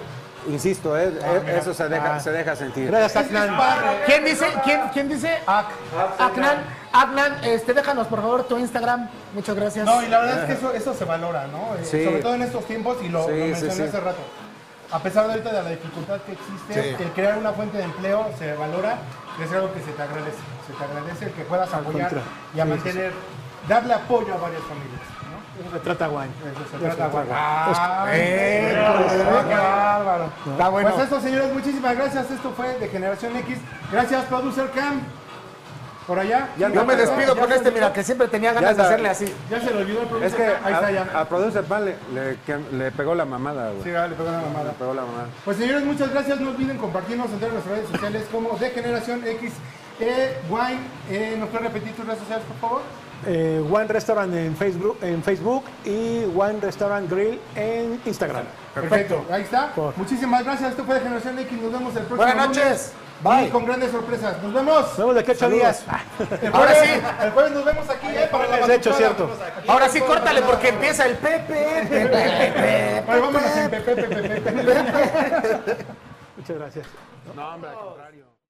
Speaker 5: Insisto, eh, eh, eso se deja, se deja sentir.
Speaker 3: ah,
Speaker 7: Gracias,
Speaker 5: Aclan.
Speaker 3: ¿Quién dice? ¿Quién, quién dice? Aknan. Aknan, este, déjanos por favor tu Instagram. Muchas gracias.
Speaker 4: No, y la verdad es que eso, eso se valora, ¿no? Eh,
Speaker 5: Sí.
Speaker 4: Sobre todo en estos tiempos, y lo,
Speaker 5: Sí,
Speaker 4: lo
Speaker 5: sí,
Speaker 4: mencioné
Speaker 5: sí.
Speaker 4: hace rato. A pesar de ahorita de la dificultad que existe,
Speaker 5: Sí.
Speaker 4: el crear una fuente de empleo se valora, y es algo que se te agradece. Se te agradece el que puedas apoyar
Speaker 7: contrario.
Speaker 4: y a
Speaker 7: Sí, sí,
Speaker 4: mantener, darle apoyo a varias familias. ¿no?
Speaker 7: Eso se trata guay.
Speaker 4: Eso se trata,
Speaker 7: guay.
Speaker 4: guay. Ah,
Speaker 7: Es-
Speaker 4: bueno, ¡Qué bárbaro!
Speaker 3: Está bueno.
Speaker 4: Pues eso, señores, muchísimas gracias. Esto fue de Generación X. Gracias, Producer Cam. Por allá.
Speaker 5: Ya
Speaker 3: Yo
Speaker 5: no,
Speaker 3: me
Speaker 5: pero-
Speaker 3: despido
Speaker 5: ya
Speaker 3: con
Speaker 5: se
Speaker 3: este,
Speaker 5: olvidó.
Speaker 3: mira, que siempre tenía ganas
Speaker 5: Ya
Speaker 3: de
Speaker 5: está.
Speaker 3: hacerle así.
Speaker 4: Ya se lo olvidó el Producer
Speaker 5: Es que
Speaker 4: Cam. Ahí está ya.
Speaker 5: a, a Producer Pan le, le- que- le pegó la mamada, güey.
Speaker 4: Sí, dale, perdón la mamada.
Speaker 5: Le pegó la mamada.
Speaker 4: Pues señores, muchas gracias. No olviden compartirnos en todas nuestras redes sociales como de Generación X. Eh, Wine, eh, ¿nos puedes repetir tus redes sociales, por favor?
Speaker 7: Eh, One Restaurant en Facebook, en Facebook y One Restaurant Grill en Instagram.
Speaker 4: Ahí está. Muchísimas gracias. Esto fue de Generación X. Nos vemos el próximo
Speaker 3: Buenas
Speaker 4: lunes.
Speaker 3: noches. Bye.
Speaker 4: Y con grandes sorpresas. Nos vemos.
Speaker 7: Nos vemos de aquí a ocho
Speaker 4: Saludos.
Speaker 7: días.
Speaker 4: El
Speaker 3: Ahora
Speaker 4: jueves,
Speaker 3: sí.
Speaker 4: el jueves nos vemos aquí, eh, para la
Speaker 7: Es hecho,
Speaker 4: batucada.
Speaker 7: cierto.
Speaker 4: Aquí
Speaker 3: Ahora sí,
Speaker 4: nos vemos.
Speaker 3: córtale porque empieza el Pepe. Pepe, Pepe.
Speaker 4: Ahora vámonos en Pepe, Pepe, Pepe.
Speaker 7: *laughs* Muchas gracias.
Speaker 16: No, hombre, al contrario.